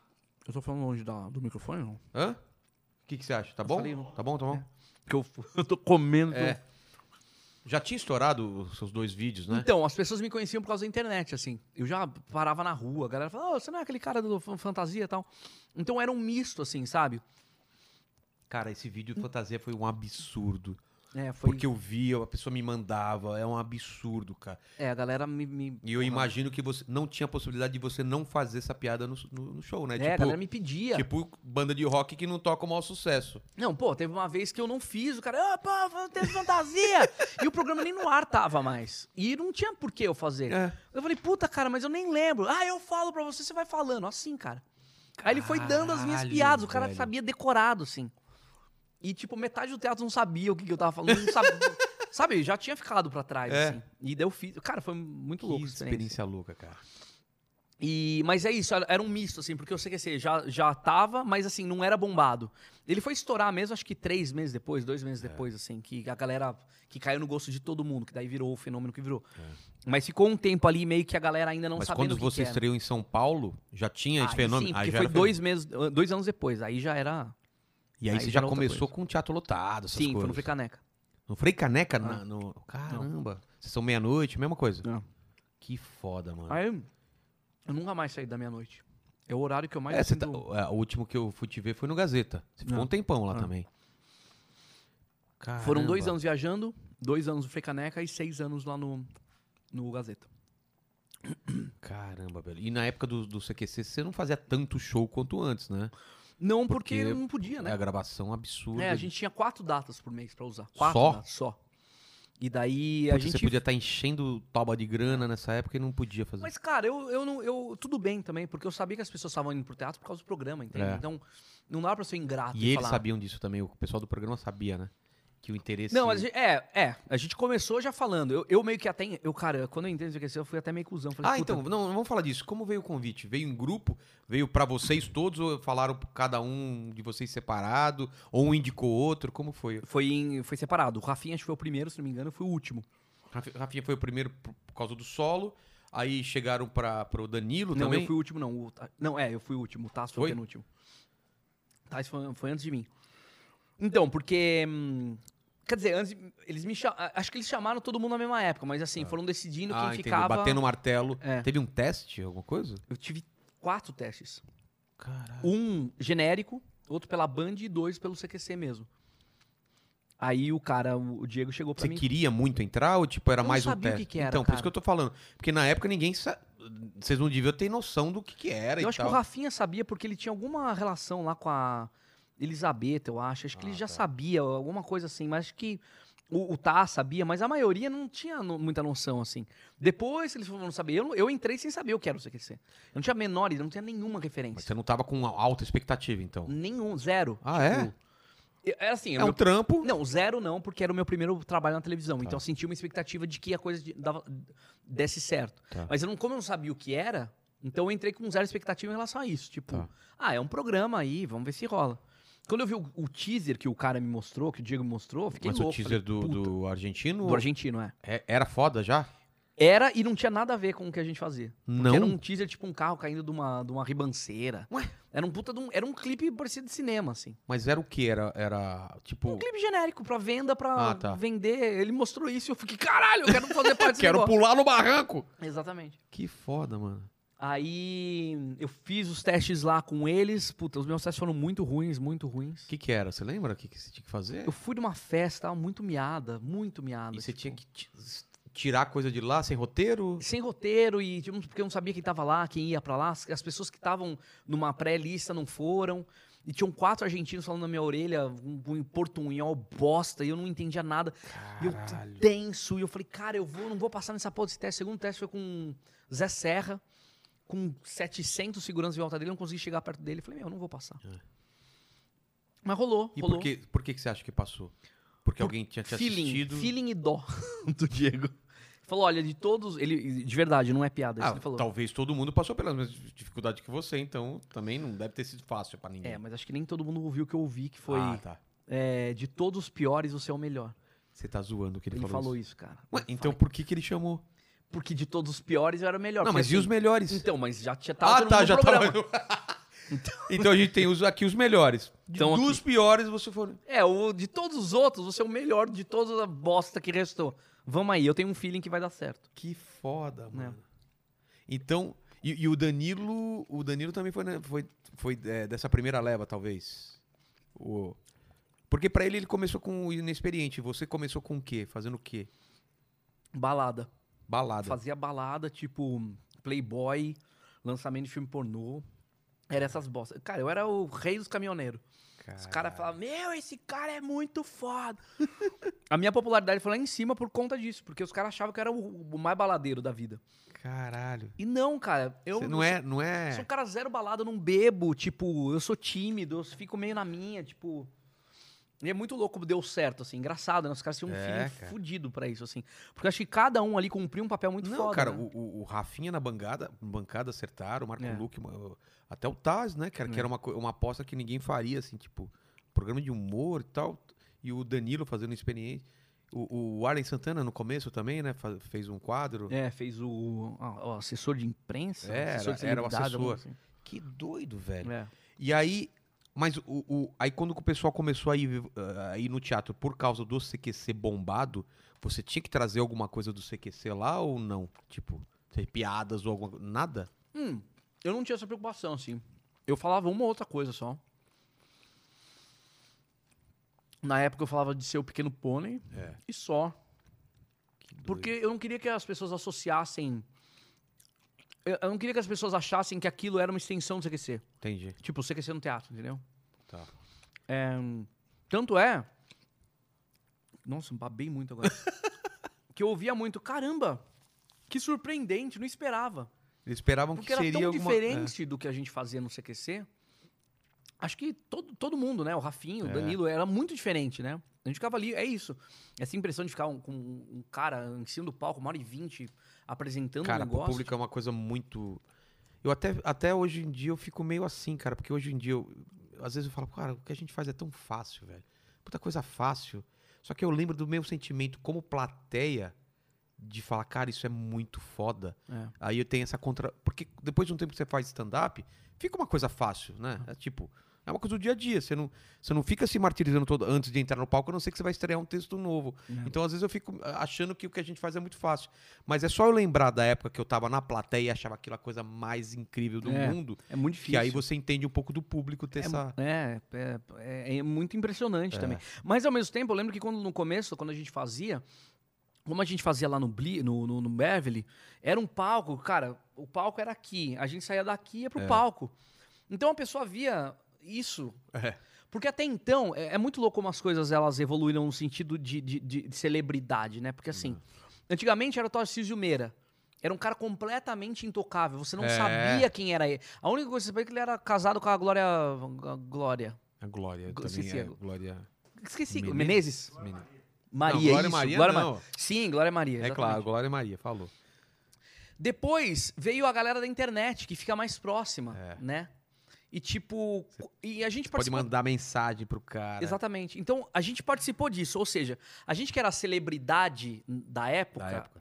Eu tô falando longe da- do microfone, não? Hã? O que, que você acha? Tá bom? falei, não. Tá bom, tá bom. Porque eu, *laughs* eu tô comendo. É. Já tinha estourado os seus dois vídeos, né? Então, as pessoas me conheciam por causa da internet, assim. Eu já parava na rua, a galera falava, "Ô, você não é aquele cara do fan- fantasia e tal. Então era um misto, assim, sabe? Cara, esse vídeo de fantasia foi um absurdo. É, foi. Porque eu via, a pessoa me mandava, é um absurdo, cara. É, a galera me. me- E eu Porra. imagino que você não tinha possibilidade de você não fazer essa piada no, no- no show, né? É, a galera me pedia. tipo banda de rock que não toca o maior sucesso. Não, pô, teve uma vez que eu não fiz, o cara, ah, pô, teve fantasia! e o programa nem no ar tava mais. E não tinha por que eu fazer. É. Eu falei, puta, cara, mas eu nem lembro. Ah, eu falo pra você, você vai falando. Assim, cara. Aí ele foi dando as minhas Caralho, piadas, o cara velho. sabia decorado, assim. E, tipo, metade do teatro não sabia o que, que eu tava falando, não sabia. *laughs* Sabe, já tinha ficado pra trás, É. assim. E daí eu fiz. Cara, foi muito louco a experiência. louca, cara. E, mas é isso, era- era um misto, assim, porque eu sei que assim, já, já tava, mas assim, não era bombado. Ele foi estourar mesmo, acho que três meses depois, dois meses É. depois, assim, que a galera que caiu no gosto de todo mundo, que daí virou o fenômeno que virou. Mas ficou um tempo ali meio que a galera ainda não É. Mas sabendo quando o que você que era. estreou em São Paulo, já tinha esse Aí fenômeno? Sim, Aí porque já foi era fenômeno. dois meses, ah, dois anos depois, aí já era. E aí, aí você já já era outra começou com um teatro lotado, essas sim, coisas. foi no Ah. Frei Caneca. No Frei Caneca? na- no... Caramba. Vocês são meia-noite, mesma coisa. É. Que foda, mano. Aí eu nunca mais saí da meia-noite. É o horário que eu mais. É, você tá- sinto- é, o último que eu fui te ver foi no Gazeta. Você ficou Não. um tempão lá Ah. também. Foram dois Caramba. anos viajando, dois anos no Frei Caneca e seis anos lá no, no Gazeta. Caramba, velho. E na época do, do CQC, você não fazia tanto show quanto antes, né? Não, porque, Porque não podia, É a né? gravação absurda. É, a gente tinha quatro datas por mês pra usar. Quatro Só? datas, só. E daí a Puta, gente. Você podia estar enchendo toba de grana nessa época e não podia fazer. Mas, cara, eu, eu não. Eu, tudo bem também, porque eu sabia que as pessoas estavam indo pro teatro por causa do programa, entende? É. Então, não dava pra ser ingrato e eles falar. sabiam disso também. O pessoal do programa sabia, né? Que o interesse... Não, mas a gente- é, é. A gente começou já falando. Eu, eu meio que até. Eu, cara, quando eu entrei no CQC, eu fui até meio cuzão. Falei, Ah, "Puta, então, não, vamos falar disso. Como veio o convite? Veio em grupo? Veio pra vocês todos ou falaram pra cada um de vocês separado? Ou um indicou outro? Como foi? Foi, em- foi separado. O Rafinha acho que foi o primeiro, se não me engano, foi o último. Rafi- Rafinha foi o primeiro por por causa do solo. Aí chegaram pra, pro Danilo não, também. eu fui o último, não. O Ta- não, é, eu fui o último. O Taz foi, Foi? o penúltimo. O Taz foi, foi antes de mim. Então, porque. hum, Quer dizer, antes. de- Eles me cha- a- Acho que eles chamaram todo mundo na mesma época, mas assim, foram decidindo ah, quem entendi. ficava. Batendo martelo. É. Teve um teste, alguma coisa? Eu tive quatro testes. Caralho. Um genérico, outro pela Band e dois pelo CQC mesmo. Aí o cara, o Diego chegou pra Você mim. queria muito entrar ou tipo era Eu não mais um sabia o teste? que que era, então, por isso cara. que eu tô falando. Porque na época ninguém sa... vocês não deviam ter noção do que que era Eu e acho tal. que o Rafinha sabia porque ele tinha alguma relação lá com a Elizabeth, eu acho. Acho que Ah, ele já tá. sabia, alguma coisa assim. Mas acho que o, o Tá sabia, mas a maioria não tinha no- muita noção, assim. Depois eles foram saber. Eu, não- eu entrei sem saber o que era o CQC. Eu não tinha a menor, ideia, eu não tinha nenhuma Mas referência. você não tava com alta expectativa, então. Nenhum, zero. Ah, é? Eu- Era assim, É o um meu- trampo. Não, zero não, porque era o meu primeiro trabalho na Tá. televisão. Então eu senti uma expectativa de que a coisa de- dava- desse certo. Tá. Mas eu não, como eu não sabia o que era, então eu entrei com zero expectativa em relação a isso. Tipo, Tá. ah, é um programa aí, vamos ver se rola. Quando eu vi o, o teaser que o cara me mostrou, que o Diego me mostrou, eu fiquei Mas louco. o teaser falei, do, "Puta, do argentino do argentino, é. é- era foda já? Era e não tinha nada a ver com o que a gente fazia. Porque Não? Era um teaser, tipo um carro caindo de uma, de uma ribanceira. Ué? Era um puta de um. Era um clipe parecido de cinema, assim. Mas era o que? Era, era tipo. Um clipe genérico pra venda, pra Ah, tá. vender. Ele mostrou isso e eu fiquei, caralho, eu quero *laughs* fazer parte desse Quero negócio." pular no barranco! Exatamente. Que foda, mano. Aí eu fiz os testes lá com eles. Puta, os meus testes foram muito ruins, muito ruins. O que, que era? Você lembra o que, que você tinha que fazer? Eu fui numa festa, tava muito miada, muito miada. E você tipo, tinha que ti- tirar coisa de lá sem roteiro? Sem roteiro e tipo, porque eu não sabia quem tava lá, quem ia pra lá. As as pessoas que estavam numa pré-lista não foram. E tinham quatro argentinos falando na minha orelha, um, um portunhol bosta, e eu não entendia nada. E eu Caralho. tenso, e eu falei, cara, eu vou, não vou passar nessa porra desse teste. O segundo teste foi com Zé Serra, com 700 seguranças em volta dele, eu não consegui chegar perto dele. Eu falei, meu, eu não vou passar. Mas rolou, É. E rolou. por que, por que, que você acha que passou? Porque alguém tinha te feeling, assistido. feeling *laughs* e dó do Diego. Ele Falou, olha, de todos, ele, de verdade, não é piada, isso Ah, ele falou. talvez todo mundo passou pelas mesmas dificuldades que você, então também não deve ter sido fácil pra ninguém. É, mas acho que nem todo mundo ouviu o que eu ouvi, que foi Ah, tá. é, de todos os piores, você é o melhor. Você tá zoando que ele, Ele, falou, isso. isso, cara. Ué, então por que, que ele chamou? Porque de todos os piores eu era o melhor. não, porque mas e os assim- melhores? Então, mas já tinha tava ah, todo tá, mundo já no programa. tava. *laughs* então a gente tem os, aqui os melhores. De- Então dos piores, você foi. É, o, de todos os outros, você é o melhor de toda a bosta que restou. Vamos aí, eu tenho um feeling que vai dar certo. Que É. foda, mano. Então, e, e o Danilo, o Danilo também foi, né, foi, foi é, dessa primeira leva, talvez. O- Porque pra ele ele começou com o inexperiente. Você começou com o quê? Fazendo o quê? Balada. Balada. Fazia balada, tipo Playboy, lançamento de filme pornô. Era essas bostas. Cara, eu era o rei dos caminhoneiros. Os caras falavam, meu, esse cara é muito foda. *laughs* a minha popularidade foi lá em cima por conta disso, porque os caras achavam que eu era o, o mais baladeiro da vida. Caralho. E não, cara, eu Você não é, não é. Sou um cara zero balada, eu não bebo, tipo, eu sou tímido, eu fico meio na minha, tipo. E é muito louco como deu certo, assim, engraçado, né? Os caras tinham um É, feeling cara. fudido pra isso, assim. Porque eu acho que cada um ali cumpriu um papel muito não, foda. cara, né? o, o- o Rafinha na bancada, bancada acertaram, o Marco É. Luque, o- até o Taz, né, cara, que É. era uma, co- uma aposta que ninguém faria, assim, tipo, programa de humor e tal, e o Danilo fazendo experiência. O, o Arlen Santana no começo também, né, fa- fez um quadro. É, fez o, ah, o assessor de imprensa. É, assessor de era- era o celebridade, alguma assessor. Que doido, velho. coisa assim. É. E aí, mas o, o- aí quando o pessoal começou a ir, eh, a ir no teatro por causa do CQC bombado, você tinha que trazer alguma coisa do CQC lá ou não? Tipo, ter piadas ou alguma nada? Hum, eu não tinha essa preocupação, assim. Eu falava uma outra coisa só. Na época eu falava de ser o pequeno pônei É. e só. Que doido. Porque eu não queria que as pessoas associassem. Eu eu não queria que as pessoas achassem que aquilo era uma extensão do CQC. Entendi. Tipo, o CQC no teatro, entendeu? Tá. É, tanto é. Nossa, babei *laughs* muito agora. que eu ouvia muito, caramba, que surpreendente, não esperava. Eles esperavam Porque Então, que era seria tão alguma... diferente do que a gente fazia no CQC. Acho que todo, todo mundo, né? O Rafinho, o É. Danilo, era muito diferente, né? A gente ficava ali, é isso. Essa impressão de ficar um- com um cara em cima do palco, uma hora e vinte, É. apresentando Cara, um pro negócio. público é uma coisa muito... Eu até, até hoje em dia eu fico meio assim, cara, porque hoje em dia, eu- às vezes eu falo, cara, o que a gente faz é tão fácil, velho. Puta coisa fácil. Só que eu lembro do meu sentimento como plateia de falar, cara, isso é muito foda. É. Aí eu tenho essa contra... Porque depois de um tempo que você faz stand-up, fica uma coisa fácil, né? É tipo... É uma coisa do dia a dia. Você não, você não fica se martirizando todo antes de entrar no palco, a não ser que você vai estrear um texto novo. É. Então, às vezes, eu fico ah, achando que o que a gente faz é muito fácil. Mas é só eu lembrar da época que eu tava na plateia e achava aquilo a coisa mais incrível do É, mundo. É muito Que difícil. aí você entende um pouco do público ter essa. É, é, é- é muito impressionante É. também. Mas ao mesmo tempo, eu lembro que quando no começo, quando a gente fazia, como a gente fazia lá no, Bli, no, no, no Beverly, era um palco, cara, o palco era aqui. A gente saía daqui e ia pro palco. Então a pessoa via isso. É. Porque até então, é, é muito louco como as coisas elas evoluíram no sentido de, de, de- de celebridade, né? Porque Uhum. assim, antigamente era o Tarcísio Meira. Era um cara completamente intocável. Você não É. sabia quem era ele. A única coisa que você sabia é que ele era casado com a Glória. a Glória. A Glória Gl- também esqueci é. a Gl- Glória. Esqueci. Menezes? Menezes? Menina. Maria, Glória isso. Maria Glória não. Maria. Sim, Glória Maria. É exatamente. claro, Glória Maria, falou. Depois veio a galera da internet, que fica mais próxima, É. né? E tipo. E a gente Pode participou. mandar mensagem pro cara. Exatamente. Então, a gente participou disso. Ou seja, a gente que era a celebridade da época, Da época.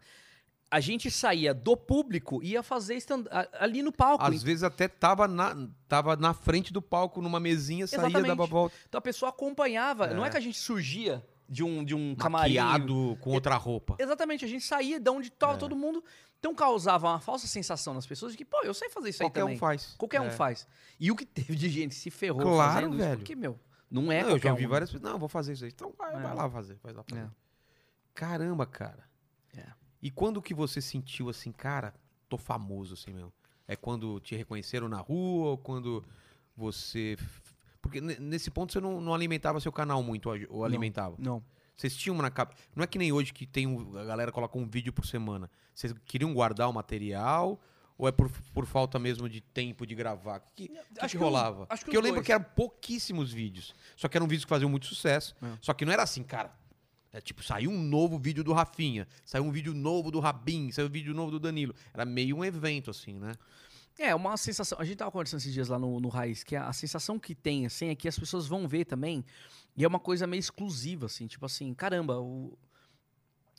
a gente saía do público e ia fazer stand a- ali no palco. Às vezes até tava na, tava na frente do palco, numa mesinha, saía, Exatamente. dava a volta. Então a pessoa acompanhava. É. Não é que a gente surgia de um, de um camarim. Maquiado com outra roupa. Exatamente, a gente saía de onde É. tava todo mundo. Então causava uma falsa sensação nas pessoas de que, pô, eu sei fazer isso Qualquer aí também. um faz. Qualquer um É. faz. E o que teve de gente se ferrou Claro, fazendo isso, velho. porque, meu, não Não, eu é já qualquer ouvi um. várias pessoas. Não, vou fazer isso aí. Então vai, É. vai lá fazer. Vai lá fazer. É. Caramba, cara. É. E quando que você sentiu assim, cara, tô famoso assim mesmo? É quando te reconheceram na rua ou quando você. Porque ne- nesse ponto você não, não alimentava seu canal muito, ou- ou alimentava? Não. Vocês tinham uma na cabeça. Não é que nem hoje que tem um- a galera coloca um vídeo por semana. Vocês queriam guardar o material? Ou é por, por falta mesmo de tempo de gravar? O que, que, Acho que que os- rolava? acho que Porque eu os lembro dois. que eram pouquíssimos vídeos. Só que eram vídeos que faziam muito sucesso. É. Só que não era assim, cara. É tipo, saiu um novo vídeo do Rafinha, saiu um vídeo novo do Rabin, saiu um vídeo novo do Danilo. Era meio um evento, assim, né? É, uma sensação. A gente tava conversando esses dias lá no, no Raiz, que a, a sensação que tem, assim, é que as pessoas vão ver também. E é uma coisa meio exclusiva, assim, tipo assim, caramba, o-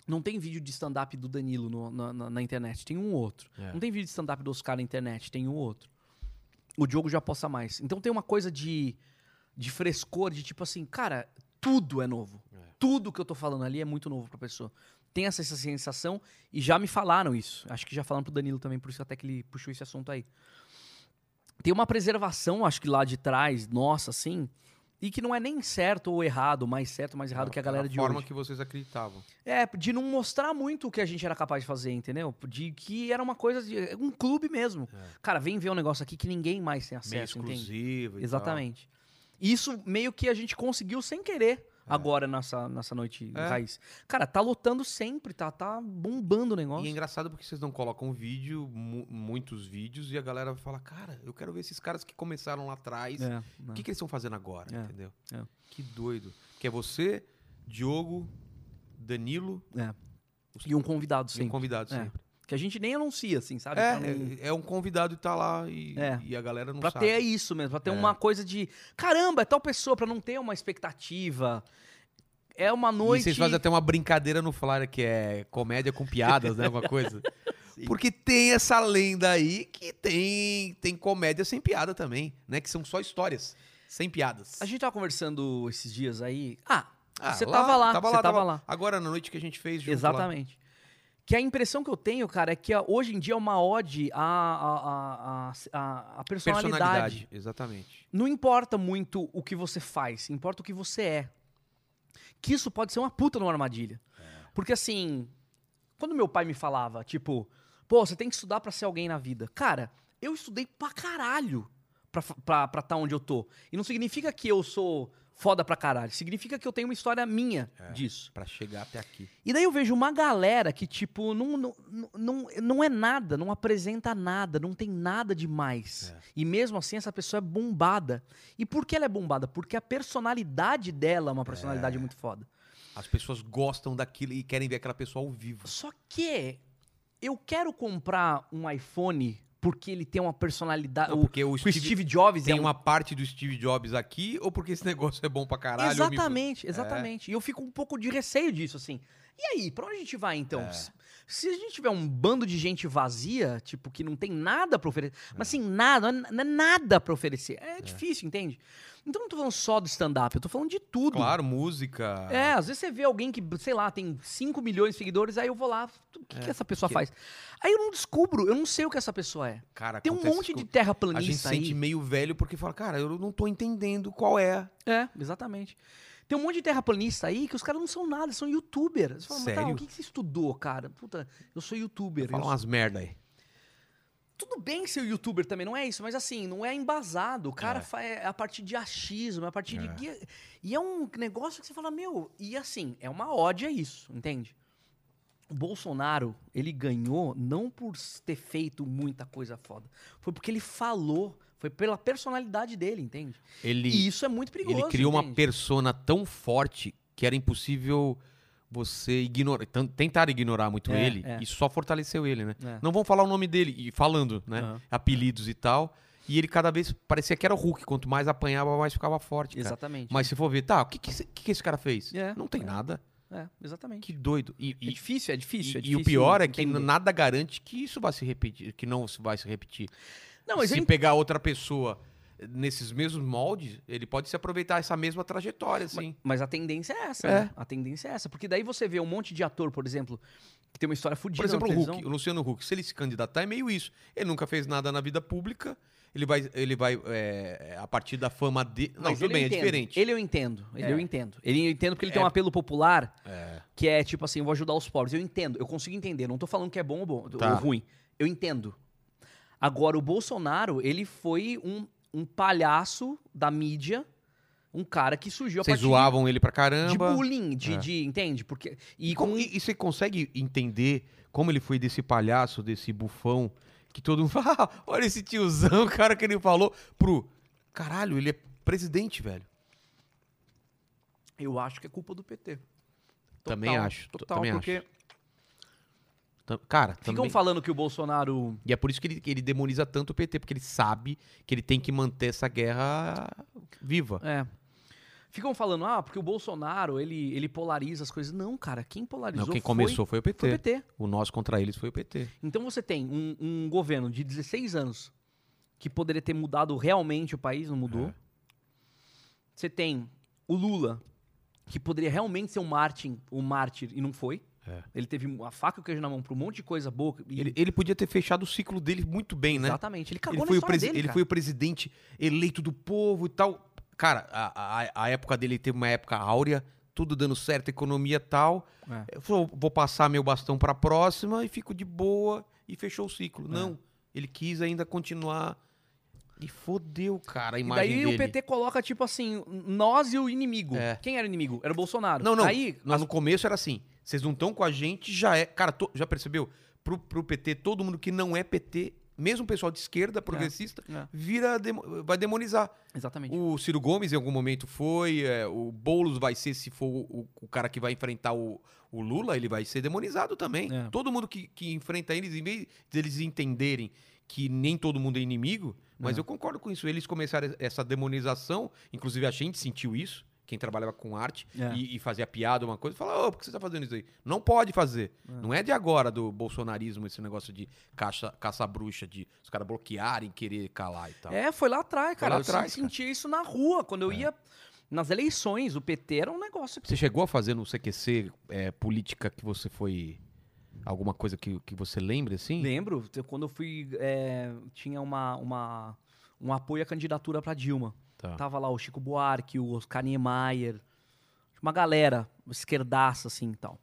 não tem vídeo de stand-up do Danilo no- na, na- na internet, tem um outro. É. Não tem vídeo de stand-up do Oscar na internet, tem um outro. O Diogo já posta mais. Então tem uma coisa de, de frescor, de tipo assim, cara, tudo é novo. É. Tudo que eu tô falando ali é muito novo pra pessoa. Tem essa essa sensação e já me falaram isso. Acho que já falaram pro Danilo também, por isso até que ele puxou esse assunto aí. Tem uma preservação, acho que lá de trás, nossa, assim, e que não é nem certo ou errado, mais certo ou mais errado que a galera de forma hoje. que vocês acreditavam. É, de não mostrar muito o que a gente era capaz de fazer, entendeu? De que era uma coisa de. um clube mesmo. É. Cara, vem ver um negócio aqui que ninguém mais tem Meio acesso, entende? exclusivo. e tal. Exatamente. Isso meio que a gente conseguiu sem querer agora nessa, nessa noite É. raiz. Cara, tá lotando sempre, tá, tá bombando o negócio. E é engraçado porque vocês não colocam vídeo, mu- muitos vídeos, e a galera fala, cara, eu quero ver esses caras que começaram lá atrás. É, O né? que, que eles estão fazendo agora, É, entendeu? é. Que doido. Que é você, Diogo, Danilo É. E um convidado e um sempre. convidado É, sempre. Que a gente nem anuncia, assim, sabe? Pra não- É, é, é um convidado e tá lá e, É. e a galera não Pra sabe. ter isso mesmo, pra ter uma coisa de caramba, é tal pessoa, pra não ter uma expectativa. É uma noite. E vocês fazem até uma brincadeira no Flyer, que é comédia com piadas, né? Uma *laughs* coisa. Porque tem essa lenda aí que tem, tem comédia sem piada também, né? Que são só histórias, sem piadas. A gente tava conversando esses dias aí. Ah, Ah, você tava lá, você tava, lá. Agora, na noite que a gente fez, junto lá. Exatamente. Que a impressão que eu tenho, cara, é que ah, hoje em dia é uma ode à, à, à, à- à personalidade. Personalidade. Exatamente. Não importa muito o que você faz, importa o que você é. Que isso pode ser uma puta numa armadilha. Porque assim, quando meu pai me falava, tipo, pô, você tem que estudar pra ser alguém na vida. Cara, eu estudei pra caralho pra fa- pra estar tá onde eu tô. E não significa que eu sou foda pra caralho. Significa que eu tenho uma história minha disso. Pra chegar até aqui. E daí eu vejo uma galera que, tipo, não, não, não, não é nada, não apresenta nada, não tem nada demais. É. E mesmo assim, essa pessoa é bombada. E por que ela é bombada? Porque a personalidade dela é uma personalidade muito foda. As pessoas gostam daquilo e querem ver aquela pessoa ao vivo. Só que eu quero comprar um iPhone porque ele tem uma personalidade. Não, Ah, o, porque o o Steve, Steve, Jobs é tem um uma parte do Steve Jobs aqui, ou porque esse *laughs* negócio é bom pra caralho? eu me fu- É. Exatamente, exatamente. E eu fico um pouco de receio disso, assim. E aí, pra onde a gente vai então? É. Se- Se a gente tiver um bando de gente vazia, tipo, que não tem nada pra oferecer, mas assim, nada, não é- não é nada pra oferecer. É, difícil, entende? Então eu não tô falando só do stand-up, eu tô falando de tudo. Claro, música. É, às vezes você vê alguém que, sei lá, tem 5 milhões de seguidores, aí eu vou lá, o É, que, que essa pessoa que- faz? Aí eu não descubro, eu não sei o que essa pessoa é. Cara, Tem um acontece monte com- de A gente terraplanista aí. sente meio velho porque fala, cara, eu não tô entendendo qual é. É, exatamente. Tem um monte de terraplanista aí que os caras não são nada, são youtubers. Você fala, mas tá, Sério? o que, que você estudou, cara? Puta, eu sou youtuber. Fala eu umas merda aí. tudo bem ser youtuber também, não é isso, mas assim, não é embasado. O cara É. fa- é. a partir de achismo, é a partir É. de. guia- E é um negócio que você fala, meu, e assim, é uma ódio a isso, entende? O Bolsonaro, ele ganhou não por s- ter feito muita coisa foda, foi porque ele falou Foi pela personalidade dele, entende? Ele, E isso é muito perigoso. ele criou uma entende? persona tão forte que era impossível você ignorar, tan- tentar ignorar muito É, ele é. e só fortaleceu ele, né? É. Não vão falar o nome dele, e falando, né? Aham. Apelidos e tal. E ele cada vez parecia que era o Hulk. Quanto mais apanhava, mais ficava forte. cara. Exatamente. Mas se for ver, tá, o que, que, esse, que que esse cara fez? É. Não tem nada. É, exatamente. Que doido. E, É e- difícil, é difícil. é e- e o difícil pior é que entender. nada garante que isso vai se repetir, que não vai se repetir. Não, mas se eu pegar outra pessoa nesses mesmos moldes, ele pode se aproveitar essa mesma trajetória, assim. Mas a tendência é essa, É. né? A tendência é essa. Porque daí você vê um monte de ator, por exemplo, que tem uma história fodida Por exemplo, na o televisão. Hulk, o Luciano Huck, se ele se candidatar, é meio isso. Ele nunca fez nada na vida pública. Ele vai, ele vai é, a partir da fama dele. Não, Mas tudo ele eu bem, é entendo. diferente. Ele eu entendo. Ele É. eu entendo. Ele eu entendo porque ele tem um apelo popular É. que é tipo assim, eu vou ajudar os pobres. Eu entendo, eu consigo entender. Não tô falando que é bom ou, bom, Tá. ou ruim. Eu entendo. Agora, o Bolsonaro, ele foi um, um palhaço da mídia, um cara que surgiu a Vocês partir zoavam ele pra de caramba. bullying, de, É. de- entende? Porque, e E, como- com e- e você consegue entender como ele foi desse palhaço, desse bufão, que todo mundo *laughs* fala, "Ah, olha esse tiozão, o cara que ele falou, pro. Caralho, ele é presidente, velho. Eu acho que é culpa do PT. Também acho, t- Total, também porque acho. Tam- Cara, ficam também. falando que o Bolsonaro. E é por isso que ele, que ele demoniza tanto o PT, porque ele sabe que ele tem que manter essa guerra viva. É. Ficam falando, ah, porque o Bolsonaro, ele, ele polariza as coisas. Não, cara, quem polarizou Não, quem foi- começou foi o PT. foi o PT. O nós contra eles foi o PT. Então você tem um, um governo de 16 anos que poderia ter mudado realmente o país, não mudou. É. Você tem o Lula, que poderia realmente ser um mártir, um mártir e não foi. É. Ele teve a faca e o queijo na mão pra um monte de coisa boa. e- Ele, ele podia ter fechado o ciclo dele muito bem, né? Exatamente. Ele cagou ele na foi, o história presi- dele, ele cara. foi o presidente eleito do povo e tal. Cara, a, a- a época dele teve uma época áurea, tudo dando certo, economia e tal. É. Eu falou, vou passar meu bastão pra próxima e fico de boa e fechou o ciclo. É. Não, ele quis ainda continuar e fodeu, cara, a E imagem daí dele. o PT coloca, tipo assim, nós e o inimigo. É. Quem era o inimigo? Era o Bolsonaro. Não, não. Aí, Mas no começo era assim, vocês não estão com a gente, já é... Cara, to- já percebeu? Pro, pro PT, todo mundo que não é PT, mesmo o pessoal de esquerda, progressista, É. vira demo- vai demonizar. Exatamente. O Ciro Gomes em algum momento foi, é, o Boulos vai ser, se for o, o cara que vai enfrentar o, o Lula, ele vai ser demonizado também. É. Todo mundo que, que enfrenta eles, em vez deles entenderem que nem todo mundo é inimigo, mas É. eu concordo com isso, eles começaram essa demonização, inclusive a gente sentiu isso, quem trabalhava com arte, É. e, e fazia piada, uma coisa, fala, ô, por que você tá fazendo isso aí? Não pode fazer. Não é de agora, do bolsonarismo, esse negócio de caça- caça-bruxa, de os caras bloquearem, querer calar e tal. É, foi lá atrás, cara. lá eu atrás, É. sen- sentia isso na rua, quando eu ia nas eleições. O PT era um negócio que... Você chegou a fazer no CQC é, política que você foi. Alguma coisa que, que você lembra, assim? Lembro, te- quando eu fui... é, tinha uma, uma, um apoio à candidatura pra Dilma. Tá. Tava lá o Chico Buarque, o Oscar Niemeyer, uma galera esquerdaça, assim, e tal.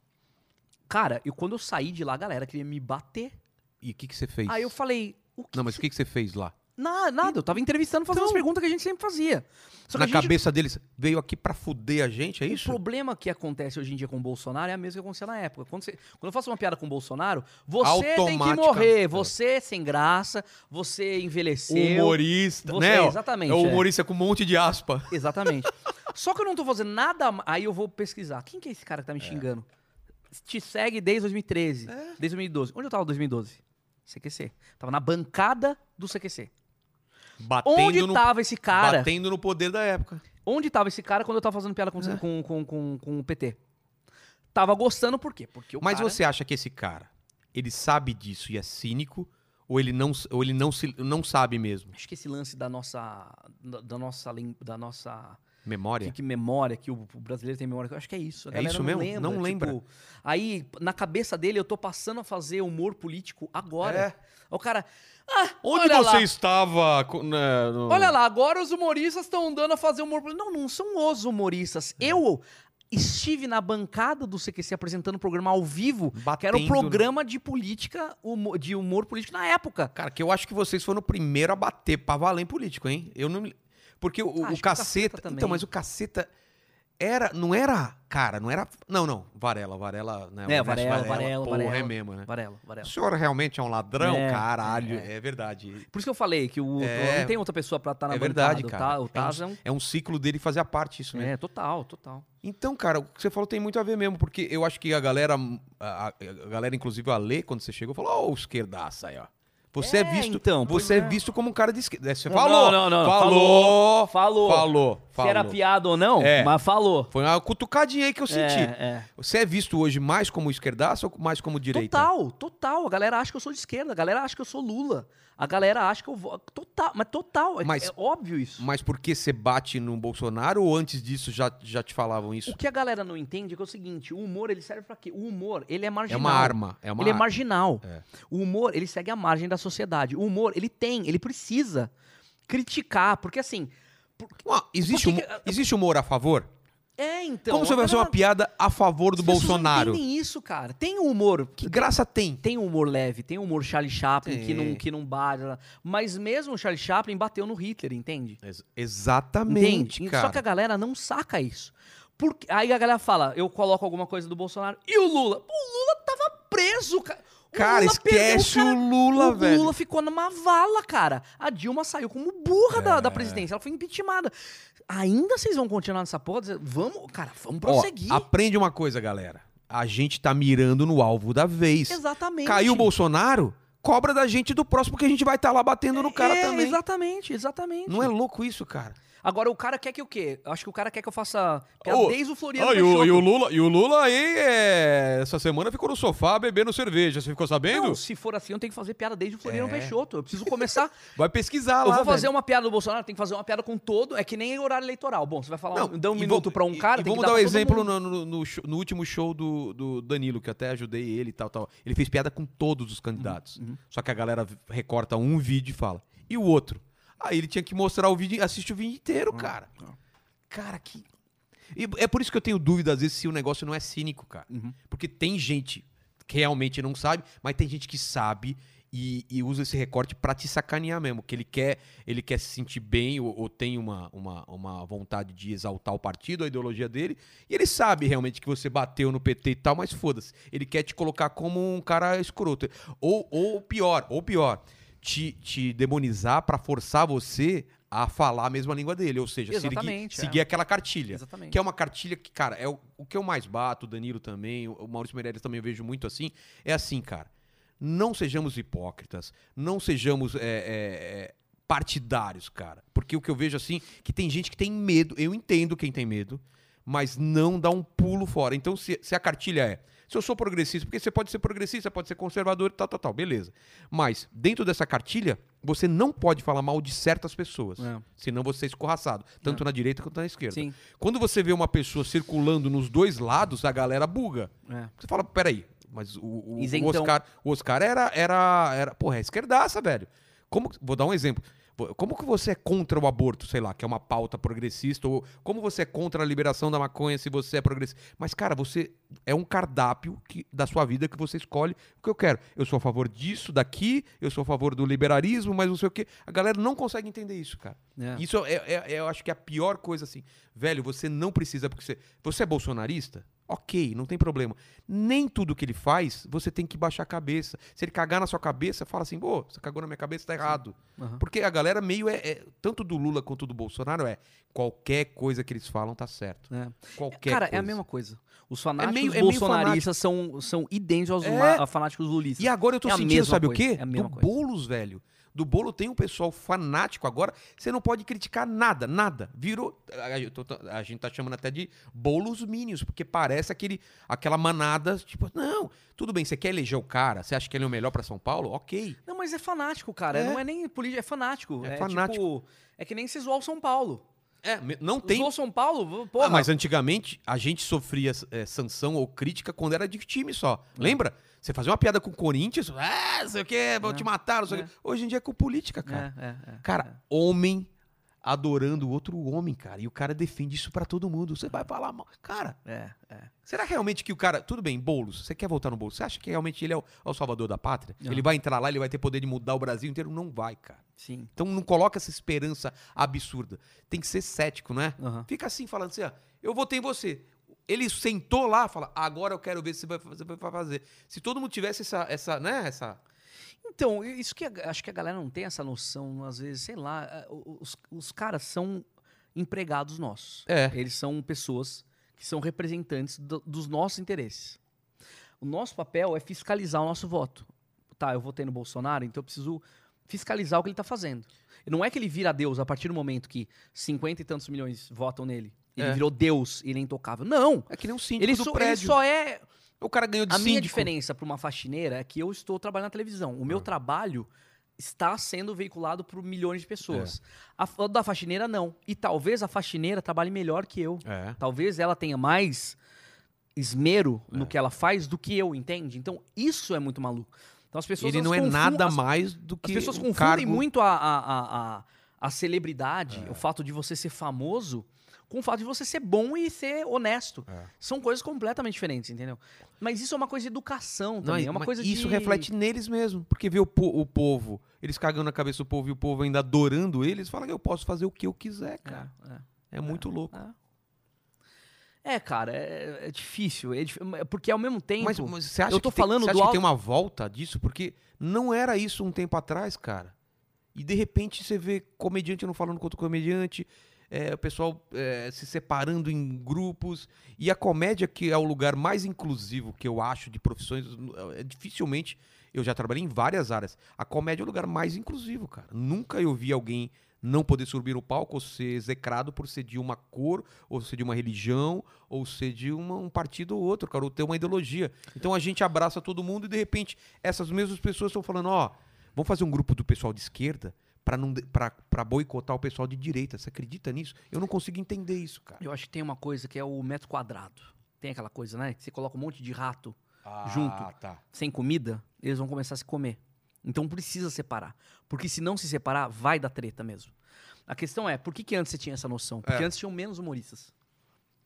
Cara, e quando eu saí de lá, a galera queria me bater. E o que, que você fez? Aí Ah, eu falei... O que Não, mas o que, que você fez lá? Na- nada, eu tava entrevistando, fazendo as perguntas que a gente sempre fazia. Só que Então, Na a gente- cabeça deles, veio aqui pra fuder a gente, é O isso? problema que acontece hoje em dia com o Bolsonaro é a mesma que acontecia na época. Quando, você- quando eu faço uma piada com o Bolsonaro, você tem que Automaticamente. morrer. Você é sem graça, você envelheceu. Humorista, Você- né? ó? exatamente, É o é. humorista com um monte de aspa. Exatamente. Só que eu não tô fazendo nada. ma- Aí eu vou pesquisar. Quem que é esse cara que tá me xingando? Te segue desde 2013, É. desde 2012. Onde eu tava em 2012? CQC. Tava na bancada do CQC. Batendo, Onde no, tava esse cara? batendo no poder da época. Onde tava esse cara quando eu tava fazendo piada com, É. com, com, com, com o PT? Tava gostando por quê? Porque o Mas cara... você acha que esse cara, ele sabe disso e é cínico? Ou ele não, ou ele não, se, não sabe mesmo? Acho que esse lance da nossa. Da, da nossa. lem- Da nossa Memória? que, que memória, que o, o brasileiro tem memória. eu Acho que é isso. A É galera isso não mesmo? Lembra, Não tipo, lembra. aí, na cabeça dele, eu tô passando a fazer humor político agora. É. Aí O cara. Ah, Onde olha você lá, estava? co- né, no- Olha lá, agora os humoristas estão andando a fazer humor político. Não, não são os humoristas. É. Eu estive na bancada do CQC apresentando o programa ao vivo, que era um Batendo, o né? programa de política, humo- de humor político na época. Cara, que eu acho que vocês foram o primeiro a bater pra valer em político, hein? Eu não me... Porque o, Ah, acho o que o Caceta caceta. também. então, mas o caceta. Era, não era, cara, não era. Não, não, Varela, Varela, né? É, Ernesto Varela, Varela, Porra, é Varela. mesmo, né? Varela, O Varela. senhor realmente é um ladrão? É, Caralho, é. é. verdade. Por isso que eu falei que o, É. não tem outra pessoa pra estar na É verdade, bancada. cara. O Ta- É um- O Taz é um... É um ciclo dele fazer a parte, isso mesmo. É, total, total. Então, cara, o que você falou tem muito a ver mesmo, porque eu acho que a galera, a, a- a galera inclusive a Lê, quando você chegou, falou, ó, o esquerdaça aí, ó. Você é, É, visto, então, você é. pois é. visto como um cara de esquerda. É, Você Não, falou, não, não, não. falou, Falou, falou. falou, Se era falou. piada ou não, É. mas falou. Foi uma cutucadinha aí que eu senti. É, é. Você é visto hoje mais como esquerdaça ou mais como direita? Total, total. A galera acha que eu sou de esquerda, a galera acha que eu sou Lula. A galera acha que eu vou. Total, mas total. É, Mas- é óbvio isso. Mas por que você bate no Bolsonaro ou antes disso já, já te falavam isso? O que a galera não entende é que é o seguinte: o humor ele serve pra quê? O humor, ele é É marginal. uma arma, é uma ele é arma. marginal. É. O humor, ele segue a margem da sociedade. O humor, ele tem, ele precisa criticar, porque assim. por- Ó, existe, Por que humo- existe humor a favor? É, então. como você vai a fazer uma galera- piada a favor do as pessoas não Bolsonaro? entendem isso, cara. Tem o humor. Que graça tem? Tem o humor leve, tem o humor Charlie Chaplin que Tem. não, que não bate. Mas mesmo o Charlie Chaplin bateu no Hitler, entende? exatamente, Entende? cara. Só que a galera não saca isso. Porque, aí a galera fala, eu coloco alguma coisa do Bolsonaro. E o Lula? Pô, O Lula tava preso, cara. O Cara, Lula perdeu, esquece o, cara- o Lula, o velho. Lula ficou numa vala, cara. A Dilma saiu como burra da, É. da presidência. Ela foi impeachmentada. Ainda vocês vão continuar nessa porra? Vamos, cara, vamos Ó, prosseguir. aprende uma coisa, galera. A gente tá mirando no alvo da vez. Exatamente. Caiu o Bolsonaro, cobra da gente do próximo que a gente vai estar lá batendo no cara É, também. Exatamente, exatamente. Não é louco isso, cara? Agora, o cara quer que o quê? Eu Acho que o cara quer que eu faça piada Ô, desde o Floriano Ah, e, o, Peixoto. e o Lula, e o Lula aí, é, essa semana ficou no sofá bebendo cerveja. Você ficou sabendo? Não, se for assim, eu tenho que fazer piada desde o Floriano É. Peixoto. Eu preciso começar. *laughs* Vai pesquisar eu lá. vou fazer velho. uma piada do Bolsonaro, tem que fazer uma piada com todo. É que nem horário eleitoral. Bom, você vai falar, um, dá um e minuto vou- pra um e- cara. e tem que vamos dar o pra todo exemplo mundo. no, no- no show- no último show do, do Danilo, que eu até ajudei ele e tal, tal. Ele fez piada com todos os candidatos. Uhum, Só que a galera recorta um vídeo e fala. E o outro? Aí ele tinha que mostrar o vídeo, assiste o vídeo inteiro, Ah, cara. Cara, que. E é por isso que eu tenho dúvida, às vezes, se o negócio não é cínico, cara. Porque tem gente que realmente não sabe, mas tem gente que sabe e, e usa esse recorte pra te sacanear mesmo. Que ele quer, ele quer se sentir bem ou, ou tem uma, uma, uma vontade de exaltar o partido, a ideologia dele. E ele sabe realmente que você bateu no PT e tal, mas foda-se. Ele quer te colocar como um cara escroto. Ou, ou pior, ou pior, te, te demonizar pra forçar você a falar a mesma língua dele. Ou seja, se ele que- Exatamente, é. seguir aquela cartilha. Exatamente. Que é uma cartilha que, cara, é o, o que eu mais bato, o Danilo também, o- o Maurício Meirelles também eu vejo muito assim. É assim, cara. Não sejamos hipócritas, não sejamos é, é, é, partidários, cara. Porque o que eu vejo assim, que tem gente que tem medo, eu entendo quem tem medo, mas não dá um pulo fora. Então, se, se a cartilha é, se eu sou progressista, porque você pode ser progressista, pode ser conservador, tal, tal, tal, beleza. Mas, dentro dessa cartilha, você não pode falar mal de certas pessoas. É. Senão você é escorraçado, tanto na direita quanto na esquerda. Sim. Quando você vê uma pessoa circulando nos dois lados, a galera buga. É. Você fala, peraí, mas o, o, Isentão. o Oscar, o Oscar era, era, era. Porra, é esquerdaça, velho. Como, vou dar um exemplo. Vo- Como que você é contra o aborto, sei lá, que é uma pauta progressista, ou como você é contra a liberação da maconha se você é progressista? Mas, cara, você é um cardápio que, da sua vida que você escolhe o que eu quero. Eu sou a favor disso, daqui, eu sou a favor do liberalismo, mas não sei o quê. A galera não consegue entender isso, cara. É. Isso é, é- é- eu acho que é a pior coisa, assim. Velho, você não precisa, porque você. Você é bolsonarista? Ok, não tem problema. Nem tudo que ele faz, você tem que baixar a cabeça. Se ele cagar na sua cabeça, fala assim, pô, você cagou na minha cabeça, tá errado. Aham. Porque a galera meio é, é- Tanto do Lula quanto do Bolsonaro é. Qualquer coisa que eles falam tá certo. É. Qualquer Cara, é coisa. a mesma coisa. Os fanáticos meio- é meio bolsonaristas são, são idênticos aos É. ma- a fanáticos lulistas. E agora eu tô É a sentindo, mesma sabe o coisa, quê? é a do mesma coisa. Boulos, velho. Do bolo tem um pessoal fanático agora, você não pode criticar nada, nada. Virou. a- eu tô- tô- a gente tá chamando até de bolos minions, porque parece aquele, aquela manada, tipo, não, tudo bem, você quer eleger o cara, você acha que ele é o melhor pra São Paulo? Ok. Não, mas é fanático, cara. É. Não é nem político, é fanático. É É, fanático. tipo- é que nem se zoar o São Paulo. É, me- não tem. Zoou o São Paulo, porra. Ah, mas antigamente a gente sofria é, sanção ou crítica quando era de time só. É. Lembra? Você fazia uma piada com o Corinthians, ah, não sei o quê, vão É. te matar, não sei o É. quê. Hoje em dia é com política, cara. É, é, é. Cara, homem adorando outro homem, cara. E o cara defende isso pra todo mundo. Você vai falar mal. Cara, É, é. será realmente que o cara. Tudo bem, Boulos, você quer voltar no Boulos? Você acha que realmente ele é o, é o salvador da pátria? Não. Ele vai entrar lá, ele vai ter poder de mudar o Brasil inteiro? Não vai, cara. Sim. Então não coloca essa esperança absurda. Tem que ser cético, né? Aham. Fica assim falando assim, ó, eu votei em você. Ele sentou lá, fala, agora eu quero ver se você vai fazer. vai fazer. Se todo mundo tivesse essa, essa, né, essa... Então, i- isso que a- acho que a galera não tem essa noção, às vezes, sei lá, a- o- os, os caras são empregados nossos. É. Eles são pessoas que são representantes do- dos nossos interesses. O nosso papel é fiscalizar o nosso voto. Tá, eu votei no Bolsonaro, então eu preciso fiscalizar o que ele tá fazendo. Não é que ele vira Deus a partir do momento que 50 e tantos milhões votam nele. Ele É. virou Deus, ele é intocável. Não! É que nem um síndico Ele do só- ele prédio. só é O cara ganhou de a síndico. minha diferença para uma faxineira é que eu estou trabalhando na televisão. O meu Ah. trabalho está sendo veiculado por milhões de pessoas. É. A fa- da faxineira, não. E talvez a faxineira trabalhe melhor que eu. É. Talvez ela tenha mais esmero no É. que ela faz do que eu, entende? Então, isso é muito maluco. Então, as pessoas, Ele elas não é confun- nada as- mais do que as pessoas um confundem cargo... É. muito a, a, a, a- a celebridade, o fato de você ser famoso, com o fato de você ser bom e ser honesto. É. São coisas completamente diferentes, entendeu? Mas isso é uma coisa de educação também. é uma mas coisa isso de- reflete neles mesmo. Porque vê o, po- o povo, eles cagando na cabeça do povo e o povo ainda adorando eles, fala que eu posso fazer o que eu quiser, É, cara. é. É, muito louco. É, cara, é, é difícil. é dif- Porque ao mesmo tempo. Mas, mas você acha, eu tô que, tem, falando você acha do que alto- tem uma volta disso? Porque não era isso um tempo atrás, cara. E de repente você vê comediante não falando com outro comediante, é, o pessoal é, se separando em grupos. E a comédia, que é o lugar mais inclusivo que eu acho de profissões, é, dificilmente. Eu já trabalhei em várias áreas. A comédia é o lugar mais inclusivo, cara. Nunca eu vi alguém não poder subir no palco ou ser execrado por ser de uma cor, ou ser de uma religião, ou ser de uma- um partido ou outro, cara, ou ter uma ideologia. Então a gente abraça todo mundo e de repente essas mesmas pessoas estão falando, ó, vamos fazer um grupo do pessoal de esquerda pra não de- pra- pra boicotar o pessoal de direita. Você acredita nisso? Eu não consigo entender isso, cara. Eu acho que tem uma coisa que é o metro quadrado. Tem aquela coisa, né? Que você coloca um monte de rato junto. tá. sem comida, eles vão começar a se comer. Então precisa separar. Porque se não se separar, vai dar treta mesmo. A questão é, por que, que antes você tinha essa noção? Porque É. antes tinham menos humoristas.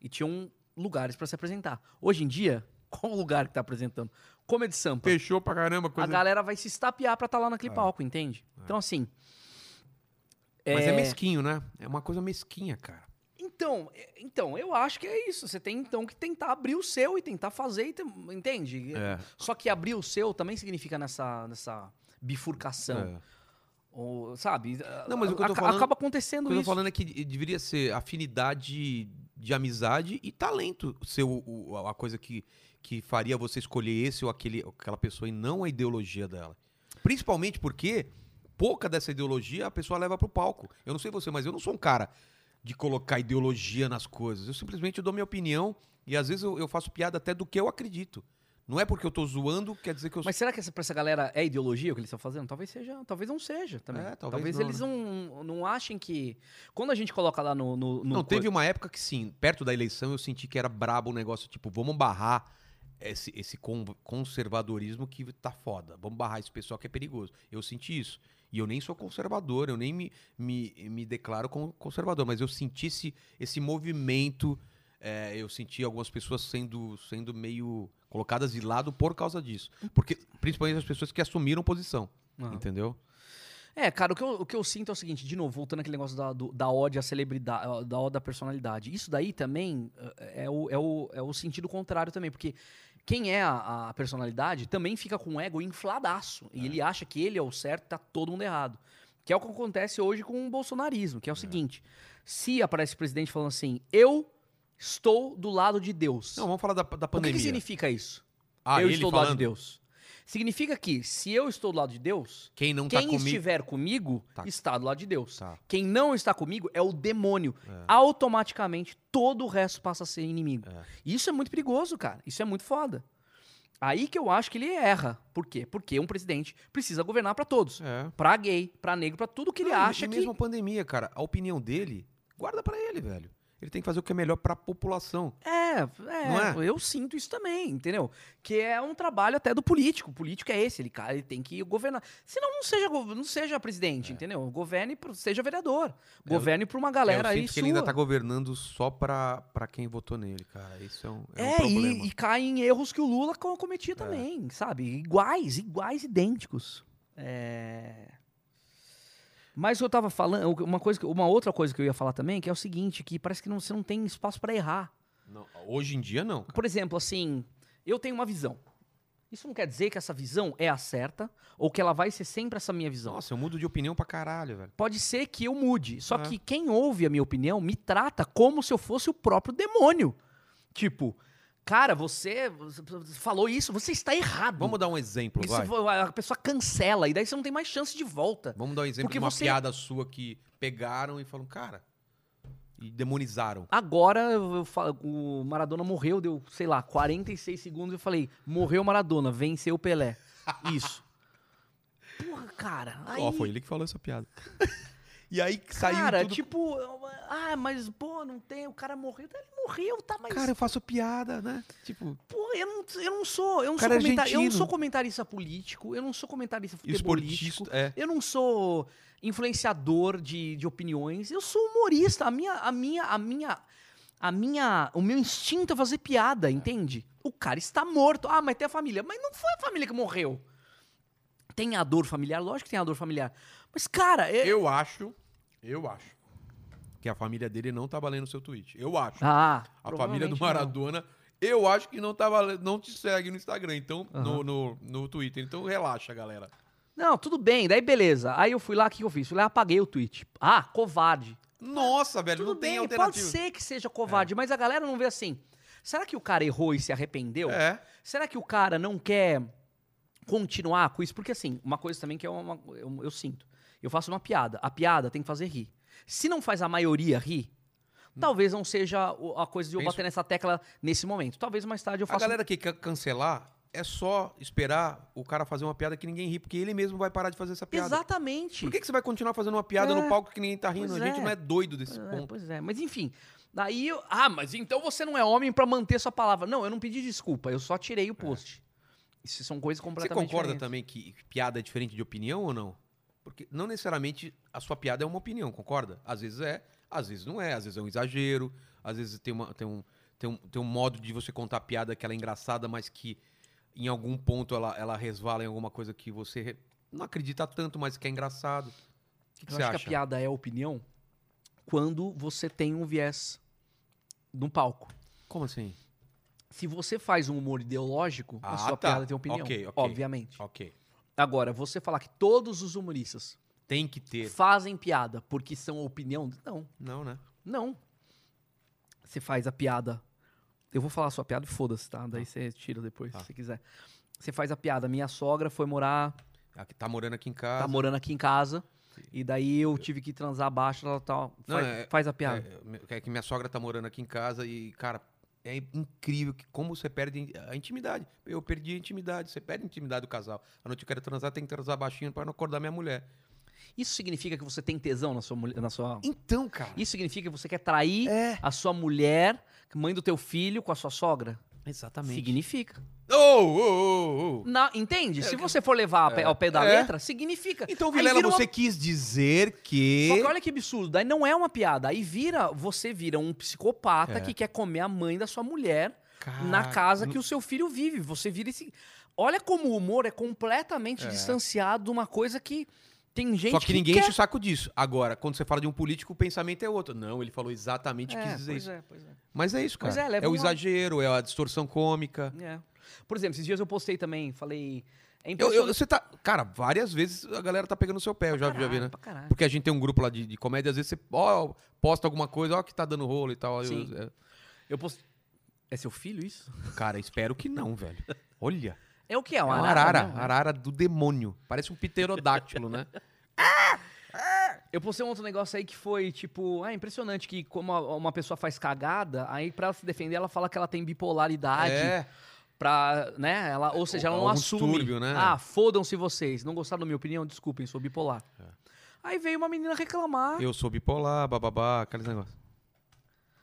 E tinham lugares pra se apresentar. Hoje em dia, *laughs* qual o lugar que tá apresentando? Comedy Sampa. Fechou pra caramba a A coisa. galera vai se estapear pra estar lá naquele É. palco, entende? Então assim, Mas é mesquinho, né? É uma coisa mesquinha, cara. Então, é- então, eu acho que é isso. Você tem então que tentar abrir o seu e tentar fazer, e tem- entende? É. Só que abrir o seu também significa nessa, nessa bifurcação. É. Ou, sabe? Não, mas o que eu tô Aca- falando- Acaba O acontecendo que eu tô isso. falando é que deveria ser afinidade de amizade e talento ser o- o- a coisa que, que faria você escolher esse ou aquele, aquela pessoa e não a ideologia dela. Principalmente porque pouca dessa ideologia a pessoa leva pro palco. Eu não sei você, mas eu não sou um cara de colocar ideologia nas coisas. Eu simplesmente dou minha opinião e às vezes eu, eu faço piada até do que eu acredito. Não é porque eu tô zoando, quer dizer que eu Mas será que essa, pra essa galera é ideologia o que eles estão fazendo? Talvez seja, talvez não seja também. É, talvez talvez não, eles não, não achem que. Quando a gente coloca lá no. no, no Não, teve um coi- uma época que sim, perto da eleição eu senti que era brabo o negócio, tipo, vamos barrar esse, esse con- conservadorismo que tá foda, vamos barrar esse pessoal que é perigoso. Eu senti isso. E eu nem sou conservador, eu nem me, me, me declaro como conservador, mas eu senti esse, esse movimento, é, eu senti algumas pessoas sendo, sendo meio colocadas de lado por causa disso. Porque, principalmente as pessoas que assumiram posição, Hum. Ah. entendeu? É, cara, o que, eu, o que eu sinto é o seguinte, de novo, voltando aquele negócio da, do- da ode à celebridade, ó, da ode à personalidade. Isso daí também eh, é o, é, o, é o sentido contrário também, porque quem é a, a personalidade também fica com o ego infladaço. E ele acha que ele é o certo, tá todo mundo errado. Que é o que acontece hoje com o bolsonarismo, que é o seguinte: se aparece o presidente falando assim, eu estou do lado de Deus. Não, vamos falar da, da o que pandemia. que significa isso? Ah, eu ele estou do lado falando, de Deus. Significa que se eu estou do lado de Deus, quem não tá quem comigo... estiver comigo Tá. está do lado de Deus. Tá. Quem não está comigo é o demônio. É. Automaticamente todo o resto passa a ser inimigo. É. Isso é muito perigoso, cara. Isso é muito foda. Aí que eu acho que ele erra. Por quê? Porque um presidente precisa governar pra todos. É. Pra gay, pra negro, pra tudo que ele Não, e- acha e que mesmo a pandemia, cara, a opinião dele, guarda pra ele, velho. Ele tem que fazer o que é melhor pra população. é É, é, Não eu sinto isso também, entendeu? Que é um trabalho até do político. O político é esse, ele, cara, ele tem que governar. Senão não seja, gov- não seja presidente, entendeu? Governe, pro- seja É, vereador. eu- Governe pra uma galera eu aí sinto que ele ainda sua. tá governando só pra, pra quem votou nele, cara. Isso é um, é um É, problema. É. e, e cai em erros que o Lula co- cometia também, sabe? Iguais, iguais, idênticos. É... Mas eu tava falando, uma, coisa, que- uma outra coisa que eu ia falar também, que é o seguinte, que parece que não- você não tem espaço pra errar. Não, hoje em dia, não. cara. Por exemplo, assim, eu tenho uma visão. Isso não quer dizer que essa visão é a certa, ou que ela vai ser sempre essa minha visão. Nossa, eu mudo de opinião pra caralho, velho. Pode ser que eu mude. Só É. que quem ouve a minha opinião me trata como se eu fosse o próprio demônio. Tipo, cara, você você falou isso, você está errado. Vamos dar um exemplo, Isso vai. foi- a pessoa cancela e daí você não tem mais chance de volta. Vamos dar um exemplo Porque de uma você- piada sua que pegaram e falaram, cara, e demonizaram. Agora eu- eu falo- o Maradona morreu, deu, sei lá, 46 segundos e eu falei: morreu Maradona, venceu o Pelé. *laughs* Isso. Porra, cara. Aí, Ó, foi ele que falou essa piada. *laughs* e aí que saiu cara, tudo... tipo, eu- ah, mas pô, não tem, o cara morreu, tá, ele morreu, tá, mas Cara, eu faço piada, né? Tipo, Pô, eu não, eu não sou, eu não, Cara sou comentar- eu não argentino. sou comentarista político, eu não sou comentarista futebolístico, esportista, é. eu não sou influenciador de, de opiniões, eu sou humorista, a minha, a minha, a minha, a minha, o meu instinto é fazer piada, entende? O cara está morto, ah, mas tem a família, mas não foi a família que morreu. Tem a dor familiar, lógico que tem a dor familiar, mas cara, é eu... Eu acho, eu acho, que a família dele não tá valendo o seu tweet. Eu acho. ah, a família do provavelmente não. Maradona, eu acho que não, tá valendo, não te segue no Instagram, então, Aham. no, no, no Twitter. Então relaxa, galera. Não, tudo bem, daí beleza. Aí eu fui lá, o que que eu fiz? Fui lá e apaguei o tweet. Ah, covarde. Nossa, velho, Tudo não tem bem, pode alternativa. É. ser que seja covarde, mas a galera não vê assim. Será que o cara errou e se arrependeu? É. Será que o cara não quer continuar com isso? Porque, assim, uma coisa também que é uma- eu, eu sinto. Eu faço uma piada. A piada tem que fazer rir. Se não faz a maioria rir, talvez não seja o- a coisa de eu Hum. Penso- bater nessa tecla nesse momento. Talvez mais tarde eu A faça. galera que quer cancelar é só esperar o cara fazer uma piada que ninguém ri, porque ele mesmo vai parar de fazer essa piada. Exatamente. Por que, que você vai continuar fazendo uma piada É. no palco que ninguém tá rindo? Pois a gente é. não é doido desse Pois é, ponto. Pois é, mas enfim. Daí eu, Ah, mas então você não é homem pra manter sua palavra. Não, eu não pedi desculpa, eu só tirei o post. Isso são coisas É. Você completamente concorda diferentes. também que piada é diferente de opinião ou não? Porque não necessariamente a sua piada é uma opinião, concorda? Às vezes é, às vezes não é, às vezes é um exagero, às vezes tem, uma- tem um, tem, um, tem um modo de você contar a piada que ela é engraçada, mas que em algum ponto ela, ela resvala em alguma coisa que você re- não acredita tanto, mas que é engraçado. O que, que Eu você acho acha? que a piada é opinião quando você tem um viés no palco. Como assim? Se você faz um humor ideológico, a Ah, sua tá. piada tem opinião, Ok, ok. obviamente. Ok. Agora, você falar que todos os humoristas Tem que ter. fazem piada porque são opinião, não. Não, né? Não. Você faz a piada. Eu vou falar a sua piada e foda-se, tá? Daí você tira depois, Tá. se você quiser. Você faz a piada. Minha sogra foi morar, Ah, que Tá morando aqui em casa. tá morando aqui em casa. E daí eu tive que transar abaixo, tal, tal. Não, Faz, é- faz a piada. É, é que minha sogra tá morando aqui em casa e, cara, é incrível que como você perde a intimidade. Eu perdi a intimidade, você perde a intimidade do casal. A noite eu quero transar, tem que transar baixinho pra não acordar minha mulher. Isso significa que você tem tesão na sua mulher. Na sua... Então, cara. Isso significa que você quer trair É. a sua mulher, mãe do teu filho, com a sua sogra? Exatamente. Significa. Ô, ô, ô, ô. Na- entende? Se você for levar a pé- ao pé da É. letra, significa. Então, Aí Vilela, vira uma você quis dizer que. Só que olha que absurdo, daí não é uma piada. Aí vira, você vira um psicopata É. Ah, que quer comer a mãe da sua mulher Cara, na casa não- que o seu filho vive. Você vira esse. Olha como o humor é completamente É. distanciado de uma coisa que tem gente Só que, ninguém quer. enche o saco disso. Agora, quando você fala de um político, o pensamento é outro. Não, ele falou exatamente o que É, quis dizer pois isso. é, pois é. Mas é isso, cara. Pois é, leva o uma- exagero, é a distorção cômica. É. Por exemplo, esses dias eu postei também, falei. É Eu, eu- impressionante. você tá. Cara, várias vezes a galera tá pegando seu pé, eu já, já vi, Caralho, né? pra caralho. Porque a gente tem um grupo lá de, de comédia, às vezes você ó, posta alguma coisa, ó, que tá dando rolo e tal. aí eu- Sim. é. Eu postei. É seu filho isso? cara, espero que não, velho. Olha. É o que é? É Uma uma arara, arara, *laughs* não, né? arara do demônio. Parece um pterodáctilo, *laughs* né? Eu postei um outro negócio aí que foi, tipo, ah, impressionante que como a- uma pessoa faz cagada, aí pra ela se defender, ela fala que ela tem bipolaridade. Pra, né? Ela, ou seja, ela não É. Algum assume. distúrbio, né? Ah, fodam-se vocês. Não gostaram da minha opinião? Desculpem, sou bipolar. É. Aí veio uma menina reclamar. Eu sou bipolar, bababá, aqueles negócios.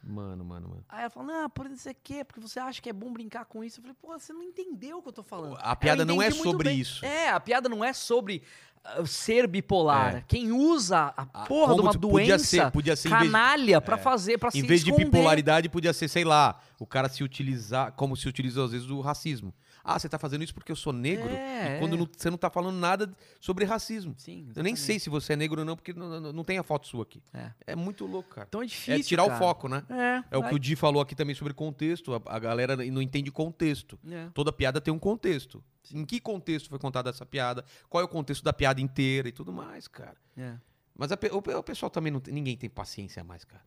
Mano, mano, mano. Aí ela falou, não, por isso aqui, porque você acha que é bom brincar com isso. Eu falei, pô, você não entendeu o que eu tô falando. A piada Eu não é entendi muito sobre bem. isso. É, a piada não é sobre ah, ser bipolar. É. Quem usa a Ah, porra de como uma se- doença podia ser, podia ser em vez de- é. canalha pra fazer, pra se Em vez de esconder. bipolaridade, podia ser, sei lá, o cara se utilizar, como se utiliza às vezes o racismo. Ah, você tá fazendo isso porque eu sou negro? É, e quando é. não- você não tá falando nada sobre racismo. Sim, Eu nem exatamente. sei se você é negro ou não, porque não, não- não tem a foto sua aqui. É. muito louco, cara. Então é difícil, é tirar cara. o foco, né? É, É o que aí- o Di falou aqui também sobre contexto. A, a galera não entende contexto. é. Toda piada tem um contexto. Em que contexto foi contada essa piada? Qual é o contexto da piada inteira e tudo mais, cara? É. Mas a pe- o, pe- o pessoal também não tem, ninguém tem paciência mais, cara.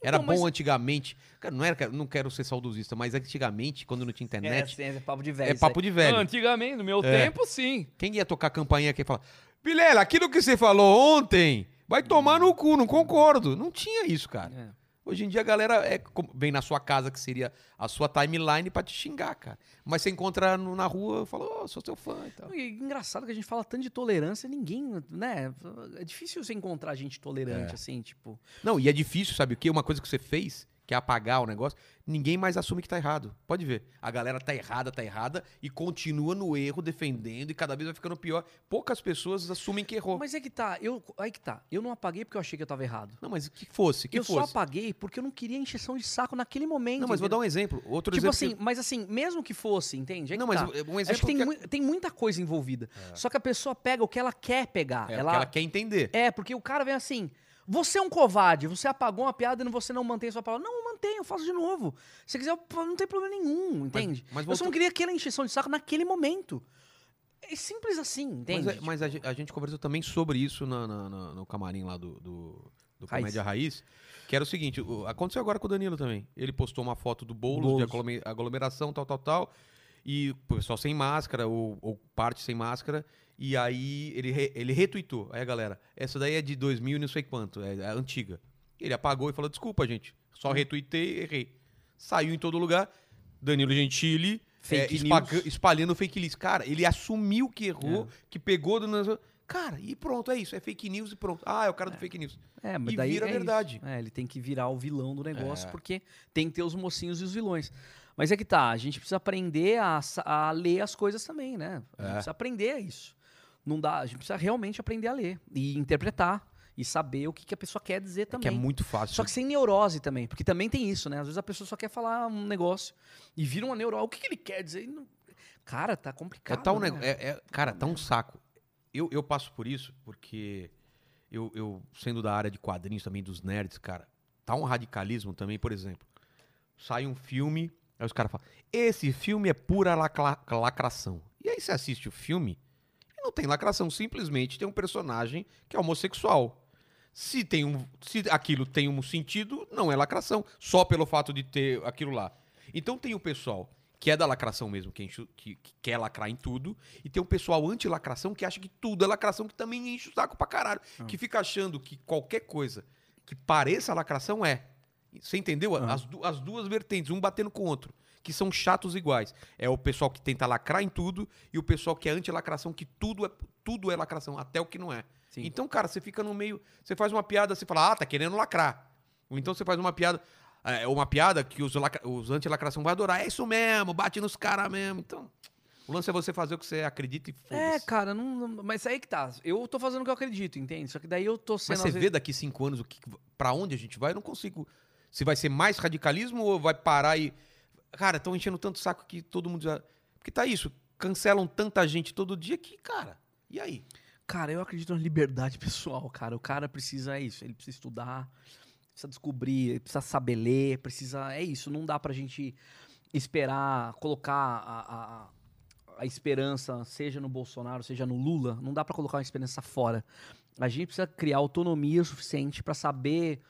Era Então, mas- bom antigamente. Cara, não era, não quero ser saudosista, mas antigamente, quando não tinha É, internet, sim, é papo de é, velho. isso papo de velho. Antigamente, no meu É. tempo, sim. Quem ia tocar campainha aqui e falar: Vilela, aquilo que você falou ontem vai tomar no cu, não concordo. Não tinha isso, cara. É. Hoje em dia a galera é como- vem na sua casa, que seria a sua timeline, pra te xingar, cara. Mas você encontra no- na rua e fala: Ô, sou seu fã e tal. Então, E Engraçado que a gente fala tanto de tolerância, ninguém, né? É difícil você encontrar gente tolerante, É. assim, tipo. Não, e é difícil, sabe o quê? Uma coisa que você fez, que é apagar o negócio, ninguém mais assume que tá errado. Pode ver. A galera tá errada, tá errada, e continua no erro, defendendo, e cada vez vai ficando pior. Poucas pessoas assumem que errou. Mas é que tá, eu, aí que tá. Eu não apaguei porque eu achei que eu tava errado. Não, mas que fosse, que eu só fosse. apaguei porque eu não queria encheção de saco naquele momento. Não, mas vou entendeu? dar um exemplo. Outro Tipo exemplo. assim, mas assim, mesmo que fosse, entende? É não, que mas tá. um exemplo Acho que tem, que, mui- tem muita coisa envolvida. Só que a pessoa pega o que ela quer pegar. é, o ela, que ela quer entender. É, porque o cara vem assim. Você é um covarde, você apagou uma piada e você não mantém a sua palavra. Não, eu mantenho, eu faço de novo. Se quiser, eu- não tem problema nenhum, É, entende? mas eu só voltou- não queria aquela encheção de saco naquele momento. É simples assim, entende? Mas, a- mas a, ge- a gente conversou também sobre isso na- na- na- no camarim lá do, do, do Raiz. Comédia Raiz, que era o seguinte, o- aconteceu agora com o Danilo também. Ele postou uma foto do Boulos, de Boulos. aglome- aglomeração, tal, tal, tal, e o pessoal sem máscara, ou, ou parte sem máscara, e aí ele, re- ele retweetou. Aí a galera, essa daí é de 2000 e não sei quanto, é, é antiga. Ele apagou e falou, desculpa, gente, Hum. só retuitei, errei. Saiu em todo lugar, Danilo Gentili... Fake é, news. É. espaca- espalhando fake news. Cara, ele assumiu que errou, que pegou do. Cara, e pronto, é isso. É fake news e pronto. Ah, é o cara do fake news. É, mas E daí vira é verdade. isso. É, ele tem que virar o vilão do negócio, É. porque tem que ter os mocinhos e os vilões. Mas é que tá, a gente precisa aprender a, sa- a ler as coisas também, né? A gente É. precisa aprender isso. Não dá, a gente precisa realmente aprender a ler e interpretar e saber o que, que a pessoa quer dizer Que é também. muito fácil. Só que sem neurose também, porque também tem isso, né? Às vezes a pessoa só quer falar um negócio e vira uma neurose. O que, que ele quer dizer? E não- Cara, tá é complicado. tal né? nego- é- é- cara, tá um saco. Eu, eu passo por isso porque eu, eu, sendo da área de quadrinhos também, dos nerds, cara, tá um radicalismo também, por exemplo. Sai um filme, aí os caras falam: esse filme é pura lacra- lacração. E aí você assiste o filme e não tem lacração, simplesmente tem um personagem que é homossexual. Se, tem um, se aquilo tem um sentido, não é lacração, só pelo fato de ter aquilo lá. Então tem o pessoal que é da lacração mesmo, que, enche o- que- que quer lacrar em tudo, e tem o pessoal anti-lacração que acha que tudo é lacração, que também enche o saco pra caralho, que fica achando que qualquer coisa que pareça lacração é. Você entendeu? Ah. As, du- as duas vertentes, um batendo com o outro, que são chatos iguais. É o pessoal que tenta lacrar em tudo e o pessoal que é anti-lacração, que tudo é, tudo é lacração, até o que não é. Sim. Então, cara, você fica no meio. Você faz uma piada, você fala, ah, tá querendo lacrar. Ou então você faz uma piada. É uma piada que os, lacra- os anti-lacração vão adorar. É isso mesmo, bate nos caras mesmo. Então, o lance é você fazer o que você acredita e É, foda-se. cara, não, não- mas aí que tá. Eu tô fazendo o que eu acredito, entende? Só que daí eu tô sendo. Mas você às vê vezes- daqui cinco anos o que, pra onde a gente vai, eu não consigo. Se vai ser mais radicalismo ou vai parar e. Cara, estão enchendo tanto saco que todo mundo já. Porque tá isso, cancelam tanta gente todo dia que, cara, e aí? Cara, eu acredito na liberdade *laughs* pessoal, cara. O cara precisa é isso, ele precisa estudar, precisa descobrir, ele precisa saber ler, precisa. É isso, não dá pra gente esperar, colocar a, a- a- a esperança, seja no Bolsonaro, seja no Lula, não dá pra colocar uma esperança fora. A gente precisa criar autonomia o suficiente pra saber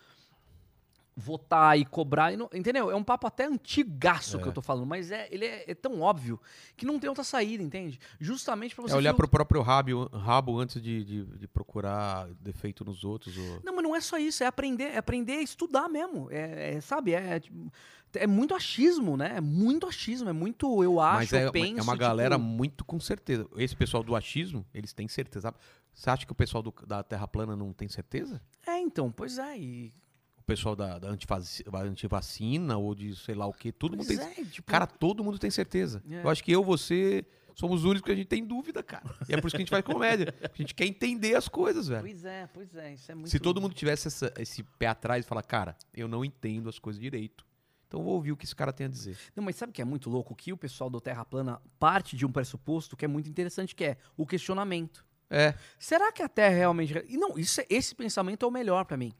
votar e cobrar. e não- entendeu? É um papo até antigaço que eu tô falando, mas é, ele é, é tão óbvio que não tem outra saída, entende? Justamente pra você é olhar filtrar- pro próprio rabo, rabo antes de, de- de procurar defeito nos outros. Ou... Não, mas não é só isso, é aprender, é aprender a estudar mesmo. É, é, sabe, é, é, tipo, é muito achismo, né? É muito achismo, é muito eu acho, Mas é, eu uma- penso. é uma tipo, galera muito com certeza. Esse pessoal do achismo, eles têm certeza. Você acha que o pessoal do- da Terra Plana não tem certeza? É, então, pois é. E, O pessoal da, da antifaz- antivacina ou de sei lá o quê. Todo mundo Pois tem. é, tipo, Cara, todo mundo tem certeza. É. Eu acho que eu, você, somos os únicos que a gente tem dúvida, cara. E é por isso que a gente faz comédia. A gente quer entender as coisas, velho. Pois é, pois é, isso é muito Se todo mundo tivesse essa- esse pé atrás e falar, cara, eu não entendo as coisas direito, então eu vou ouvir o que esse cara tem a dizer. Não, mas sabe o que é muito louco? Que o pessoal do Terra Plana parte de um pressuposto que é muito interessante, que é o questionamento. É. Será que a Terra realmente... E não, isso é- esse pensamento é o melhor pra mim.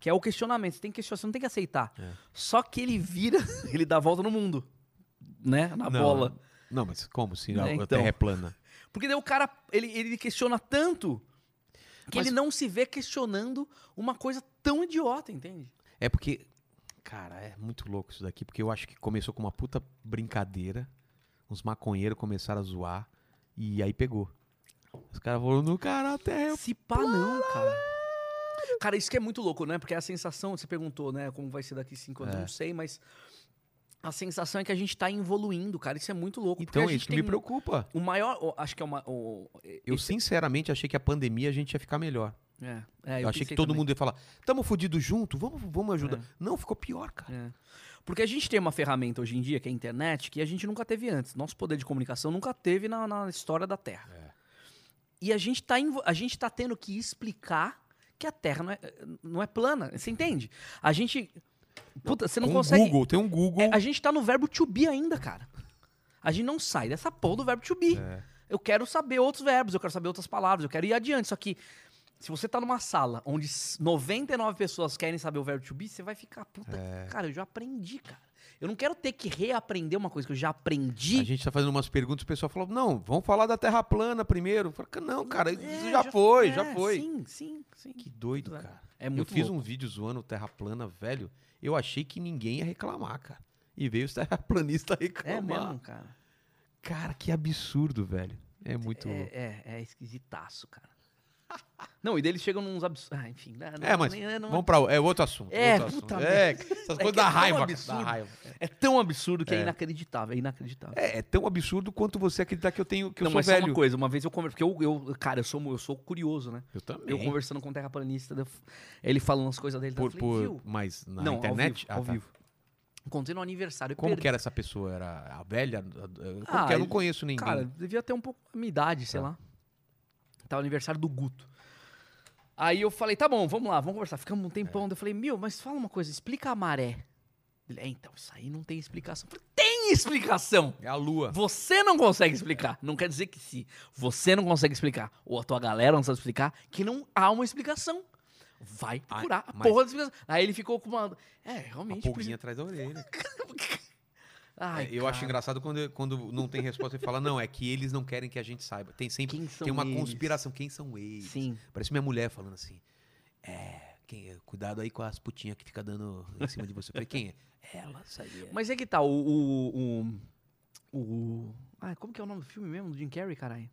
Que é o questionamento. Você tem que questionar, você não tem que aceitar. É. Só que ele vira, *laughs* ele dá a volta no mundo. Né? Na Não, bola. Não, mas como se a, É, a então. Terra é plana? Porque daí o cara, ele, ele questiona tanto que Mas- ele não se vê questionando uma coisa tão idiota, entende? É porque, cara, é muito louco isso daqui, porque eu acho que começou com uma puta brincadeira, uns maconheiros começaram a zoar, e aí pegou. Os caras falando, cara, a Terra é Se pá, não, cara. Cara, isso que é muito louco, né? Porque a sensação, você perguntou, né? Como vai ser daqui cinco anos, É. não sei, mas a sensação é que a gente tá evoluindo, cara. Isso é muito louco. porque Então, a é gente isso que me tem preocupa. O maior, o- acho que é uma. o- Eu esse- sinceramente achei que a pandemia a gente ia ficar melhor. É, é, Eu, achei pensei que todo também. mundo ia falar, tamo fudido junto, vamos, vamos ajudar. É. Não, ficou pior, cara. É. Porque a gente tem uma ferramenta hoje em dia, que é a internet, que a gente nunca teve antes. Nosso poder de comunicação nunca teve na, na história da Terra. É. E a gente, tá invo- a gente tá tendo que explicar que a Terra não é, não é plana. Você entende? A gente. Puta, você não Com o consegue. Google, tem um Google. É, a gente tá no verbo to be ainda, cara. A gente não sai dessa porra do verbo to be. É. Eu quero saber outros verbos, eu quero saber outras palavras, eu quero ir adiante. Só que se você tá numa sala onde s- 99 pessoas querem saber o verbo to be, você vai ficar, puta, É. cara, eu já aprendi, cara. Eu não quero ter que reaprender uma coisa que eu já aprendi. A gente tá fazendo umas perguntas, o pessoal falou, não, vamos falar da Terra plana primeiro. Eu falei, não, cara, isso É, já, foi, é, já foi. Sim, sim, sim. Que doido, É. cara. É muito eu fiz louco. um vídeo zoando o Terra plana, velho. Eu achei que ninguém ia reclamar, cara. E veio os *laughs* terraplanistas É reclamar. mesmo, cara. Cara, que absurdo, velho. É muito louco. É, é, é esquisitaço, cara. *laughs* Não, e daí eles chegam nos absurdos. Ah, enfim. não- É, mas nem- não- vamos pra o- é outro assunto. É, outro puta assunto. merda. É, essas É que coisas é da tão raiva. absurdo. Da raiva. É tão absurdo que é, É. inacreditável, é inacreditável. É, é tão absurdo quanto você acreditar que eu tenho que eu não, sou mas só velho. uma coisa, uma vez eu conversei, porque eu, eu- cara, eu sou, eu sou curioso, né? Eu também. Eu conversando com um terraplanista, daí eu f- ele falando as coisas dele, daí por, eu falei, por, viu? mas na Não, ao internet, vivo, ao tá. vivo. Contei no aniversário. eu Como perdi. que era essa pessoa? Era a velha? Como Ah, que eu não ele- conheço ninguém. Cara, devia ter um pouco a minha idade, sei Tá. lá. Tá o aniversário do Guto. Aí eu falei, tá bom, vamos lá, vamos conversar. Ficamos um É. tempão. daí Eu falei, meu, mas fala uma coisa, explica a maré. Ele, é, então, isso aí não tem explicação. Eu falei, tem explicação! É a lua. Você não consegue explicar. Não quer dizer que se você não consegue explicar, ou a tua galera não sabe explicar, que não há uma explicação. Vai Ah, procurar a mas- porra da explicação. Aí ele ficou com uma. É, A realmente. pulguinha atrás da orelha. precisa- Ai, É, eu acho cara, engraçado quando, quando não tem resposta e fala, não, é que eles não querem que a gente saiba. Tem sempre Quem são tem uma eles? conspiração. Quem são eles? Sim. Parece minha mulher falando assim. É, quem- cuidado aí com as putinhas que fica dando em cima de você. Eu falei, quem é? Ela, isso aí é. Mas é que tá, o. O. o, o- Ah, como que é o nome do filme mesmo? Do Jim Carrey, caralho?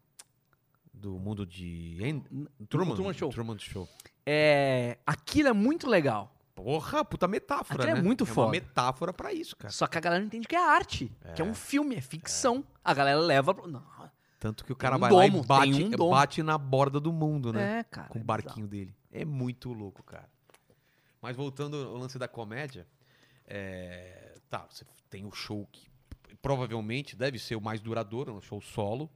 Do mundo de. End- N- Truman, Truman Show. Truman Show. É. Aquilo é muito legal. Porra, puta metáfora, Aquilo né? é muito É uma foda. metáfora pra isso, cara. Só que a galera não entende que é arte, que é um filme, é ficção. A galera leva. pro- Não, Tanto que o cara um vai lá domo, e bate, tem um domo. bate na borda do mundo, né? é, cara. com é o barquinho dele. É muito louco, cara. Mas voltando ao lance da comédia, é, tá, você tem o show que provavelmente deve ser o mais duradouro, um show solo.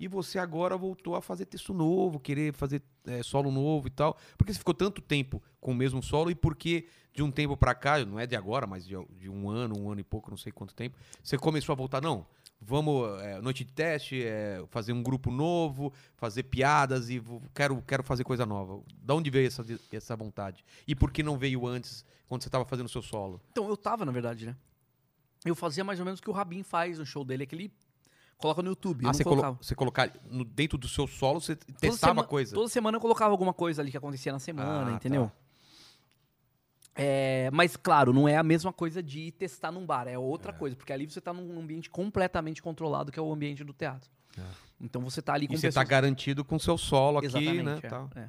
E você agora voltou a fazer texto novo, querer fazer é, solo novo e tal. Por que você ficou tanto tempo com o mesmo solo e por que de um tempo pra cá, não é de agora, mas de, de um ano, um ano e pouco, não sei quanto tempo, você começou a voltar, não, vamos, é, noite de teste, é, fazer um grupo novo, fazer piadas e vou- quero, quero fazer coisa nova. Da onde veio essa, essa vontade? E por que não veio antes, quando você tava fazendo o seu solo? Então, eu tava, na verdade, né? Eu fazia mais ou menos o que o Rabin faz no show dele, é que ele coloca no YouTube. eu não Ah, você, colo- colocava. você colocar no- dentro do seu solo, você Toda testava sema- coisa. Toda semana eu colocava alguma coisa ali que acontecia na Ah, semana, tá. entendeu? É, mas, claro, não é a mesma coisa de ir testar num bar, é outra coisa, porque ali você tá num ambiente completamente controlado, que é o ambiente do teatro. É. Então você tá ali com E você tá pessoas... garantido com o seu solo aqui, Exatamente, né? é, tal. é.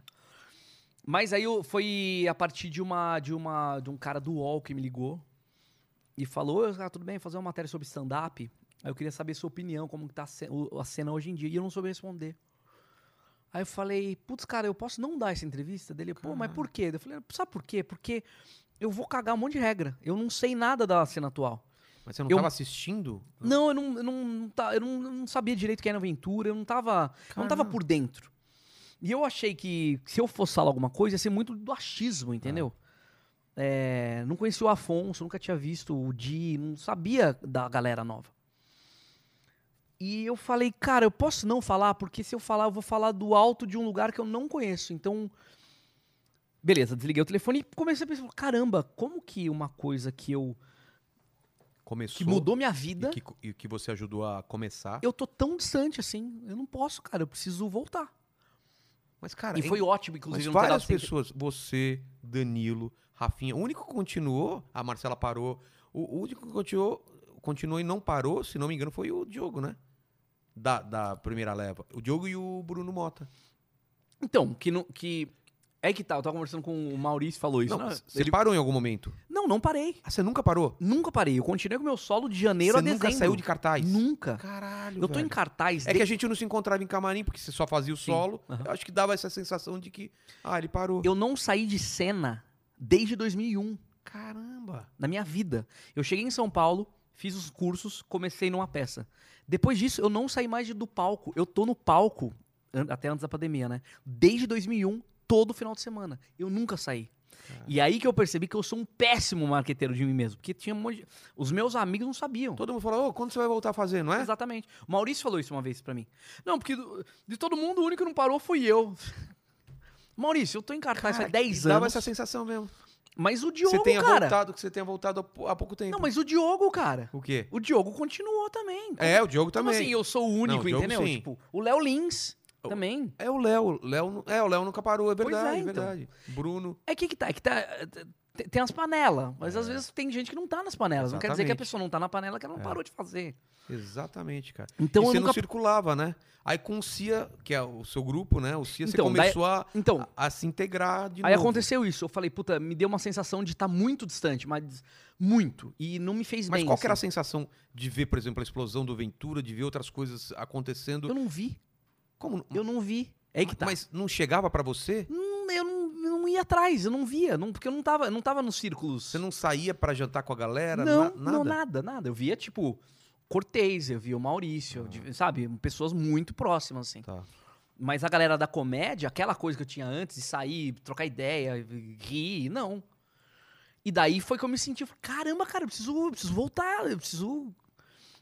Mas aí eu- foi a partir de uma de uma de um cara do UOL que me ligou e falou, "Ô, cara, tudo bem, fazer uma matéria sobre stand-up. Aí eu queria saber sua opinião, como que tá a ce- o- a cena hoje em dia. E eu não soube responder. Aí eu falei, putz, cara, eu posso não dar essa entrevista dele? Pô, mas por quê? Eu falei, sabe por quê? Porque eu vou cagar um monte de regra. Eu não sei nada da cena atual. Mas você não Eu- tava assistindo? Não, eu não, eu não, não tá- eu não, eu não sabia direito quem era a aventura, eu não tava, eu não tava Caramba. por dentro. E eu achei que se eu fosse falar alguma coisa, ia ser muito do achismo, entendeu? Ah. É, não conhecia o Afonso, nunca tinha visto o Di, não sabia da galera nova. E eu falei, cara, eu posso não falar, porque se eu falar, eu vou falar do alto de um lugar que eu não conheço. Então. Beleza, desliguei o telefone e comecei a pensar, caramba, como que uma coisa que eu. Começou. que mudou minha e vida. que, e que você ajudou a começar. Eu tô tão distante assim. Eu não posso, cara. Eu preciso voltar. Mas, cara, e é foi ótimo, inclusive, Mas eu não ter várias dado tempo. pessoas, você, Danilo, Rafinha, o único que continuou, a Marcela parou, o, o único que continuou, continuou e não parou, se não me engano, foi o Diogo, né? Da, da primeira leva. O Diogo e o Bruno Mota. Então, que não. Que... É que tá, eu tava conversando com o Maurício falou isso. não, Não, você ele- parou em algum momento. não, não parei. Ah, você nunca parou? Nunca parei. Eu continuei com meu solo de janeiro você a dezembro. nunca saiu de cartaz? Nunca. Caralho, Eu tô velho. em cartaz. É de- que a gente não se encontrava em camarim, porque você só fazia o solo. aham. Eu acho que dava essa sensação de que, ah, ele parou. Eu não saí de cena desde 2001, Caramba. na minha vida. Eu cheguei em São Paulo, fiz os cursos, comecei numa peça. Depois disso, eu não saí mais de- do palco. Eu tô no palco, an- até antes da pandemia, né? Desde 2001, todo final de semana. Eu nunca saí. E aí que eu percebi que eu sou um péssimo marqueteiro de mim mesmo. Porque tinha um monte de... Os meus amigos não sabiam. Todo mundo falou, ô, quando você vai voltar a fazer, não é? Exatamente. O Maurício falou isso uma vez pra mim. Não, porque do- de todo mundo, o único que não parou fui eu. *laughs* Maurício, eu tô em cartaz há Cara, 10 Dava anos. essa sensação mesmo. Mas o Diogo, você tenha cara. voltado, que você tenha voltado há pou- há pouco tempo. Não, mas o Diogo, cara. O quê? O Diogo continuou também. É, o Diogo Como também. assim, eu sou o Não, único, o Diogo entendeu? sim. Tipo, o Léo Lins Eu- também. É o Léo. Léo nu- é, o Léo nunca parou, é Pois verdade, é, é, então. verdade. Bruno. É que que tá, é que tá é, te- tem as panelas, mas às vezes tem gente que não tá nas panelas. Não quer dizer É. que a Exatamente. pessoa não tá na panela que ela não parou de fazer. Exatamente, cara. Então e eu você nunca... não circulava, né? Aí com o Cia, que é o seu grupo, né? O Cia, Então, você daí- começou a- Então, a, se integrar de Aí novo. aconteceu isso. Eu falei, puta, me deu uma sensação de estar muito distante, mas muito. E não me fez Mas bem. qual que era a assim. sensação de ver, por exemplo, a explosão do Ventura, de ver outras coisas acontecendo? Eu não vi. Como? Eu não vi. É aí que tá. Mas não chegava pra você? Hum, eu, não, eu não ia atrás, eu não via. não- porque eu não tava, eu não tava nos círculos. Você não saía pra jantar com a galera? não, Na- não, nada? nada, nada. Eu via, tipo, Cortez, eu via o Maurício, de- sabe? Pessoas muito próximas, assim. Tá. Mas a galera da comédia, aquela coisa que eu tinha antes de sair, trocar ideia, rir, não. E daí foi que eu me senti, eu falei, caramba, cara, eu preciso, eu preciso voltar, eu preciso.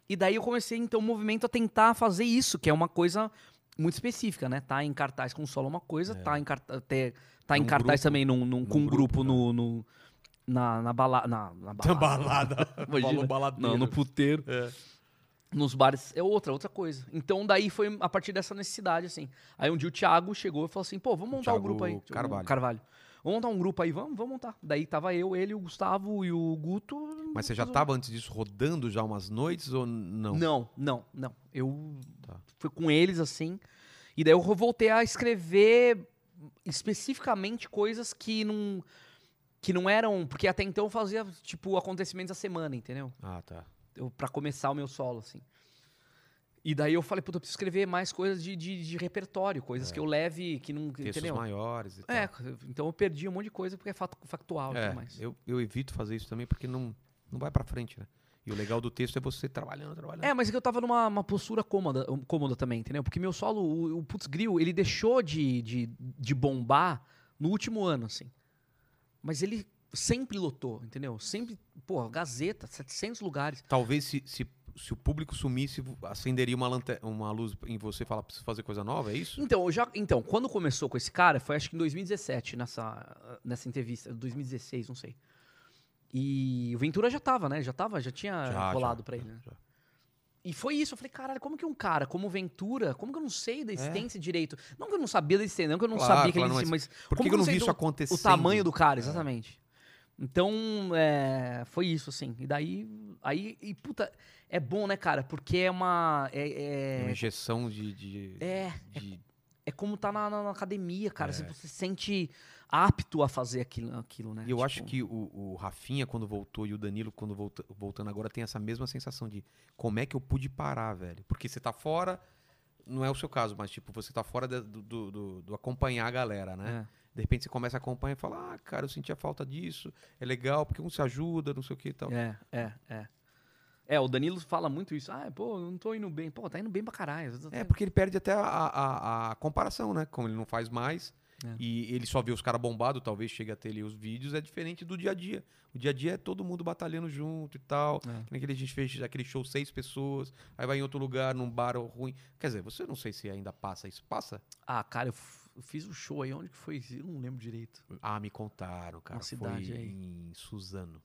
E daí eu comecei, então, o movimento a tentar fazer isso, que é uma coisa muito específica, né? Tá em cartaz com solo é uma coisa, tá em cartaz, ter, tá em Num cartaz grupo. também num, num- com um grupo, grupo no, no- na, na, bala, na, na Tá balada. Imagina. Falou baladeiro. Não, no puteiro. É. Nos bares. É outra, outra coisa. Então, daí foi a partir dessa necessidade, assim. Aí um dia o Thiago chegou e falou assim: pô, vamos montar o Thiago grupo aí. Thiago Carvalho. Vamos montar um grupo aí, vamos, vamos montar. Daí tava eu, ele, o Gustavo e o Guto. Mas você já tava antes disso rodando já umas noites ou não? Não, não, não. Eu Tá. fui com eles, assim. E daí eu voltei a escrever especificamente coisas que não. Que não eram. Porque até então eu fazia, tipo, acontecimentos da semana, entendeu? Ah, tá. eu, pra começar o meu solo, assim. E daí eu falei, puta, eu preciso escrever mais coisas de, de, de repertório, coisas que eu leve, que É. não. Textos entendeu? maiores e tal. É, então eu perdi um monte de coisa porque é fato- factual e É, tudo mais. eu, eu evito fazer isso também porque não, não vai pra frente, né? E o legal do texto é você trabalhando, trabalhando. É, mas é que eu tava numa uma postura cômoda, um, cômoda também, entendeu? Porque meu solo, o, o Putz Grill, ele deixou de, de, de bombar no último ano, assim. Mas ele sempre lotou, entendeu? Sempre, pô, Gazeta, 700 lugares. Talvez se, se, se o público sumisse, vo- acenderia uma, lante- uma luz em você e falar, preciso fazer coisa nova, é isso? Então, eu já, então, quando começou com esse cara, foi acho que em 2017, nessa, nessa entrevista, 2016, não sei. E o Ventura já tava, né? Já tava, já tinha rolado pra ele. né? já. E foi isso, eu falei, caralho, como que um cara como o Ventura, como que eu não sei da É. existência direito? Não que eu não sabia da existência, não que eu não Claro, sabia que claro, ele existia, mas, É. Por Como que, que que eu não você vi viu isso acontecendo? o tamanho do cara, exatamente. Então, é, foi isso, assim. E daí, aí, e puta, é bom, né, cara? Porque é uma... É é- Uma é- injeção de... de, É, de- É como tá na, na- na academia, cara. É. Você, você se sente apto a fazer aquilo, aquilo né? E eu Tipo, acho que o, o Rafinha, quando voltou, e o Danilo, quando volta- voltando agora, tem essa mesma sensação de como é que eu pude parar, velho? Porque você tá fora, não é o seu caso, mas tipo, você tá fora da- do, do- do- do acompanhar a galera, né? É. De repente você começa a acompanhar e fala, ah, cara, eu sentia falta disso, é legal, porque um se ajuda, não sei o que e tal. É, é, é. É, o Danilo fala muito isso. Ah, pô, não tô indo bem. Pô, tá indo bem pra caralho. É, porque ele perde até a, a, a comparação, né? Como ele não faz mais É. e ele só vê os caras bombados, talvez chegue a ter ali os vídeos, é diferente do dia a dia. O dia a dia é todo mundo batalhando junto e tal. É. Que Naquele a gente fez aquele show seis pessoas, aí vai em outro lugar, num bar ruim. Quer dizer, você não sei se ainda passa isso. Passa? Ah, cara, eu, f- eu fiz um show aí. Onde que foi? Eu não lembro direito. Ah, me contaram, cara. Uma cidade foi aí. em Suzano.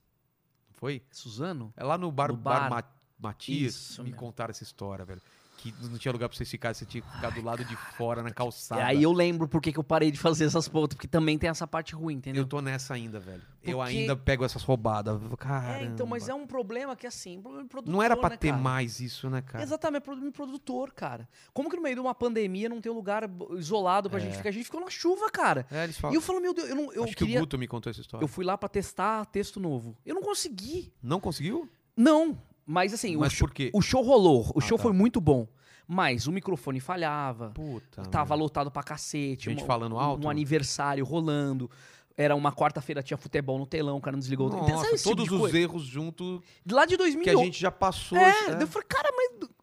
Não foi? Suzano? É lá no bar, No bar. bar. Ma- Matias, Isso me mesmo. contaram essa história, velho. Que não tinha lugar pra vocês ficarem, você tinha que ficar do lado de fora, na calçada. É Aí eu lembro porque que eu parei de fazer essas pontas, porque também tem essa parte ruim, entendeu? Eu tô nessa ainda, velho. Eu Porque- ainda pego essas roubadas. Caramba. É, então, mas é um problema que assim, um problema de produtor, Não era pra né, ter cara? mais isso, né, cara? Exatamente, é problema de produtor, cara. Como que no meio de uma pandemia não tem um lugar bo- isolado pra gente ficar? A gente ficou na chuva, cara. É, eles falam. E eu falo, meu Deus, eu não eu Acho que o queria Guto me contou essa história. eu fui lá pra testar texto novo. Eu não consegui. Não conseguiu? Não, mas assim, o, mas show, por quê? o show rolou, o Ah, show tá. foi muito bom, mas o microfone falhava. Puta. Tava meu. lotado pra cacete. Tá, Gente uma- falando alto? Um aniversário rolando. Era uma quarta-feira, tinha futebol no telão, o cara não desligou. o telão. Sabe Nossa, esse tipo todos de os coisa? erros junto Lá de que a 2008. gente já passou. um. É, né? daí eu falei, cara, mas... do-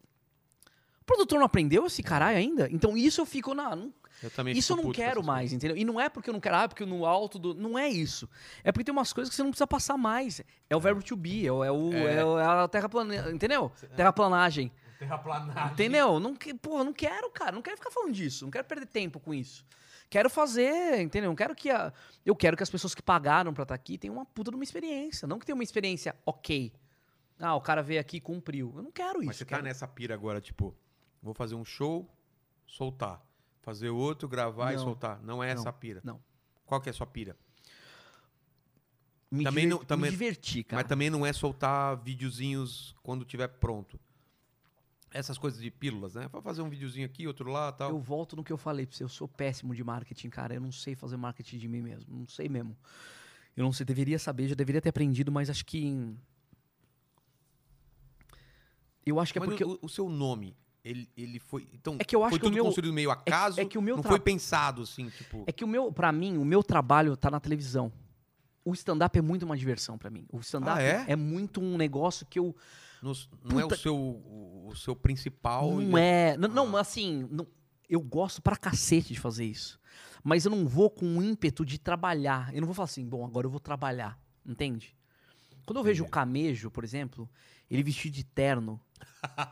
O produtor não aprendeu esse caralho ainda? Então isso eu fico na... não- Eu também isso eu fico não puto com quero essas mais, entendeu? E não é porque eu não quero, ah, porque no alto do... Não é isso. É porque tem umas coisas que você não precisa passar mais. É o verbo to be, é o... É, o, É. é o- é a terra plana... Entendeu? Terraplanagem. coisas. Terraplanagem. Entendeu? Não, que- porra, não quero, cara. Não quero ficar falando disso. Não quero perder tempo com isso. Quero fazer, entendeu? Não quero que a, eu quero que as pessoas que pagaram pra estar aqui tenham uma puta de uma experiência. Não que tenha uma experiência ok. Ah, o cara veio aqui e cumpriu. Eu não quero isso. Mas você tá cara. nessa pira agora, tipo, vou fazer um show, soltar. Fazer outro, gravar e Não. soltar. Não é Não. essa a pira. Não. Qual que é a sua pira? me Também diver- não- também- me divertir, cara. Mas também não é soltar videozinhos quando tiver pronto. Essas coisas de pílulas, né? Pra fazer um videozinho aqui, outro lá tal. Eu volto no que eu falei pra você. Eu sou péssimo de marketing, cara. Eu não sei fazer marketing de mim mesmo. Não sei mesmo. Eu não sei. Deveria saber, já deveria ter aprendido, mas acho que. em- Eu acho que Mas é porque. o, o seu nome, ele, ele foi. Então, É que eu acho foi que o tudo meu- construído meio acaso. é que o meu não tra- foi pensado, assim, tipo. É que o meu, para mim, o meu trabalho tá na televisão. O stand-up é muito uma diversão pra mim. O stand-up Ah, é? muito um negócio que eu nos- não é o puta- seu, o, o seu principal. não e- é, não, não, assim, não- eu gosto pra cacete de fazer isso. Mas eu não vou com o ímpeto de trabalhar. Eu não vou falar assim, bom, agora eu vou trabalhar, entende? Quando eu vejo o Entendi. Camejo, por exemplo, ele vestido de terno.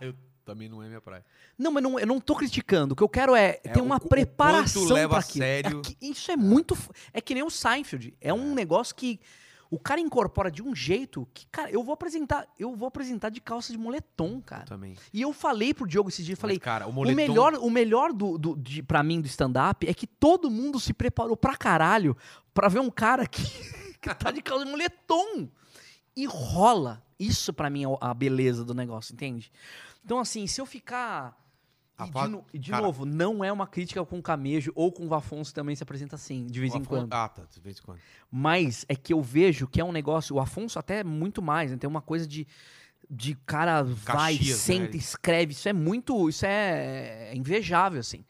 eu também não é minha praia. Não, mas não, eu não tô criticando. O que eu quero é, É, ter o uma qu- o preparação quanto leva pra a aquilo. sério. É que- isso é muito. f- É que nem o Seinfeld. É um negócio que o cara incorpora de um jeito que, cara, eu vou apresentar, eu vou apresentar de calça de moletom, Eu cara. também. E eu falei pro Diogo esses dias, eu falei, Mas, cara, o, o um moletom, melhor, o melhor do, do, de, pra mim do stand-up é que todo mundo se preparou pra caralho pra ver um cara que, *laughs* que tá de calça de moletom e rola. Isso pra mim é o- a beleza do negócio, entende? Então, assim, se eu ficar. A e fa- de, no- e de cara- novo, não é uma crítica com o Camejo ou com o Vafonso também se apresenta assim, de vez o em Afonso- quando. Ah, tá, de vez em quando. Mas é que eu vejo que é um negócio. O Afonso até muito mais, né? Tem uma coisa de. De cara vai, Caxias, senta, né? escreve. Isso é muito. Isso é invejável, assim.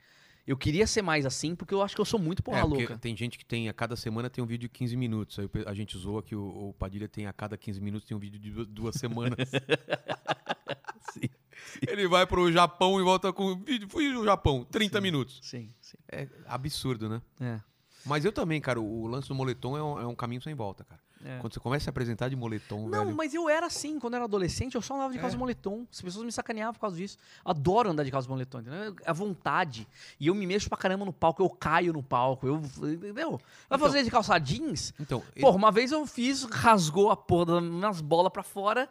Eu queria ser mais assim, porque eu acho que eu sou muito porra é, porque louca. Tem gente que tem, a cada semana tem um vídeo de 15 minutos. Aí o pe- a gente zoa que o, o Padilha tem, a cada 15 minutos tem um vídeo de du- duas *laughs* semanas. Ele vai pro Japão e volta com um vídeo. Fui no Japão, 30 minutos. Sim, sim. É absurdo, né? É. Mas eu também, cara, o lance do moletom é um, é um caminho sem volta, cara. É. Quando você começa a se apresentar de moletom, Não, Um velho. mas eu era assim. Quando eu era adolescente, eu só andava de calça É. de moletom. As pessoas me sacaneavam por causa disso. Adoro andar de calça de moletom, entendeu? É A vontade. E eu me mexo pra caramba no palco, eu caio no palco. Eu, entendeu? Vai Então- fazer de calça jeans? Então, Porra, uma vez eu fiz, rasgou a porra das minhas bolas pra fora.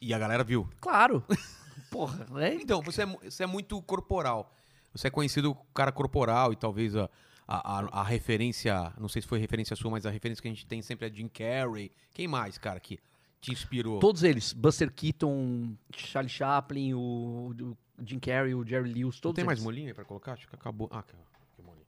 e a galera viu. Claro. *laughs* Porra, né? Então, você é, mu- você é muito corporal. Você é conhecido como cara corporal e talvez a, a, a- a referência, não sei se foi referência sua, mas a referência que a gente tem sempre é Jim Carrey. Quem mais, cara, que te inspirou? Todos eles. Buster Keaton, Charlie Chaplin, o, o Jim Carrey, o Jerry Lewis, não todos tem mais eles. molinha aí pra colocar? Acho que acabou. Ah, que, que molinha.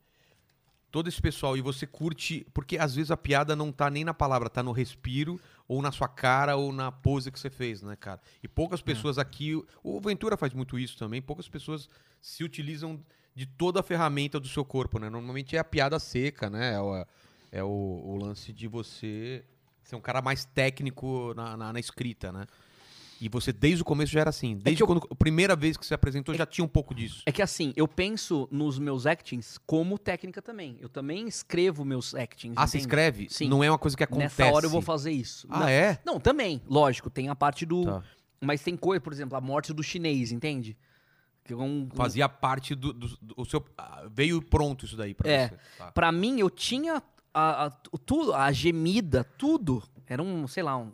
Todo esse pessoal, e você curte, porque às vezes a piada não tá nem na palavra, tá no respiro, ou na sua cara, ou na pose que você fez, né, cara? E É. poucas pessoas aqui, o Ventura faz muito isso também, poucas pessoas se utilizam de toda a ferramenta do seu corpo, né? Normalmente é a piada seca, né? É o- É o, o lance de você ser um cara mais técnico na, na- na escrita, né? E você, desde o começo, já era assim. Desde É eu- quando a primeira vez que você apresentou, já tinha um pouco disso. É que assim, eu penso nos meus actings como técnica também. Eu também escrevo meus actings. Ah, você entende? escreve? Sim. Não é uma coisa que acontece. Nessa hora eu vou fazer isso. Ah, não, Tá. é? não, também, lógico, tem a parte do. Tá. Mas tem coisa, por exemplo, a morte do chinês, entende? Que é um, um- Fazia parte do, do- do- o seu. ah, Veio pronto isso daí pra É. você. Tá. Pra mim, eu tinha a, a- o tudo, a gemida, tudo. Era um, sei lá, um.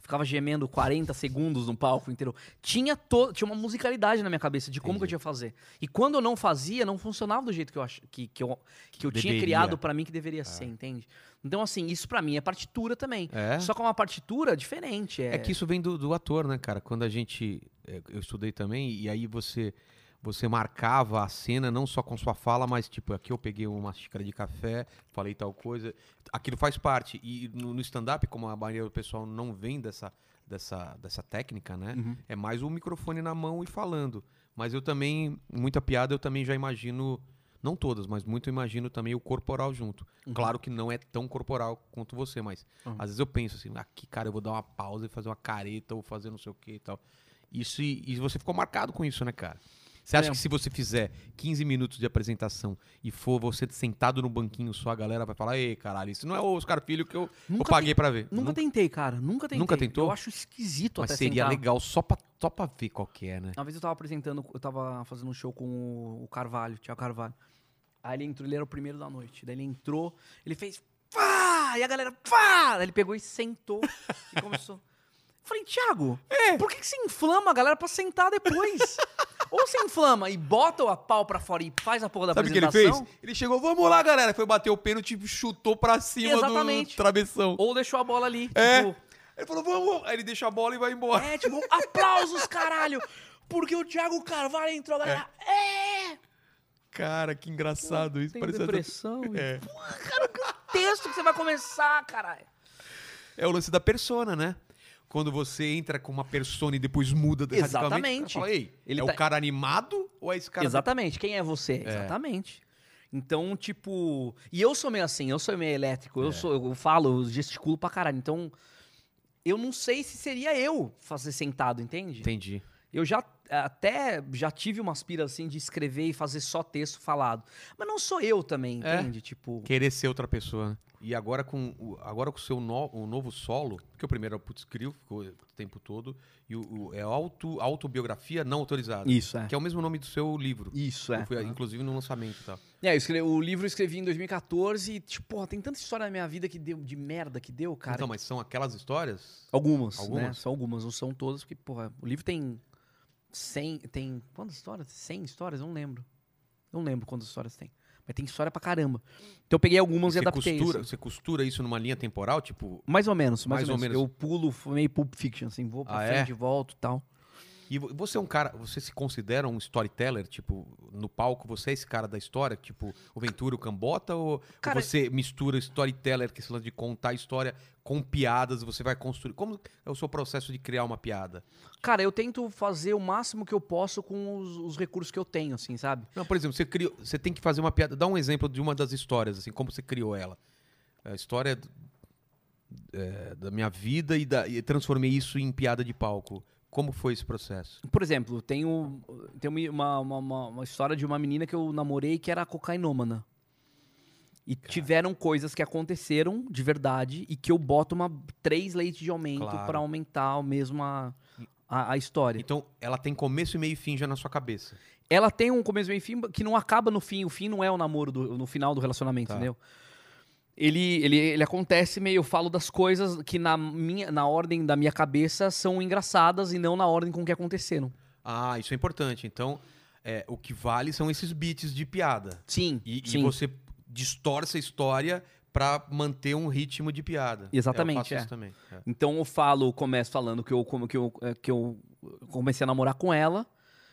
Ficava gemendo 40 segundos no palco inteiro. Tinha, to, tinha uma musicalidade na minha cabeça de como que eu tinha que fazer. E quando eu não fazia, não funcionava do jeito que eu, ach, que, que eu, que eu tinha Deveria. criado pra mim que deveria ser, entende? Então, assim, isso pra mim é partitura também. É? Só que é uma partitura diferente. É, É que isso vem do, do ator, né, cara? Quando a gente. é, Eu estudei também, e aí você você marcava a cena não só com sua fala, mas tipo, aqui eu peguei uma xícara de café, falei tal coisa. Aquilo faz parte. E no, no stand-up, como a maioria do pessoal não vem dessa, dessa, dessa técnica, né? Uhum. É mais o microfone na mão e falando. Mas eu também, muita piada, eu também já imagino. Não todas, mas muito eu imagino também o corporal junto. Claro que não é tão corporal quanto você, mas Uhum. às vezes eu penso assim, aqui, cara, eu vou dar uma pausa e fazer uma careta ou fazer não sei o que e tal. Isso, e, e você ficou marcado com isso, né, cara? Você acha É. que se você fizer 15 minutos de apresentação e for você sentado no banquinho só, a galera vai falar, ei, caralho, isso não é o Oscar Filho que eu, eu Nunca paguei pra ver. Nunca, tentei, cara. Nunca tentei. Nunca tentou? Eu acho esquisito Mas até seria sentar. legal só pra, só pra ver qual que é, né? Uma vez eu tava apresentando, eu tava fazendo um show com o- o Carvalho, Tiago Carvalho. Aí ele entrou, ele era o primeiro da noite. Daí ele entrou, ele fez. Pá! E a galera. Pá! Daí ele pegou e sentou e começou. Eu falei, Thiago, É. por que, que você inflama a galera pra sentar depois? Ou você inflama e bota o pau pra fora e faz a porra da Sabe o que ele Tá apresentação. fez? Ele chegou, vamos lá, galera. Foi bater o pênalti, chutou pra cima Exatamente. do travessão. Ou deixou a bola ali. É. Tipo, Ele falou, vamos. Aí ele deixa a bola e vai embora. é, tipo, aplausos, caralho! Porque o Thiago Carvalho entrou, a galera. é, Cara, que engraçado É. isso. Tem Parece até- depressão. e É. Texto que você vai começar, caralho. É o lance da persona, né? Quando você entra com uma persona e depois muda radicalmente, Exatamente. o cara Fala, Ei, Ele é tá- o cara animado ou é esse cara... Exatamente. Quem é você? Exatamente. Então, tipo. E eu sou meio assim, eu sou meio elétrico. Eu, sou, eu falo, eu gesticulo pra caralho. Então, eu não sei se seria eu fazer sentado, entende? Entendi. Eu já até já tive umas piras assim de escrever e fazer só texto falado. Mas não sou eu também, É. entende? Tipo. Querer ser outra pessoa. né? E agora com o agora com o seu no- o novo solo, porque o primeiro é o Putz Crio, ficou o tempo todo, e o, o- é auto, autobiografia não autorizada. Isso, é. Que é o mesmo nome do seu livro. Isso, Eu fui, inclusive no lançamento tá? e tal. É, eu escrevi- o livro eu escrevi em 2014 e, tipo, porra, tem tanta história na minha vida que deu, de merda que deu, cara. então, mas são aquelas histórias? Algumas, né? Algumas? São algumas, não são todas, porque, porra, o livro tem 100, tem quantas histórias? 100 histórias? Não lembro. Não lembro quantas histórias tem. Mas tem história pra caramba. Então eu peguei algumas Você e adaptei. costura, assim. você costura isso numa linha temporal, tipo, Mais ou menos, mais, ou, menos. Eu pulo f- meio Pulp Fiction, assim, vou pra Ah, é? frente, e volto e tal. E vo- você é um cara, você se considera um storyteller, tipo, no palco, você é esse cara da história, tipo, o Ventura, o Cambota, ou, Cara, ou você mistura storyteller, que é esse lance de contar história com piadas, você vai construir. Como é o seu processo de criar uma piada? Cara, eu tento fazer o máximo que eu posso com os, os recursos que eu tenho, assim, sabe? Não, por exemplo, você criou, você tem que fazer uma piada, dá um exemplo de uma das histórias, assim, como você criou ela. A história do- é, da minha vida e, da, e transformei isso em piada de palco. Como foi esse processo? Por exemplo, tenho, tenho uma, uma, uma- uma história de uma menina que eu namorei que era cocainômana. E tiveram coisas que aconteceram de verdade e que eu boto uma, três leites de aumento pra Claro. aumentar mesmo a, a, a história. Então, ela tem começo, meio e fim já na sua cabeça. Ela tem um começo, meio e fim que não acaba no fim. O fim não é o namoro do- no final do relacionamento, Tá. entendeu? Ele, ele, ele acontece meio, eu falo das coisas que na, minha, na ordem da minha cabeça são engraçadas e não na ordem com que aconteceram. Ah, isso é importante. Então, é, o que vale são esses beats de piada. Sim, E, e sim. você distorce a história pra manter um ritmo de piada. Exatamente, Eu faço é. isso também. é. Então eu falo, começo falando que eu, como, que, eu, eh, que eu comecei a namorar com ela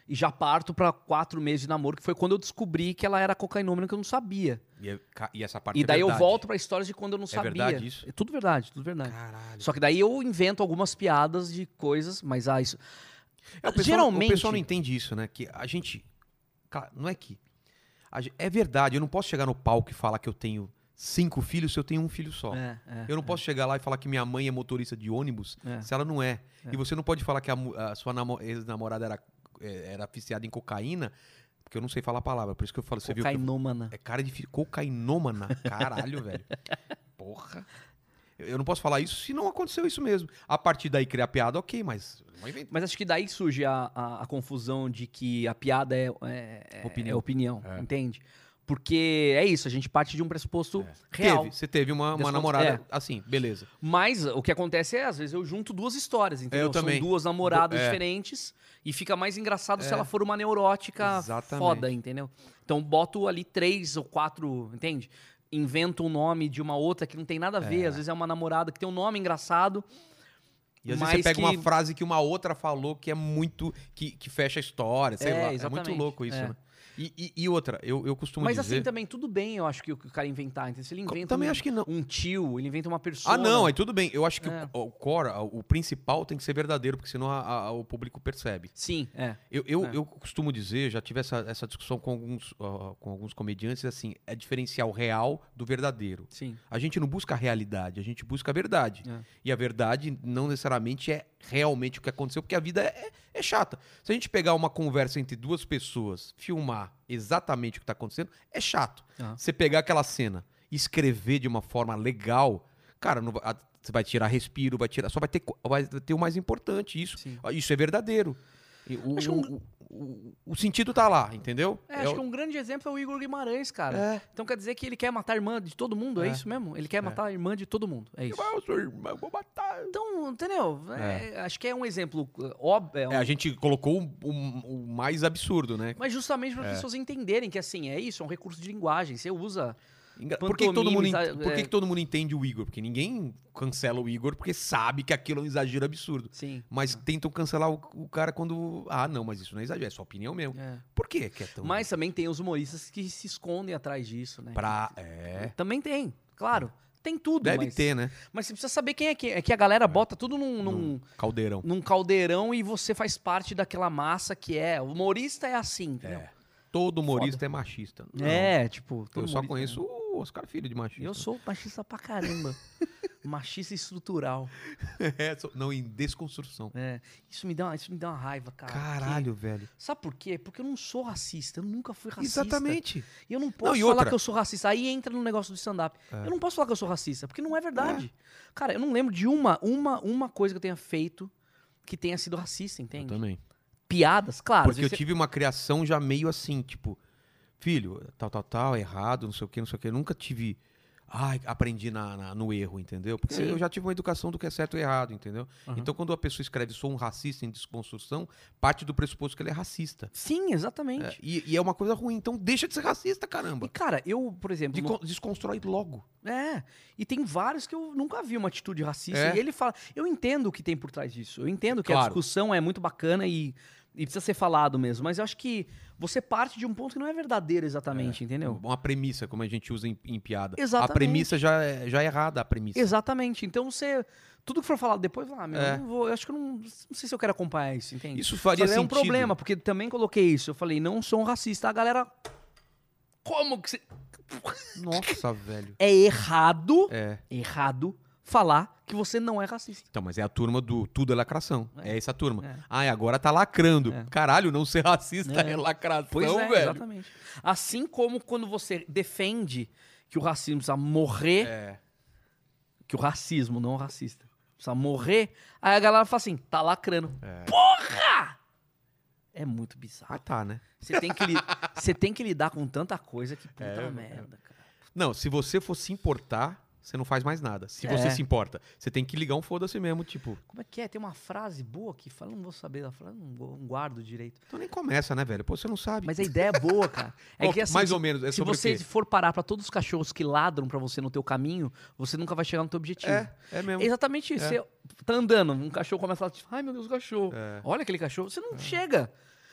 e já parto pra quatro meses de namoro, que foi quando eu descobri que ela era cocainômena que eu não sabia. E, é ca- e essa parte e é daí eu verdade. volto pra histórias de quando eu não sabia. verdade isso? É tudo verdade, tudo verdade. Caralho. Só que daí eu invento algumas piadas de coisas, mas ah, isso. É, o pessoal, Geralmente. O pessoal não entende isso, né? Que a gente. Cara, não é que. a gen- é verdade, eu não posso chegar no palco e falar que eu tenho cinco filhos se eu tenho um filho só. É, é, Eu não é. posso chegar lá e falar que minha mãe é motorista de ônibus É. se ela não é. É. E você não pode falar que a, mu- a sua namo- ex-namorada era, é, era viciada em cocaína, porque eu não sei falar a palavra. Por isso que eu falo, você viu que eu- Cocainômana. é cara de fi- cocainômana. Caralho, *laughs* velho. Porra. Eu eu não posso falar isso se não aconteceu isso mesmo. A partir daí criar piada, ok, mas não inventa. Mas acho que daí surge a, a- a confusão de que a piada é, é- é- Opinião. é opinião, É. entende? Porque é isso, a gente parte de um pressuposto real. É. Teve, você teve uma, uma Desconto- namorada é. assim, beleza. Mas o que acontece é, às vezes, eu junto duas histórias, entendeu? também. São duas namoradas É. diferentes e fica mais engraçado se ela for uma neurótica Exatamente. foda, entendeu? Então boto ali três ou quatro, entende? Invento um nome de uma outra que não tem nada a ver, às vezes é uma namorada que tem um nome engraçado. E às vezes você mas pega que- uma frase que uma outra falou que é muito. que, que fecha a história, sei É, lá. É exatamente, muito louco isso, é. né? E, e- e outra, eu, eu costumo Mas dizer. assim também, tudo bem, eu acho que o que o cara inventar, entendeu? Se ele Co- inventa também um, acho que não. um tio, ele inventa uma pessoa. Ah, não, aí tudo bem. Eu acho que É. o, o core, a- o principal tem que ser verdadeiro, porque senão a- a- o público percebe. Sim, é. Eu, eu, É. eu costumo dizer, já tive essa, essa discussão com alguns, ah, com alguns comediantes, assim, é diferenciar o real do verdadeiro. Sim. A gente não busca a realidade, a gente busca a verdade. É. E a verdade não necessariamente é realmente o que aconteceu, porque a vida é, é chata. Se a gente pegar uma conversa entre duas pessoas, filmar exatamente o que está acontecendo, é chato. Aham. Você pegar aquela cena e escrever de uma forma legal, cara, não vai- a- você vai tirar respiro, vai tirar. Só vai ter, co- vai ter o mais importante. Isso, Sim. isso é verdadeiro. E o, Acho um- o- o- o sentido tá lá, entendeu? É, acho o- que um grande exemplo é o Igor Guimarães, cara. É. Então quer dizer que ele quer matar a irmã de todo mundo, é, É. isso mesmo? Ele quer matar a irmã de todo mundo, é isso. Eu sou irmão, eu vou matar. Então, entendeu? É, acho que é um exemplo uh, óbvio. é um- É, a gente colocou o, o- o mais absurdo, né? Mas justamente para as pessoas entenderem que assim, é isso, é um recurso de linguagem. Você usa. Engra- Por, que, que todo mundo, Pantomimes, ent- a- por que, é. que todo mundo entende o Igor? Porque ninguém cancela o Igor porque sabe que aquilo é um exagero absurdo. Sim. Mas tentam cancelar o, o cara quando. Ah, não, mas isso não é exagero, é sua opinião mesmo. é. Por que que é tão. Mas também tem os humoristas que se escondem atrás disso, né? Pra. É. Também tem, claro. Tem tudo, Deve mas, ter, né? mas você precisa saber quem é quem. É que a galera bota tudo num- num, Caldeirão. num caldeirão e você faz parte daquela massa que é. O humorista é assim, entendeu? É. Todo humorista é machista. Não. É, tipo, todo Eu só humorista- conheço o Oscar Filho de machista. Eu sou machista pra caramba. machista estrutural. *laughs* É, sou- não, em desconstrução. É. Isso me dá, uma- isso me dá uma raiva, cara. Caralho, velho. Que- Sabe por quê? Porque eu não sou racista, eu nunca fui racista. Exatamente. E eu não posso e falar outra- É. que eu sou racista. Aí entra no negócio do stand-up. Eu não posso falar que eu sou racista, porque não é verdade. Cara, eu não lembro de uma, uma, uma coisa que eu tenha feito que tenha sido racista, Eu entende? também. Piadas, claro. Ah, às Porque eu vezes tive uma criação já meio assim, tipo, filho, tal, tal, tal, errado, não sei o que, não sei o que. Nunca tive. Ai, aprendi na, na- no erro, entendeu? Porque Sim. eu já tive uma educação do que é certo e errado, entendeu? Aham. Então, quando a pessoa escreve sou um racista em desconstrução, parte do pressuposto que ele é racista. você- Sim, exatamente. É, e, e é uma coisa ruim. Então, deixa de ser racista, caramba. E, cara, eu, por exemplo. É. De- no- Desconstrói logo. É, e tem vários que eu nunca vi uma atitude racista. É. E ele fala. Eu entendo o que tem por trás disso. Eu entendo que a Claro. discussão é muito bacana e, e precisa ser falado mesmo. Mas eu acho que você parte de um ponto que não é verdadeiro É. exatamente, entendeu? Uma premissa, como a gente usa em, em piada. Exatamente. A premissa já é, já é errada, a premissa. Exatamente. Então você. Tudo que for falado depois, ah, meu, É. eu não vou. Eu acho que eu não. Não sei se eu quero acompanhar isso, entende? Isso faria Falei, sentido. é um problema, porque também coloquei isso. Eu falei, não sou um racista. A galera. Como que você. Nossa, velho. É errado. É. Errado falar que você não é racista. Então, mas é a turma do tudo é lacração. É, essa turma. É. Ah, e agora tá lacrando. É. Caralho, não ser racista É. é, lacração, Pois é, velho. exatamente. Assim como quando você defende que o racismo precisa morrer, É. que o racismo, não o racista, precisa morrer, aí a galera fala assim, tá lacrando. É. Porra! É muito Ah, bizarro. tá, né? Você tem que, li- *laughs* você tem que lidar com tanta coisa que puta É, merda, cara. Não, se você for se importar, você não faz mais nada. Se É. você se importa, você tem que ligar um foda-se mesmo, tipo. Como é que é? Tem uma frase boa que fala, não vou saber da frase, não, vou- não guardo direito. Então nem começa, né, velho? Pô, você não sabe. Mas a ideia é boa, cara. É Qual que que- assim, mais se- ou menos, é se sobre você o quê? for parar pra todos os cachorros que ladram pra você no teu caminho, você nunca vai chegar no teu objetivo. É, é mesmo. Exatamente isso. É. Você tá andando, um cachorro começa a latir. Ai, meu Deus, o cachorro. É. Olha aquele cachorro. Você não chega.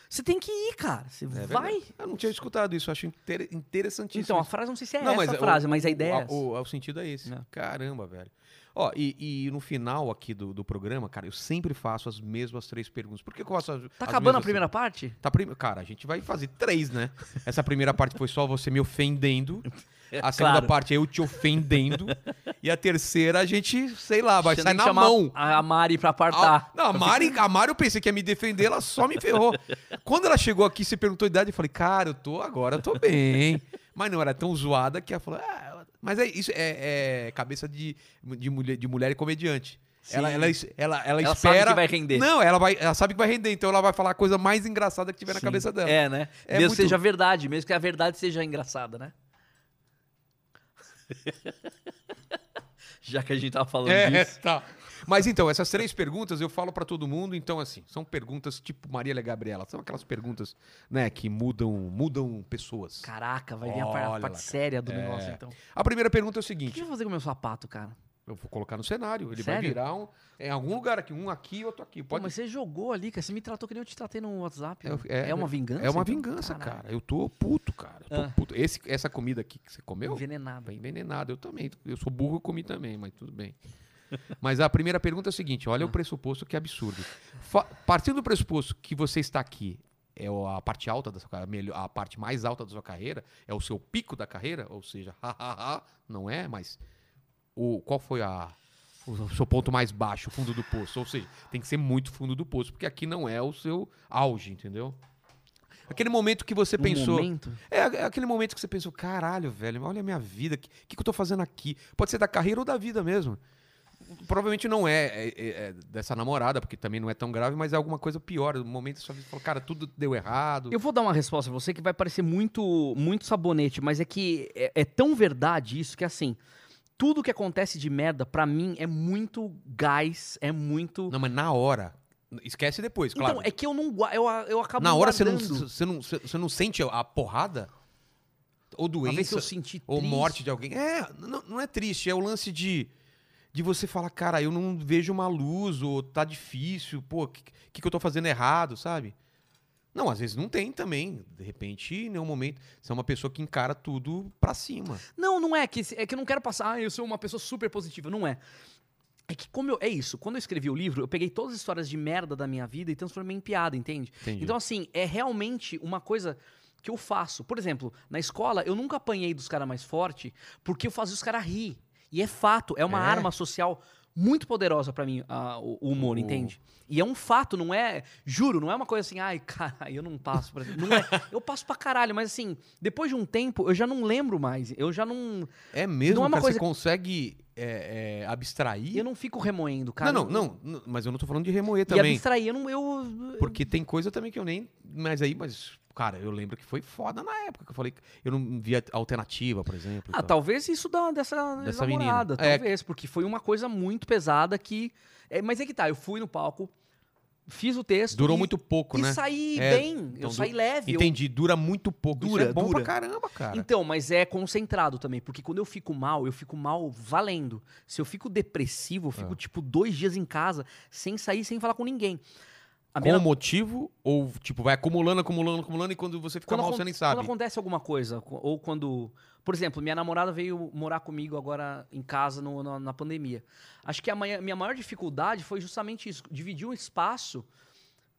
Você tem que ir, cara. Você É vai. verdade. Eu não tinha escutado isso, eu acho inter- interessantíssimo. Então, a isso. frase, não sei se é Não, essa mas a o- frase, mas a ideia é O, essa. o- o sentido é esse. É. Caramba, velho. Ó, e, e no final aqui do, do programa, cara, eu sempre faço as mesmas três perguntas. Por que, que eu faço as, Tá as acabando a mesmas primeira parte? *laughs* Tá prim... Cara, a gente vai fazer três, né? Essa primeira parte foi só você me ofendendo. A segunda Claro. parte é eu te *laughs* ofendendo. e a terceira, a gente, sei lá, Ah, vai Você sair tem que na chamar mão. A Mari pra A, apartar. Ah, não, a Mari, a Mari, eu pensei que ia me defender, ela só me ferrou. Quando ela chegou aqui, você perguntou a idade, eu falei, cara, eu tô agora, eu tô bem. Mas não, era tão zoada que ela falou, ah, ela- mas é isso, é, é cabeça de, de, mulher, de mulher e comediante. Ela, Sim. ela, es- ela, ela, Ela sabe espera. que vai render. Não, ela, vai, ela sabe que vai render, então ela vai falar a coisa mais engraçada que tiver na Sim. cabeça dela. É, né? É mesmo muito- que seja verdade, mesmo que a verdade seja *laughs* engraçada, né? Já que a gente tava falando É, disso. tá. Mas então, essas três perguntas eu falo pra todo mundo, então assim, são perguntas tipo Maria Gabriela, são aquelas perguntas, né, que mudam, mudam pessoas. Caraca, vai vir a par- Olha a lá, parte cara. séria do É. negócio, então. O A primeira pergunta é o que seguinte, eu vou fazer com o meu sapato, cara? eu vou colocar no cenário, ele vai Sério? virar um, é, em algum lugar aqui, um aqui e outro aqui, Pô, pode mas você jogou ali, cara. Você me tratou que nem eu te tratei no WhatsApp. É, né? é, É, uma vingança? É uma então? vingança, Caraca, cara. Eu tô puto, cara. Eu tô Ah. puto. Esse, essa comida aqui que você comeu, Envenenada. Bem envenenado, eu também. Eu sou burro, eu comi também, mas tudo *laughs* bem. Mas a primeira pergunta é o seguinte: olha Ah. o pressuposto que é absurdo. Fa- partindo do pressuposto que você está aqui, é o- a parte alta da sua carreira, melhor- a parte mais alta da sua carreira, é o seu pico da carreira, ou seja, *laughs* hahaha, não é, mas o, qual foi a- o seu ponto mais baixo, o fundo do poço? Ou seja, tem que ser muito fundo do poço, porque aqui não é o seu auge, entendeu? Aquele momento que você No pensou. Um momento, É a- é aquele momento que você pensou, caralho, velho, olha a minha vida, o que, que, que eu tô fazendo aqui? Pode ser da carreira ou da vida mesmo. Provavelmente não é, é- é- é dessa namorada, porque também não é tão grave, mas é alguma coisa pior. No momento da sua vida, você falou, cara, tudo deu errado. Eu vou dar uma resposta pra você que vai parecer muito, muito sabonete, mas é que é, é tão verdade isso que assim, tudo que acontece de merda pra mim é muito gás, é muito. Não, mas na hora. Esquece depois, claro. Então é que eu não gua- eu, a- eu acabo na hora você guardando. não, você, não, você você não sente a porrada? Ou Uma vez doença? que eu senti Ou triste, morte de alguém. É, não, não é triste, é o lance de, de você falar, cara, eu não vejo uma luz, ou tá difícil, pô, o que, que, que eu tô fazendo errado, sabe? Não, às vezes não tem também. De repente, em nenhum momento. Você é uma pessoa que encara tudo pra cima. Não, não é que é que eu não quero passar, ah, eu sou uma pessoa super positiva, não é. É que como eu, é isso, quando eu escrevi o livro, eu peguei todas as histórias de merda da minha vida e transformei em piada, entende? Entendi. Então, assim, é realmente uma coisa que eu faço. Por exemplo, na escola, eu nunca apanhei dos caras mais fortes porque eu fazia os caras rir. E é fato, é uma É? arma social muito poderosa pra mim, a- o, o humor, O- entende? E é um fato, não é. Juro, não é uma coisa assim, ai, cara, eu não passo. Pra... Não *laughs* é. Eu passo pra caralho, mas assim, depois de um tempo, eu já não lembro mais. Eu já não. é mesmo, não é uma cara, coisa você que- consegue é, é, abstrair. Eu não fico remoendo, cara. não, não, não, não, mas eu não tô falando de remoer E também. abstrair, eu não. Eu, Porque tem coisa também que eu nem. Mas aí, mas. Cara, eu lembro que foi foda na época que eu falei. que Eu não via alternativa, por exemplo. então. e Ah, tal. talvez isso da, dessa, Dessa dessa menina. namorada, É. talvez, porque foi uma coisa muito pesada que. é, mas é que tá, eu fui no palco, fiz o texto. Durou e, muito pouco, E né? saí É, bem, então, eu saí du- leve. eu- Entendi, dura muito pouco. Isso Dura, é bom dura. pra caramba, cara. Então, mas é concentrado também, porque quando eu fico mal, eu fico mal valendo. Se eu fico depressivo, eu Ah. fico tipo dois dias em casa, sem sair, sem falar com ninguém. A Com minha- motivo ou, tipo, vai acumulando, acumulando, acumulando e quando você fica mal, acon- você nem sabe. quando acontece alguma coisa, co- ou quando. Por exemplo, minha namorada veio morar comigo agora em casa no- na, na pandemia. Acho que a manha- minha maior dificuldade foi justamente isso: dividir um espaço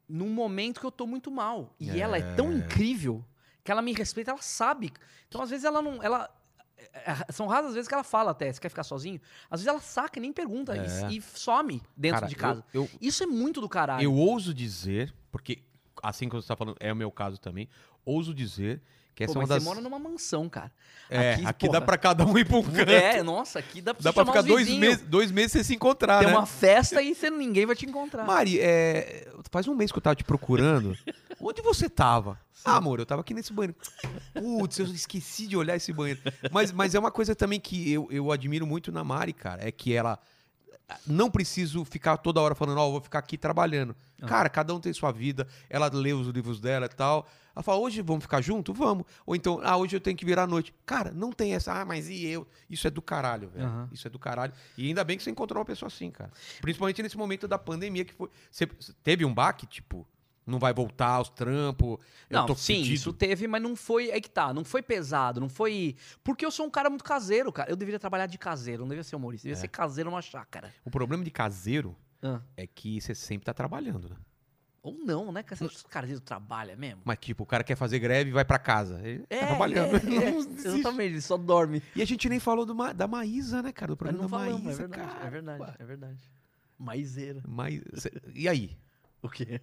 num momento que eu tô muito mal. E ela é tão incrível que ela me respeita, ela sabe. Então, às vezes, ela não. Ela, é- é- são raras as vezes que ela fala até, você quer ficar sozinho? Às vezes ela saca e nem pergunta É. e, e some dentro Cara, de casa. Eu, Isso é muito do eu, caralho. eu ouso dizer, porque assim que você tá falando, é o meu caso também, ouso dizer que essa Pô, é uma mas das. você mora numa mansão, cara. É, aqui, dá porra, pra cada um ir pra um canto. É, nossa, aqui dá pra, dá você pra chamar ficar os dois vizinhos. meses, dois meses sem se encontrar, Tem né? uma festa e você, ninguém vai te encontrar. Mari, é, faz um mês que eu tava te procurando. Onde você tava? Ah, amor, eu tava aqui nesse banheiro. Putz, eu esqueci de olhar esse banheiro. Mas, mas é uma coisa também que eu, eu admiro muito na Mari, cara. É que ela. Não preciso ficar toda hora falando, ó, eu vou ficar aqui trabalhando. Cara, cada um tem sua vida. Ela lê os livros dela e tal. Ela fala, hoje vamos ficar junto? Vamos. Ou então, ah, hoje eu tenho que virar à noite. Cara, não tem essa, ah, mas e eu? Isso é do caralho, velho. Aham. Isso é do caralho. E ainda bem que você encontrou uma pessoa assim, cara. Principalmente nesse momento da pandemia que foi. Você você teve um baque, tipo, não vai voltar aos trampos. eu não, tô sim, fudido. isso teve, mas não foi. É que tá, não foi pesado, não foi. Porque eu sou um cara muito caseiro, cara. Eu deveria trabalhar de caseiro, não devia ser É. humorista, devia ser caseiro numa chácara. O problema de caseiro Ah, é que você sempre tá trabalhando, né? Ou não, né? cara? Você acha que os caras não trabalham mesmo? Mas, tipo, o cara quer fazer greve e vai pra casa. Ele tá trabalhando. ele é, *laughs* não desiste. exatamente, ele só dorme. E a gente nem falou do Ma- da Maísa, né, cara? Do Mas programa não da falamos, é Maísa, verdade, cara. é verdade, é verdade. Maiseira. Mas, cê- e *laughs* aí? O quê?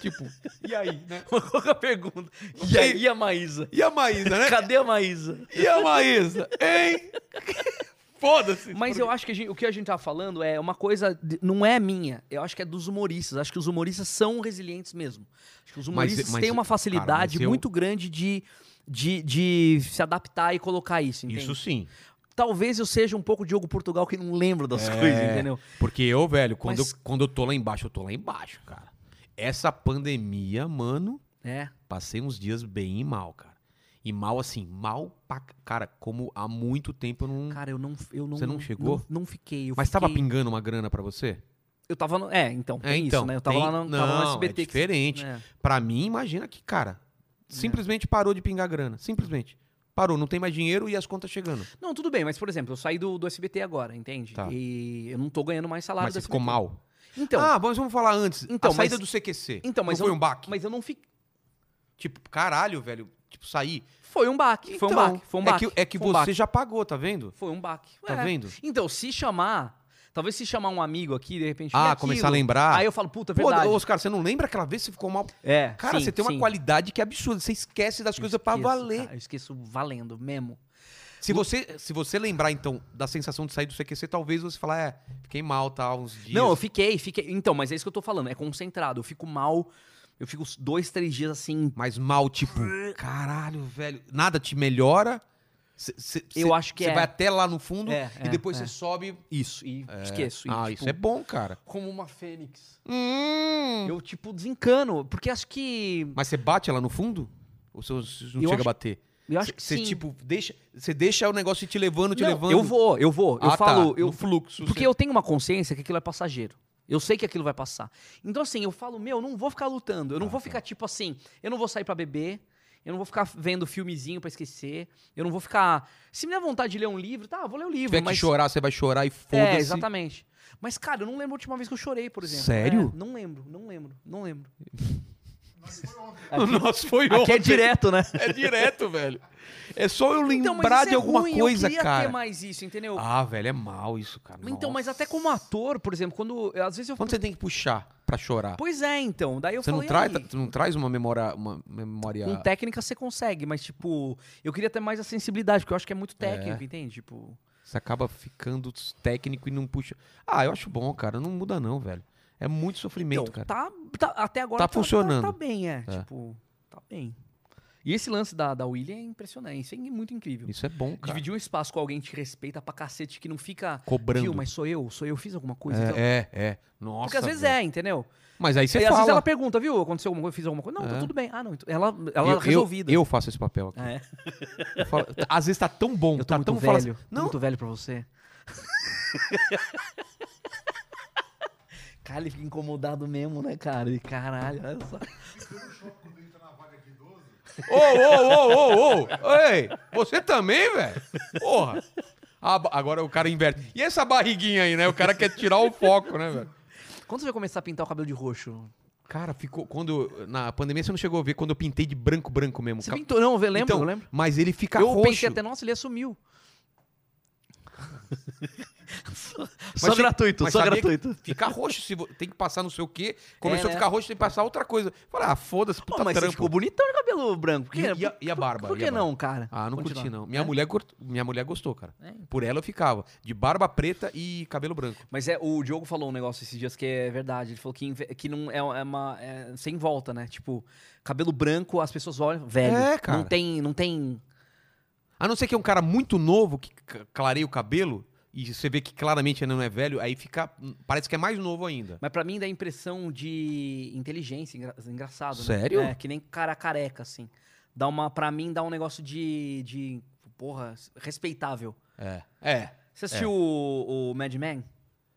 Tipo, e aí, *laughs* né? Qual que é a pergunta? E sei. aí a Maísa? E a Maísa, né? Cadê a Maísa? E a Maísa, *laughs* hein? Foda-se. Mas eu acho que a gente- o que a gente tá falando é uma coisa. de- não é minha. Eu acho que é dos humoristas. Acho que os humoristas são resilientes mesmo. Acho que os humoristas mas- têm uma facilidade cara, mas eu- muito grande de, de, de se adaptar e colocar isso, entende? Isso sim. Talvez eu seja um pouco Diogo Portugal que não lembra das É. coisas, entendeu? Porque eu, velho, quando, Mas- eu, quando eu tô lá embaixo, eu tô lá embaixo, cara. Essa pandemia, mano, É. passei uns dias bem mal, cara. E mal assim, mal pra. c- Cara, como há muito tempo eu não. Cara, eu não. Eu não Você não chegou? Não, não fiquei. eu Mas tava fiquei- pingando uma grana pra você? Eu tava no. É, então. É, Tem então. isso, né? Eu tava tem- lá no, não, tava lá é no SBT. que- diferente. É. Pra mim, imagina que, cara, simplesmente parou de pingar grana. Simplesmente. Parou, não tem mais dinheiro e as contas chegando. Não, tudo bem, mas por exemplo, eu saí do, do SBT agora, entende? Tá. E eu não tô ganhando mais salário mas do você ficou SBT. mal. Então, ah, mas vamos falar antes. Então, a saída mas- do CQC. Então, mas não foi eu- um baque. mas eu não fiquei. Tipo, caralho, velho. Tipo, sair. Foi um baque, foi um Então, baque, foi um baque. É que, é que foi um você baque, já pagou, tá vendo? Foi um baque. Tá É. vendo? Então, se chamar. Talvez se chamar um amigo aqui, de repente. Ah, "E aquilo?" começar a lembrar. Aí eu falo, puta, é Pô, verdade. Oscar, você não lembra aquela vez que você ficou mal? É. Cara, sim, você tem uma sim. qualidade que é absurda. Você esquece das Eu coisas pra esqueço, valer. cara, eu esqueço valendo mesmo. Se você, se você lembrar, então, da sensação de sair do CQC, talvez você falar, é, fiquei mal, tal, uns dias. Não, eu fiquei, fiquei. Então, mas é isso que eu tô falando, é concentrado. Eu fico mal. Eu fico uns dois, três dias assim. Mas mal, *laughs* tipo, caralho, velho. Nada te melhora. Cê- cê- Eu cê- acho que Você é. vai até lá no fundo É, e é, depois é. você sobe. Isso, e esqueço. e, ah, tipo, isso é bom, cara. Como uma fênix. Hum. Eu, tipo, desencano, porque acho que. Mas você bate lá no fundo? Ou você você não Eu chega acho- a bater? Eu acho que Você, sim. tipo, deixa, você deixa o negócio te levando, te Não, levando. Eu vou, eu vou. Eu Ah, tá, falo, eu no fluxo. Porque é eu tenho uma consciência que aquilo é passageiro. Eu sei que aquilo vai passar. Então, assim, eu falo, meu, eu não vou ficar lutando. Eu não Tá, vou tá. ficar, tipo assim, eu não vou sair pra beber. Eu não vou ficar vendo filmezinho pra esquecer. Eu não vou ficar. Se me der vontade de ler um livro, tá, eu vou ler o Se livro. tiver mas... que chorar, você vai chorar e foda-se. É, exatamente. Mas, cara, eu não lembro a última vez que eu chorei, por exemplo. Sério? É, não lembro, não lembro, *laughs* não lembro. O nosso foi Aqui é ontem. direto, né? É direto, velho. É só eu Então, mas lembrar isso de é alguma ruim, coisa, eu queria cara. ter mais isso, entendeu? Ah, velho, é mal isso, cara. então, mas Nossa. até como ator, por exemplo, quando. Às vezes eu. Quando você tem que puxar pra chorar? Pois é, então. Daí eu Você falo. não, "E traz, aí?" Um você não traz uma memória. Uma memória... Com técnica você consegue, mas, tipo, eu queria ter mais a sensibilidade, porque eu acho que é muito técnico, entende? Tipo. Você acaba ficando técnico e não puxa. Ah, eu acho bom, cara. Não muda, não, velho. É muito sofrimento, então, cara. tá, tá- Até agora Tá funcionando. Tá, bem, é, É. Tipo, tá bem. E esse lance da, da William é impressionante. Isso é muito incrível. Isso é bom, cara. Dividir um espaço com alguém que te respeita pra cacete, que não fica. Cobrando. Viu, mas sou eu, sou eu, fiz alguma coisa. então- É, é, é. Nossa. Porque às vezes velho. é, entendeu? Mas aí você e às fala. vezes ela pergunta, viu? Aconteceu alguma coisa, fiz alguma coisa. Não, É. tá tudo bem. Ah, não. então- Ela, ela eu, resolvida. Eu, eu faço esse papel aqui. É. Eu falo- às vezes tá tão bom, Eu tô tá muito tão fala assim, velho. Tô não, muito velho pra você. *laughs* cara, ele fica incomodado mesmo, né, cara? E caralho, olha só. Ô, ô, ô, ô, ô! Ei, você também, velho? Porra! Ah, ba- agora o cara inverte. E essa barriguinha aí, né? O cara quer tirar o foco, né, velho? Quando você vai começar a pintar o cabelo de roxo? Cara, ficou. Quando. eu- Na pandemia você não chegou a ver quando eu pintei de branco, branco mesmo. Você Ca- pintou? Não, eu lembro, então, eu lembro. Mas ele fica Eu roxo. pensei até, nossa, *laughs* ele assumiu. Mas você- mas sabia que gratuito. Fica roxo, se vo- tem que passar não sei o quê. Começou né? a ficar roxo, tem que passar outra coisa. Falei, ah, foda-se, Pô, puta mas você trampo. ficou bonitão de cabelo branco. Por E- quê? e a- e a Por- barba? Por E que a barba? não, cara? Ah, não Continua. curti, não. Minha, mulher cort- Minha mulher gostou, cara. É, então. Por ela eu ficava. De barba preta e cabelo branco. Mas é, o Diogo falou um negócio esses dias que é verdade. Ele falou que, inve- que não é, é uma. é sem volta, né? Tipo, cabelo branco, as pessoas olham. Velho. É, cara. Não tem. Não tem. A não ser que é um cara muito novo que c- clareia o cabelo e você vê que claramente ainda não é velho, aí fica. Parece que é mais novo ainda. Mas pra mim dá a impressão de inteligência, engra- engraçado, né? Sério? É, que nem cara careca, assim. Dá uma. Pra mim dá um negócio de. de porra, respeitável. É. É. Você assistiu o, o Mad Men?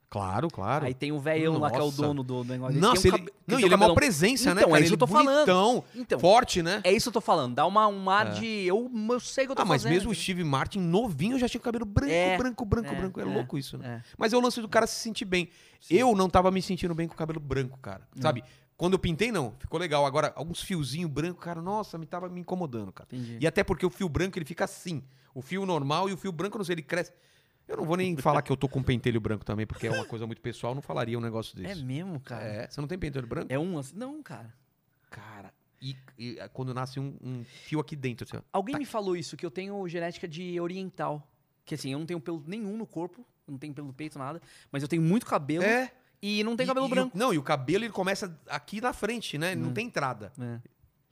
Claro, claro. Aí tem o velhão lá que é o Nossa. dono do, do negócio. Ele Nossa, tem um ele, cabe- não, tem ele é uma um cabelão- presença, né, Então, é cara? isso ele que eu tô falando. bonitão, Então, forte, né? é isso que eu tô falando. Dá uma, um ar É. de. Eu, eu sei o que eu tô Ah, mas fazendo. mesmo o Steve Martin novinho já tinha o cabelo branco, É, branco, branco, é, branco. É, é, louco isso, né? é. Hum. Mas é o lance do cara se sentir bem. Eu não tava me sentindo bem com o cabelo branco, cara. Sabe? Quando eu pintei, não. Ficou legal. Agora, alguns fiozinhos branco, cara, nossa, me tava me incomodando, cara. Entendi. E até porque o fio branco, ele fica assim. O fio normal e o fio branco, não sei, ele cresce. Eu não vou *laughs* nem falar que eu tô com um pentelho branco também, porque é uma coisa muito pessoal, eu não falaria um negócio É desse. mesmo, cara? É, você não tem pentelho branco? É um assim? Não, cara. Cara, e, e, é, quando nasce um, um fio aqui dentro, assim, ó. Alguém me falou isso, que eu tenho genética de oriental. Que assim, eu não tenho pelo nenhum no corpo, eu não tenho pelo no peito, nada. Mas eu tenho muito cabelo É. e não tenho E- cabelo e o- branco. não, e o cabelo ele começa aqui na frente, né? Não tem entrada. É.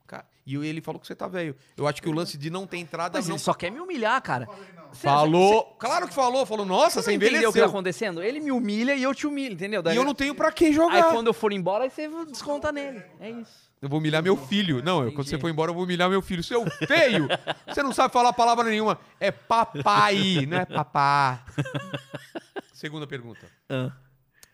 Ca- E ele falou que você tá velho. Eu acho que o lance de não ter entrada Mas não. ele só quer me humilhar, cara. Cê- Falou. claro que falou. Falou, nossa, Você você não entendeu envelheceu. o que tá acontecendo? Ele me humilha e eu te humilho, entendeu? E eu não tenho pra quem Aí jogar. quando eu for embora, aí você desconta nele. É isso. Eu vou humilhar meu filho. Não, eu- quando Entendi. você for embora, eu vou humilhar meu filho. Seu feio! você não sabe falar palavra nenhuma. É papai, não é papá. Segunda pergunta.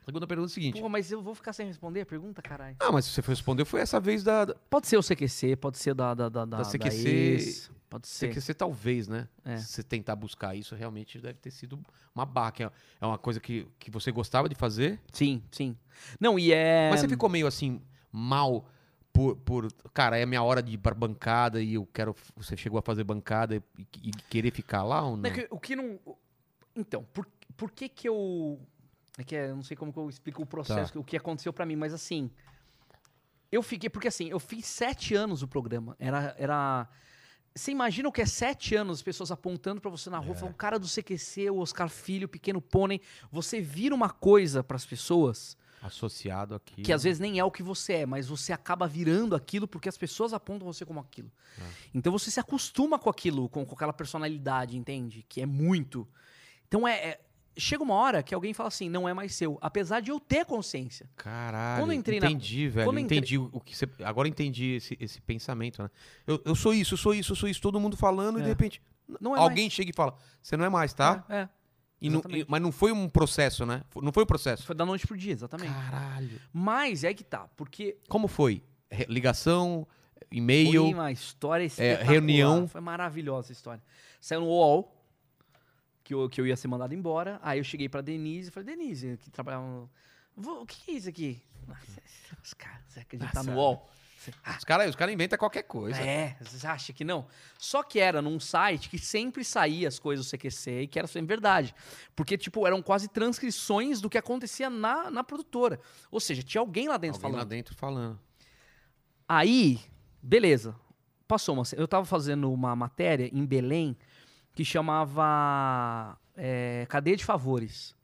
Segunda pergunta é a seguinte. Ah. Pô, mas eu vou ficar sem responder a pergunta, caralho. Ah, mas se você for responder, foi essa vez da. da- Pode ser o CQC, pode ser da. Da, da, da, Da da CQC. ex, pode ser. CQC talvez, né? É. Se você tentar buscar isso, realmente deve ter sido uma barra. que é- É uma coisa que, que você gostava de fazer. Sim, sim. Não, e é. Mas você ficou meio assim, mal por. por cara, é a minha hora de ir pra bancada e eu quero. Você chegou a fazer bancada e, e querer ficar lá ou não? Não, É que- o que não. o- Então, por, por que que eu. É que é, eu não sei como que eu explico o processo, o que aconteceu pra mim, mas assim. Eu fiquei. Porque assim, eu fiz sete anos o programa. Era. era você imagina o que é sete anos, as pessoas apontando pra você na rua, falando, cara do CQC, o Oscar Filho, o Pequeno Pônei. Você vira uma coisa pras pessoas Associado aqui. que às vezes nem é o que você é, mas você acaba virando aquilo porque as pessoas apontam você como aquilo. É. Então você se acostuma com aquilo, com, com aquela personalidade, entende? Que é muito. Então é, é- Chega uma hora que alguém fala assim, não é mais seu, apesar de eu ter consciência. Caralho, Quando eu entrei na- entendi, velho. quando eu entrei- Entendi o que você. Agora eu entendi esse, esse pensamento, né? Eu, eu sou isso, eu sou isso, eu sou isso, todo mundo falando, e É. de repente. Não é alguém chega e fala, você não é mais, tá? mais. É, E não- exatamente. e- mas não foi um processo, né? Não foi um é. processo. Foi da noite pro dia, exatamente. Caralho. Mas é aí que tá, porque Como foi? Re- Ligação, foi e-mail. uma história espetacular. é, reunião. Foi maravilhosa a história. Saiu no UOL, que eu, que eu ia ser mandado embora. Aí eu cheguei pra Denise e falei, Denise, que trabalhava no... "Vô, O que que é isso aqui? Nossa, Os caras, você acredita tá no ah, Nossa. UOL? é Os caras os cara inventam qualquer coisa. É, você acha que não? Só que era num site que sempre saía as coisas do CQC e que era sempre verdade. Porque, tipo, eram quase transcrições do que acontecia na, na produtora. Ou seja, tinha alguém lá dentro Alguém falando. lá dentro falando. Aí, beleza. Passou uma. se- Eu tava fazendo uma matéria em Belém que chamava é, Cadeia de Favores.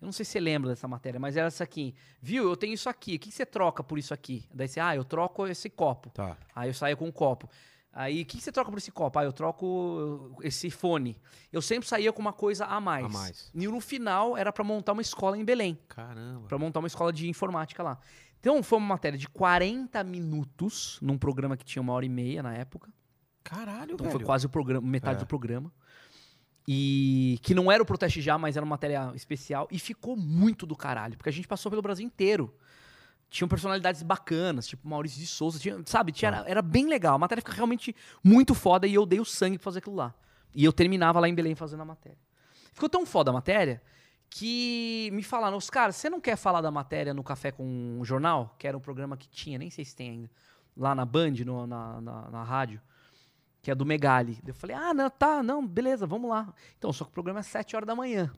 Eu não sei se você lembra dessa matéria, mas era essa aqui. Viu? Eu tenho isso aqui. O que que você troca por isso aqui? Daí você, ah, eu troco esse copo. Tá. Aí eu saio com um copo. Aí, o que que você troca por esse copo? Ah, eu troco eh, esse fone. Eu sempre saía com uma coisa a mais. A mais. E no final era pra montar uma escola em Belém. Caramba. Pra montar uma escola de informática lá. Então foi uma matéria de 40 minutos num programa que tinha uma hora e meia na época. Caralho, Então velho. foi quase o programa, metade É. do programa. E que não era o Proteste Já, mas era uma matéria especial. E ficou muito do caralho, porque a gente passou pelo Brasil inteiro. Tinham personalidades bacanas, tipo Maurício de Souza, tinha- sabe? Tinha, era, era bem legal. A matéria fica realmente muito foda e eu dei o sangue pra fazer aquilo lá. E eu terminava lá em Belém fazendo a matéria. Ficou tão foda a matéria que me falaram, os caras, você não quer falar da matéria no Café com o Jornal? Que era um programa que tinha, nem sei se tem ainda, lá na Band, no- na, na, na rádio, que é do Megali. Eu falei, ah, não, tá, não, beleza, vamos lá. Então, só que o programa é 7 horas da manhã,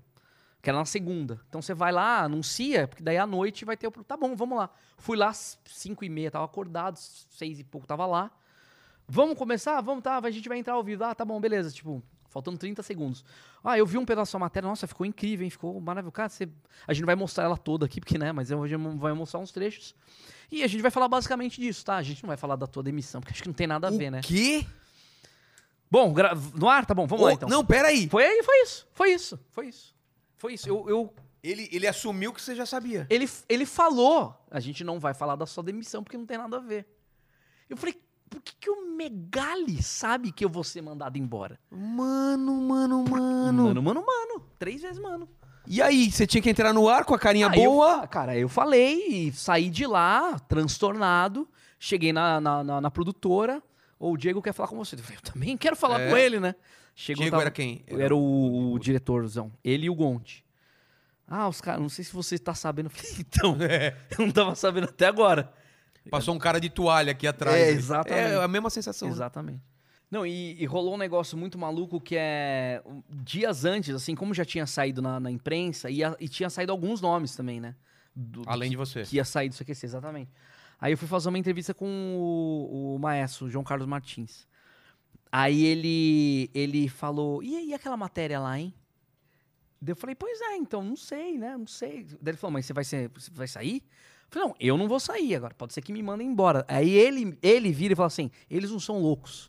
que era na segunda. Então você vai lá, anuncia, porque daí à noite vai ter o... pro- Tá bom, vamos lá. Fui lá às 5 e meia, tava acordado, 6 e pouco tava lá. Vamos começar? Vamos, tá, a gente vai entrar ao vivo. Ah, tá bom, beleza, tipo... Faltando 30 segundos. Ah, eu vi um pedaço da matéria. Nossa, ficou incrível, hein? Ficou maravilhoso. Cara, você- a gente não vai mostrar ela toda aqui, porque, né? Mas eu- a gente vai mostrar uns trechos. E a gente vai falar basicamente disso, tá? A gente não vai falar da tua demissão, porque acho que não tem nada a ver, né? O quê? Bom, gra- no ar, tá bom, vamos lá O- então. Não, peraí. Foi aí, foi isso. Foi isso. Foi isso. Foi isso. Eu, eu- Ele, ele assumiu que você já sabia. ele, ele falou. A gente não vai falar da sua demissão porque não tem nada a ver. Eu falei, por que, que o Megali sabe que eu vou ser mandado embora? Mano, mano, mano. Mano, mano, mano. Três vezes, mano. E aí, você tinha que entrar no ar com a carinha Aí eu boa? fa- cara, eu falei e saí de lá, transtornado. Cheguei na, na, na- na produtora. Ô, o Diego quer falar com você. Eu falei, eu também quero falar É. com ele, né? Chegou, Diego tava- era quem? Era, o, o diretorzão. Ele e o Gonte. *laughs* *laughs* É. Ah, os caras, não sei se você tá sabendo. Eu falei, então, eu não tava sabendo até agora. Passou um cara de toalha aqui atrás. É, né? exatamente. É a mesma sensação. né? Exatamente. Não, e, e rolou um negócio muito maluco que é. um, Dias antes, assim, como já tinha saído na, na imprensa, e, a- e tinha saído alguns nomes também, né? Do- do Além de você. que ia sair disso aqui, exatamente. Aí eu fui fazer uma entrevista com o, o maestro, o João Carlos Martins. Aí ele, ele falou, e, aí aquela matéria lá, hein? Daí eu falei, pois é, então, não sei, né? Não sei. Daí ele falou, mas você vai, ser, você vai sair? Eu falei, não, eu não vou sair agora, pode ser que me mandem embora. Aí ele, ele vira e fala assim, eles não são loucos.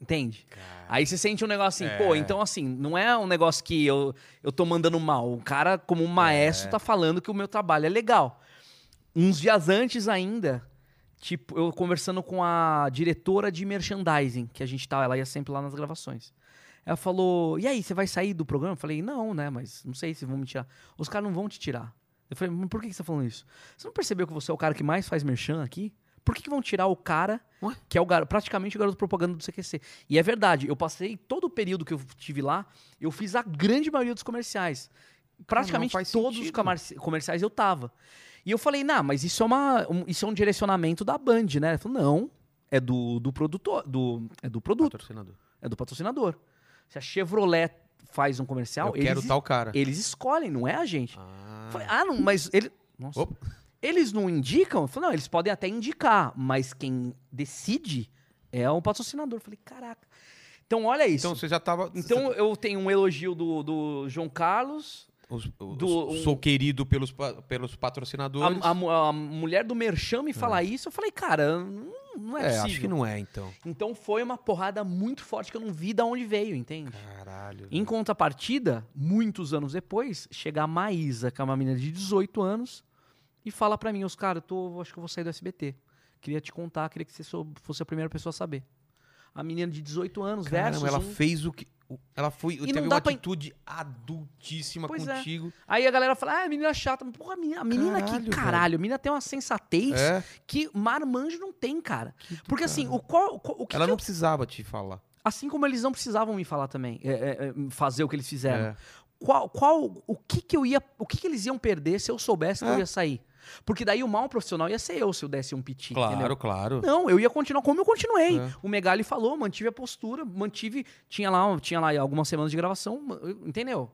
Entende? Aí você sente um negócio assim, É. pô, então assim, não é um negócio que eu, eu tô mandando mal. O cara, como maestro, tá falando que o meu trabalho é legal. Uns dias antes ainda, tipo, eu conversando com a diretora de merchandising, que a gente tá, ela ia sempre lá nas gravações. Ela falou, e aí, você vai sair do programa? Eu falei, não, né, mas não sei se vão me tirar. Os caras não vão te tirar. Eu falei, mas por que que você tá falando isso? Você não percebeu que você é o cara que mais faz merchan aqui? Por que, que vão tirar o cara Ué? que é o gar... praticamente o garoto propaganda do CQC? E é verdade, eu passei todo o período que eu tive lá, eu fiz a grande maioria dos comerciais. Praticamente faz todos os sentido. comerci- comerciais eu tava. E eu falei, não, mas isso é, uma, um- isso é um direcionamento da Band, né? Ele falou, não, é do, do produtor, do, é do produto, Patrocinador. é do patrocinador. Se a Chevrolet faz um comercial, Eu quero eles, tal cara. eles escolhem, não é a gente. Ah. Eu Falei, ah, não, mas ele. Nossa. Opa. Eles não indicam? Eu Falei, não, eles podem até indicar, mas quem decide é o patrocinador. Eu Falei, caraca. Então, olha isso. Então Então, você já tava. eu tenho um elogio do, do João Carlos, Os- os- do- um sou querido pelos, pa- pelos patrocinadores. a, a mu- a mulher do Merchan me falar isso. Eu falei, cara, não, não é, é, possível. acho que não é, então. Então, foi uma porrada muito forte que eu não vi da onde veio, entende? Caralho. Em contrapartida, muitos anos depois, chega a Maísa, que é uma menina de 18 anos, e fala pra mim, Oscar, eu tô, acho que eu vou sair do SBT. Queria te contar, queria que você sou- fosse a primeira pessoa a saber. A menina de 18 anos, versus Caramba, ela um- fez o que. o- Ela foi. não teve dá uma pra en- atitude adultíssima Pois é. contigo. Aí a galera fala, ah, a menina é chata. Porra, a menina, a menina Caralho, que caralho, a menina tem uma sensatez É. que marmanjo não tem, cara. Porque assim, o, qual, o qual- o que, ela que não eu- precisava te falar. assim como eles não precisavam me falar também, é, é, é, fazer o que eles fizeram. É. qual, qual o que que eu ia, o que que eles iam perder se eu soubesse que É. eu ia sair? Porque daí o mal profissional ia ser eu se eu desse um piti, Claro, entendeu? claro. Não, eu ia continuar como eu continuei. É. O Megali falou, mantive a postura, mantive, tinha lá, tinha lá algumas semanas de gravação, ma- entendeu?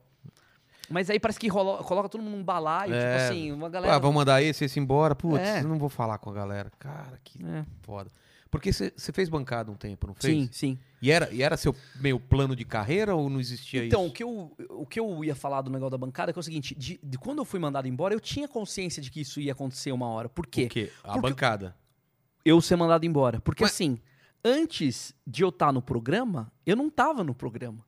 Mas aí parece que rola- coloca todo mundo num balaio, É. tipo assim, uma Ah, galera vamos mandar esse, esse embora. Putz, É. eu não vou falar com a galera. Cara, que É. foda. Porque você fez bancada um tempo, não fez? Sim, sim. E era, e era seu meio plano de carreira ou não existia Então, o É isso? que, eu, o que eu ia falar do negócio da bancada é, que é o seguinte: de, de quando eu fui mandado embora, eu tinha consciência de que isso ia acontecer uma hora. Por quê? O quê? A Porque- bancada. eu ser mandado embora. Porque Mas- assim, antes de eu estar no programa, eu não estava no programa.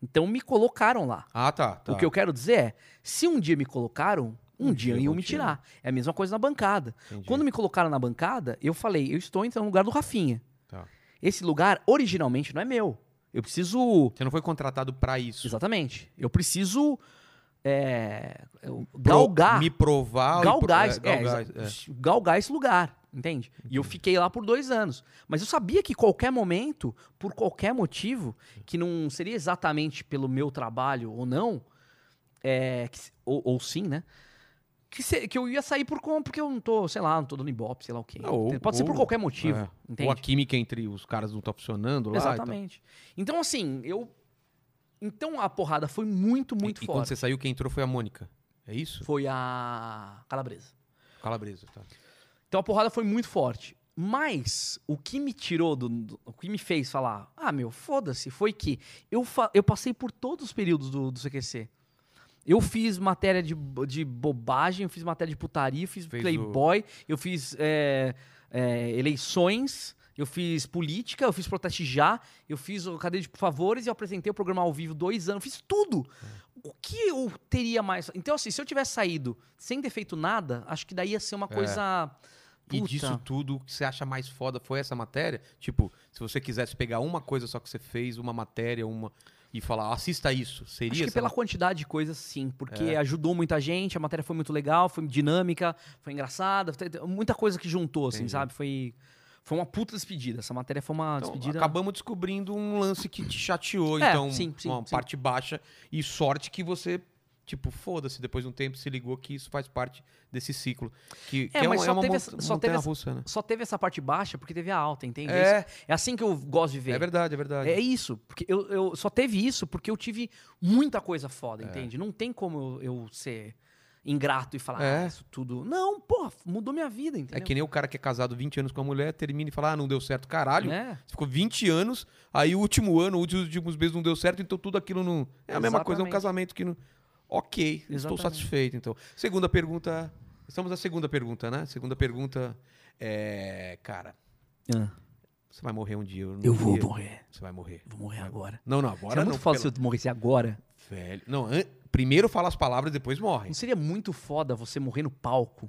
Então me colocaram lá. Ah, tá. tá. O que eu quero dizer é, se um dia me colocaram, um, Um dia, dia iam vão me tirar. tirar. É a mesma coisa na bancada. Entendi. Quando me colocaram na bancada, eu falei, eu estou entrando no lugar do Rafinha. Tá. Esse lugar, originalmente, não é meu. Eu preciso... Você não foi contratado pra isso. Exatamente. Eu preciso... É, eu- Pro- galgar Me provar. e pro- galgar, esse- é, é, galgar, exa- é. galgar esse lugar, entende? E eu fiquei lá por dois anos. Mas eu sabia que qualquer momento, por qualquer motivo, que não seria exatamente pelo meu trabalho ou não, é, que se- ou, ou sim, né? Que, se- que eu ia sair por conta, porque eu não tô, sei lá, não tô dando ibope, sei lá o quê. Não, Ah, ou- Pode ser por ou- qualquer motivo, é. entende? Ou a química entre os caras não tá funcionando lá. e tal. Exatamente. Então, assim, eu... Então a porrada foi muito, E- muito E quando forte. você saiu, quem entrou foi a Mônica. É isso? Foi a Calabresa. Calabresa, tá. Então a porrada foi muito forte. Mas o que me tirou do. do- O que me fez falar, ah, meu, foda-se, foi que eu, fa- eu passei por todos os períodos do, do CQC. Eu fiz matéria de, bo- de bobagem, eu fiz matéria de putaria, eu fiz Fez playboy, eu fiz é, é, eleições, eu fiz política, eu fiz proteste já, eu fiz o cadeia de favores e eu apresentei o programa ao vivo dois anos, fiz tudo. É. O que eu teria mais. Então, assim, se eu tivesse saído sem ter feito nada, acho que daí ia ser uma É. coisa. E Puta. disso tudo, o que você acha mais foda foi essa matéria? Tipo, se você quisesse pegar uma coisa só que você fez, uma matéria, uma. E falar, assista isso. Seria Acho que essa pela matéria? quantidade de coisas, sim, porque É. ajudou muita gente, a matéria foi muito legal, foi dinâmica, foi engraçada, te- te- muita coisa que juntou, assim, Entendi. sabe? Foi, foi uma puta despedida. Essa matéria foi uma Então, despedida. Acabamos descobrindo um lance que te chateou, É, então. sim, sim, uma sim. parte baixa. E sorte que você Tipo, foda-se, depois de um tempo se ligou que isso faz parte desse ciclo. Que, É, que é, mas um- é só uma teve mon- essa- só teve montanha essa- russa, né? Só teve essa parte baixa porque teve a alta, entende? É. Isso- é assim que eu gosto de ver. É verdade, é verdade. É isso, porque eu, eu só teve isso porque eu tive muita coisa É. foda, entende? Não tem como eu, eu ser ingrato e falar É. "Ah, isso tudo. Não, porra, mudou minha vida, É entendeu? que nem o cara que é casado 20 anos com a mulher, termina e fala, ah, não deu certo, caralho. Né? Você ficou 20 anos, aí o último ano, os últimos meses não deu certo, então tudo aquilo não... É a mesma coisa, é um Exatamente. casamento que não... Ok, estou Exatamente. satisfeito, então. Segunda pergunta... Estamos na segunda pergunta, né? Segunda pergunta é... Cara, você vai morrer um dia. Eu, não eu vou queria. morrer. Você vai morrer. Vou morrer agora. Não, não, agora Seria não. muito foda pela- se eu morresse agora. Velho. Não, an- primeiro fala as palavras, depois morre. Não seria muito foda você morrer no palco?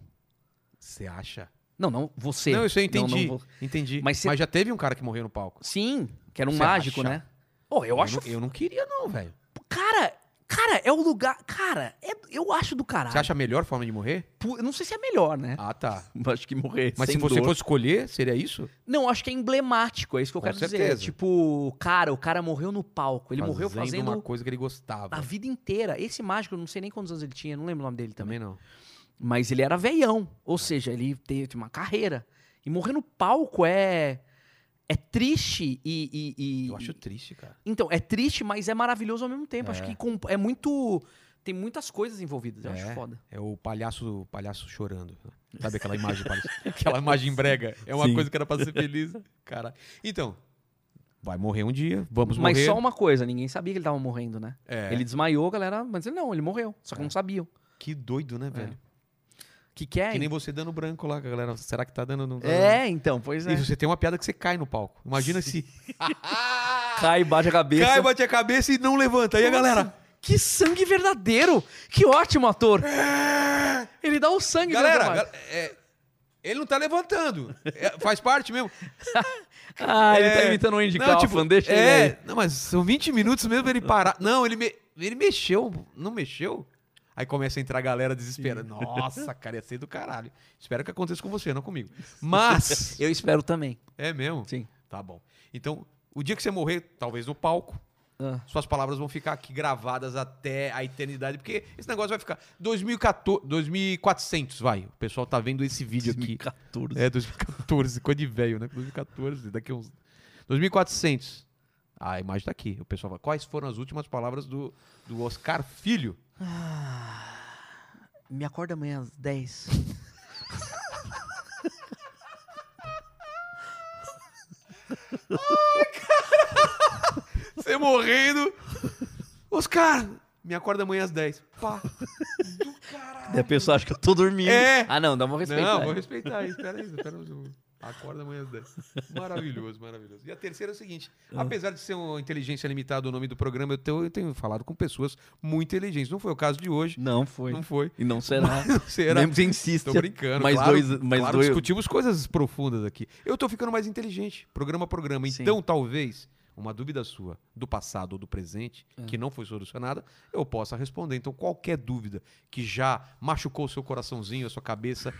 Você acha? Não, não, você. Não, isso eu Não, não entendi. vou- Entendi. Mas, Mas você- já teve um cara que morreu no palco. Sim, que era um Você mágico, acha? né? Oh, eu, acho. não- eu não queria, não, velho. Cara, cara, é o lugar. Cara, é- eu acho do caralho. Você acha a melhor forma de morrer? Pu- Eu não sei se Ah. é a melhor, né? Ah, tá. Acho que morrer. Mas sem se você dor. fosse escolher, seria isso? Não, acho que é emblemático, é isso que eu Com quero certeza. dizer. Tipo, cara, o cara morreu no palco. Ele morreu fazendo uma coisa que ele gostava. a vida inteira. Esse mágico, eu não sei nem quantos anos ele tinha, não lembro o nome dele Também também. não. Mas ele era veião. Ou seja, ele teve uma carreira. E morrer no palco é. É triste e. e- e- Eu acho triste, cara. Então, é triste, mas é maravilhoso ao mesmo tempo. Acho que com- é muito. Tem muitas coisas envolvidas. Eu É. acho foda. É o palhaço, o palhaço chorando. Sabe *laughs* aquela imagem palhaço? Aquela imagem brega. É uma Sim. coisa que era pra ser feliz. Cara. Então, vai morrer um dia, vamos Mas morrer. só uma coisa, ninguém sabia que ele tava morrendo, né? É. Ele desmaiou, galera, mas ele não, ele morreu. Só que não sabiam. Que doido, né, velho? O que, que é? Que nem você dando branco lá, galera. Será que tá dando? Não tá É, então, pois dando? é. E você tem uma piada que você cai no palco. Imagina se Cai, bate a cabeça. cai, bate a cabeça e não levanta. Aí a galera. Que sangue verdadeiro! Que ótimo ator! *laughs* Ele dá o sangue. né, Galera, Tomás? gal- é, ele não tá levantando. É, faz parte mesmo. *laughs* Ah, ele tá É. imitando o Andy Não, Kaufman, tipo, deixa é, ele aí. Não, mas são 20 minutos mesmo pra ele parar. Não, ele, me- ele mexeu. Não mexeu? Aí começa a entrar a galera desesperada. Nossa, cara, ia ser do caralho. Espero que aconteça com você, não comigo. Mas. *laughs* Eu espero também. É mesmo? Sim. Tá bom. Então, o dia que você morrer, talvez no palco, Ah. suas palavras vão ficar aqui gravadas até a eternidade, porque esse negócio vai ficar 2014, 2400, vai. O pessoal tá vendo esse vídeo aqui. 2014. É, 2014, coisa de velho, né? 2014, daqui uns. 2400. Ah, A imagem tá aqui. O pessoal fala, quais foram as últimas palavras do, do Oscar Filho? Me acorda amanhã às 10. Você morrendo. *laughs* Oscar, me acorda amanhã às 10. Pá. Do caralho. a pessoa acha que eu tô dormindo. É. Ah, não, dá um respeito. Não, vou respeitar isso. Espera aí, espera aí. Acorda amanhã às 10. Maravilhoso, maravilhoso. E a terceira é o seguinte: apesar de ser uma inteligência limitada o nome do programa, eu tenho, eu tenho falado com pessoas muito inteligentes. Não foi o caso de hoje. Não foi. Não foi. *laughs* E não será. Não será? Mesmo que você insista. Tô brincando. Mais claro, dois. Mais claro, dois. discutimos coisas profundas aqui. Eu tô ficando mais inteligente, programa a programa. Sim. Então, talvez, uma dúvida sua do passado ou do presente, É. que não foi solucionada, eu possa responder. Então, qualquer dúvida que já machucou o seu coraçãozinho, a sua cabeça,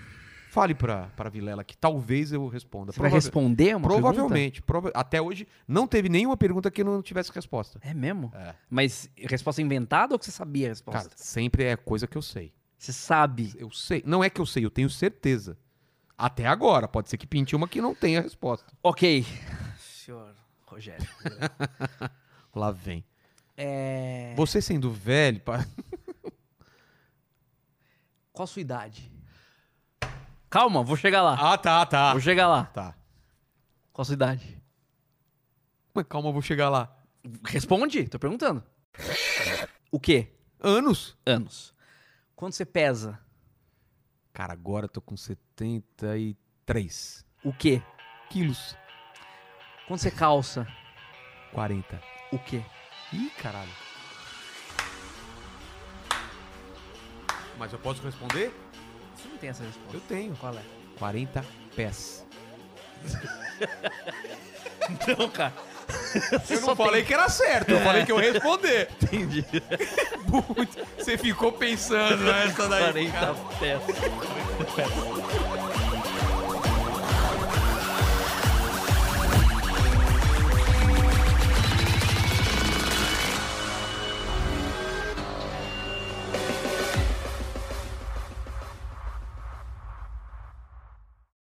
fale pra, pra Vilela que talvez eu responda. Você vai Prova- responder uma pergunta? provavelmente. prova- Até hoje, não teve nenhuma pergunta que não tivesse resposta. É mesmo? É. Mas resposta inventada ou que você sabia a resposta? Cara, sempre é coisa que eu sei. você sabe. Eu sei. Não é que eu sei, eu tenho certeza. Até agora. Pode ser que pinte uma que não tenha resposta. Ok. Senhor Rogério. *laughs* Lá vem. Você sendo velho, pá, Qual a sua idade? Calma, vou chegar lá. *laughs* Ah, tá, tá. Vou chegar lá. Tá. Qual a sua idade? Mas calma, eu vou chegar lá. Responde, tô perguntando. O quê? Anos? Anos. Quanto você pesa? Cara, agora eu tô com 73 O quê? quilos. Quanto você calça? 40. O quê? Ih, caralho. Mas eu posso responder? Você não tem essa resposta. Eu tenho. Qual é? 40 pés. Não, *laughs* cara. Eu não falei que era certo, eu falei que eu ia responder. Entendi. *laughs* né? tá Você ficou pensando nessa daí. 40 peças.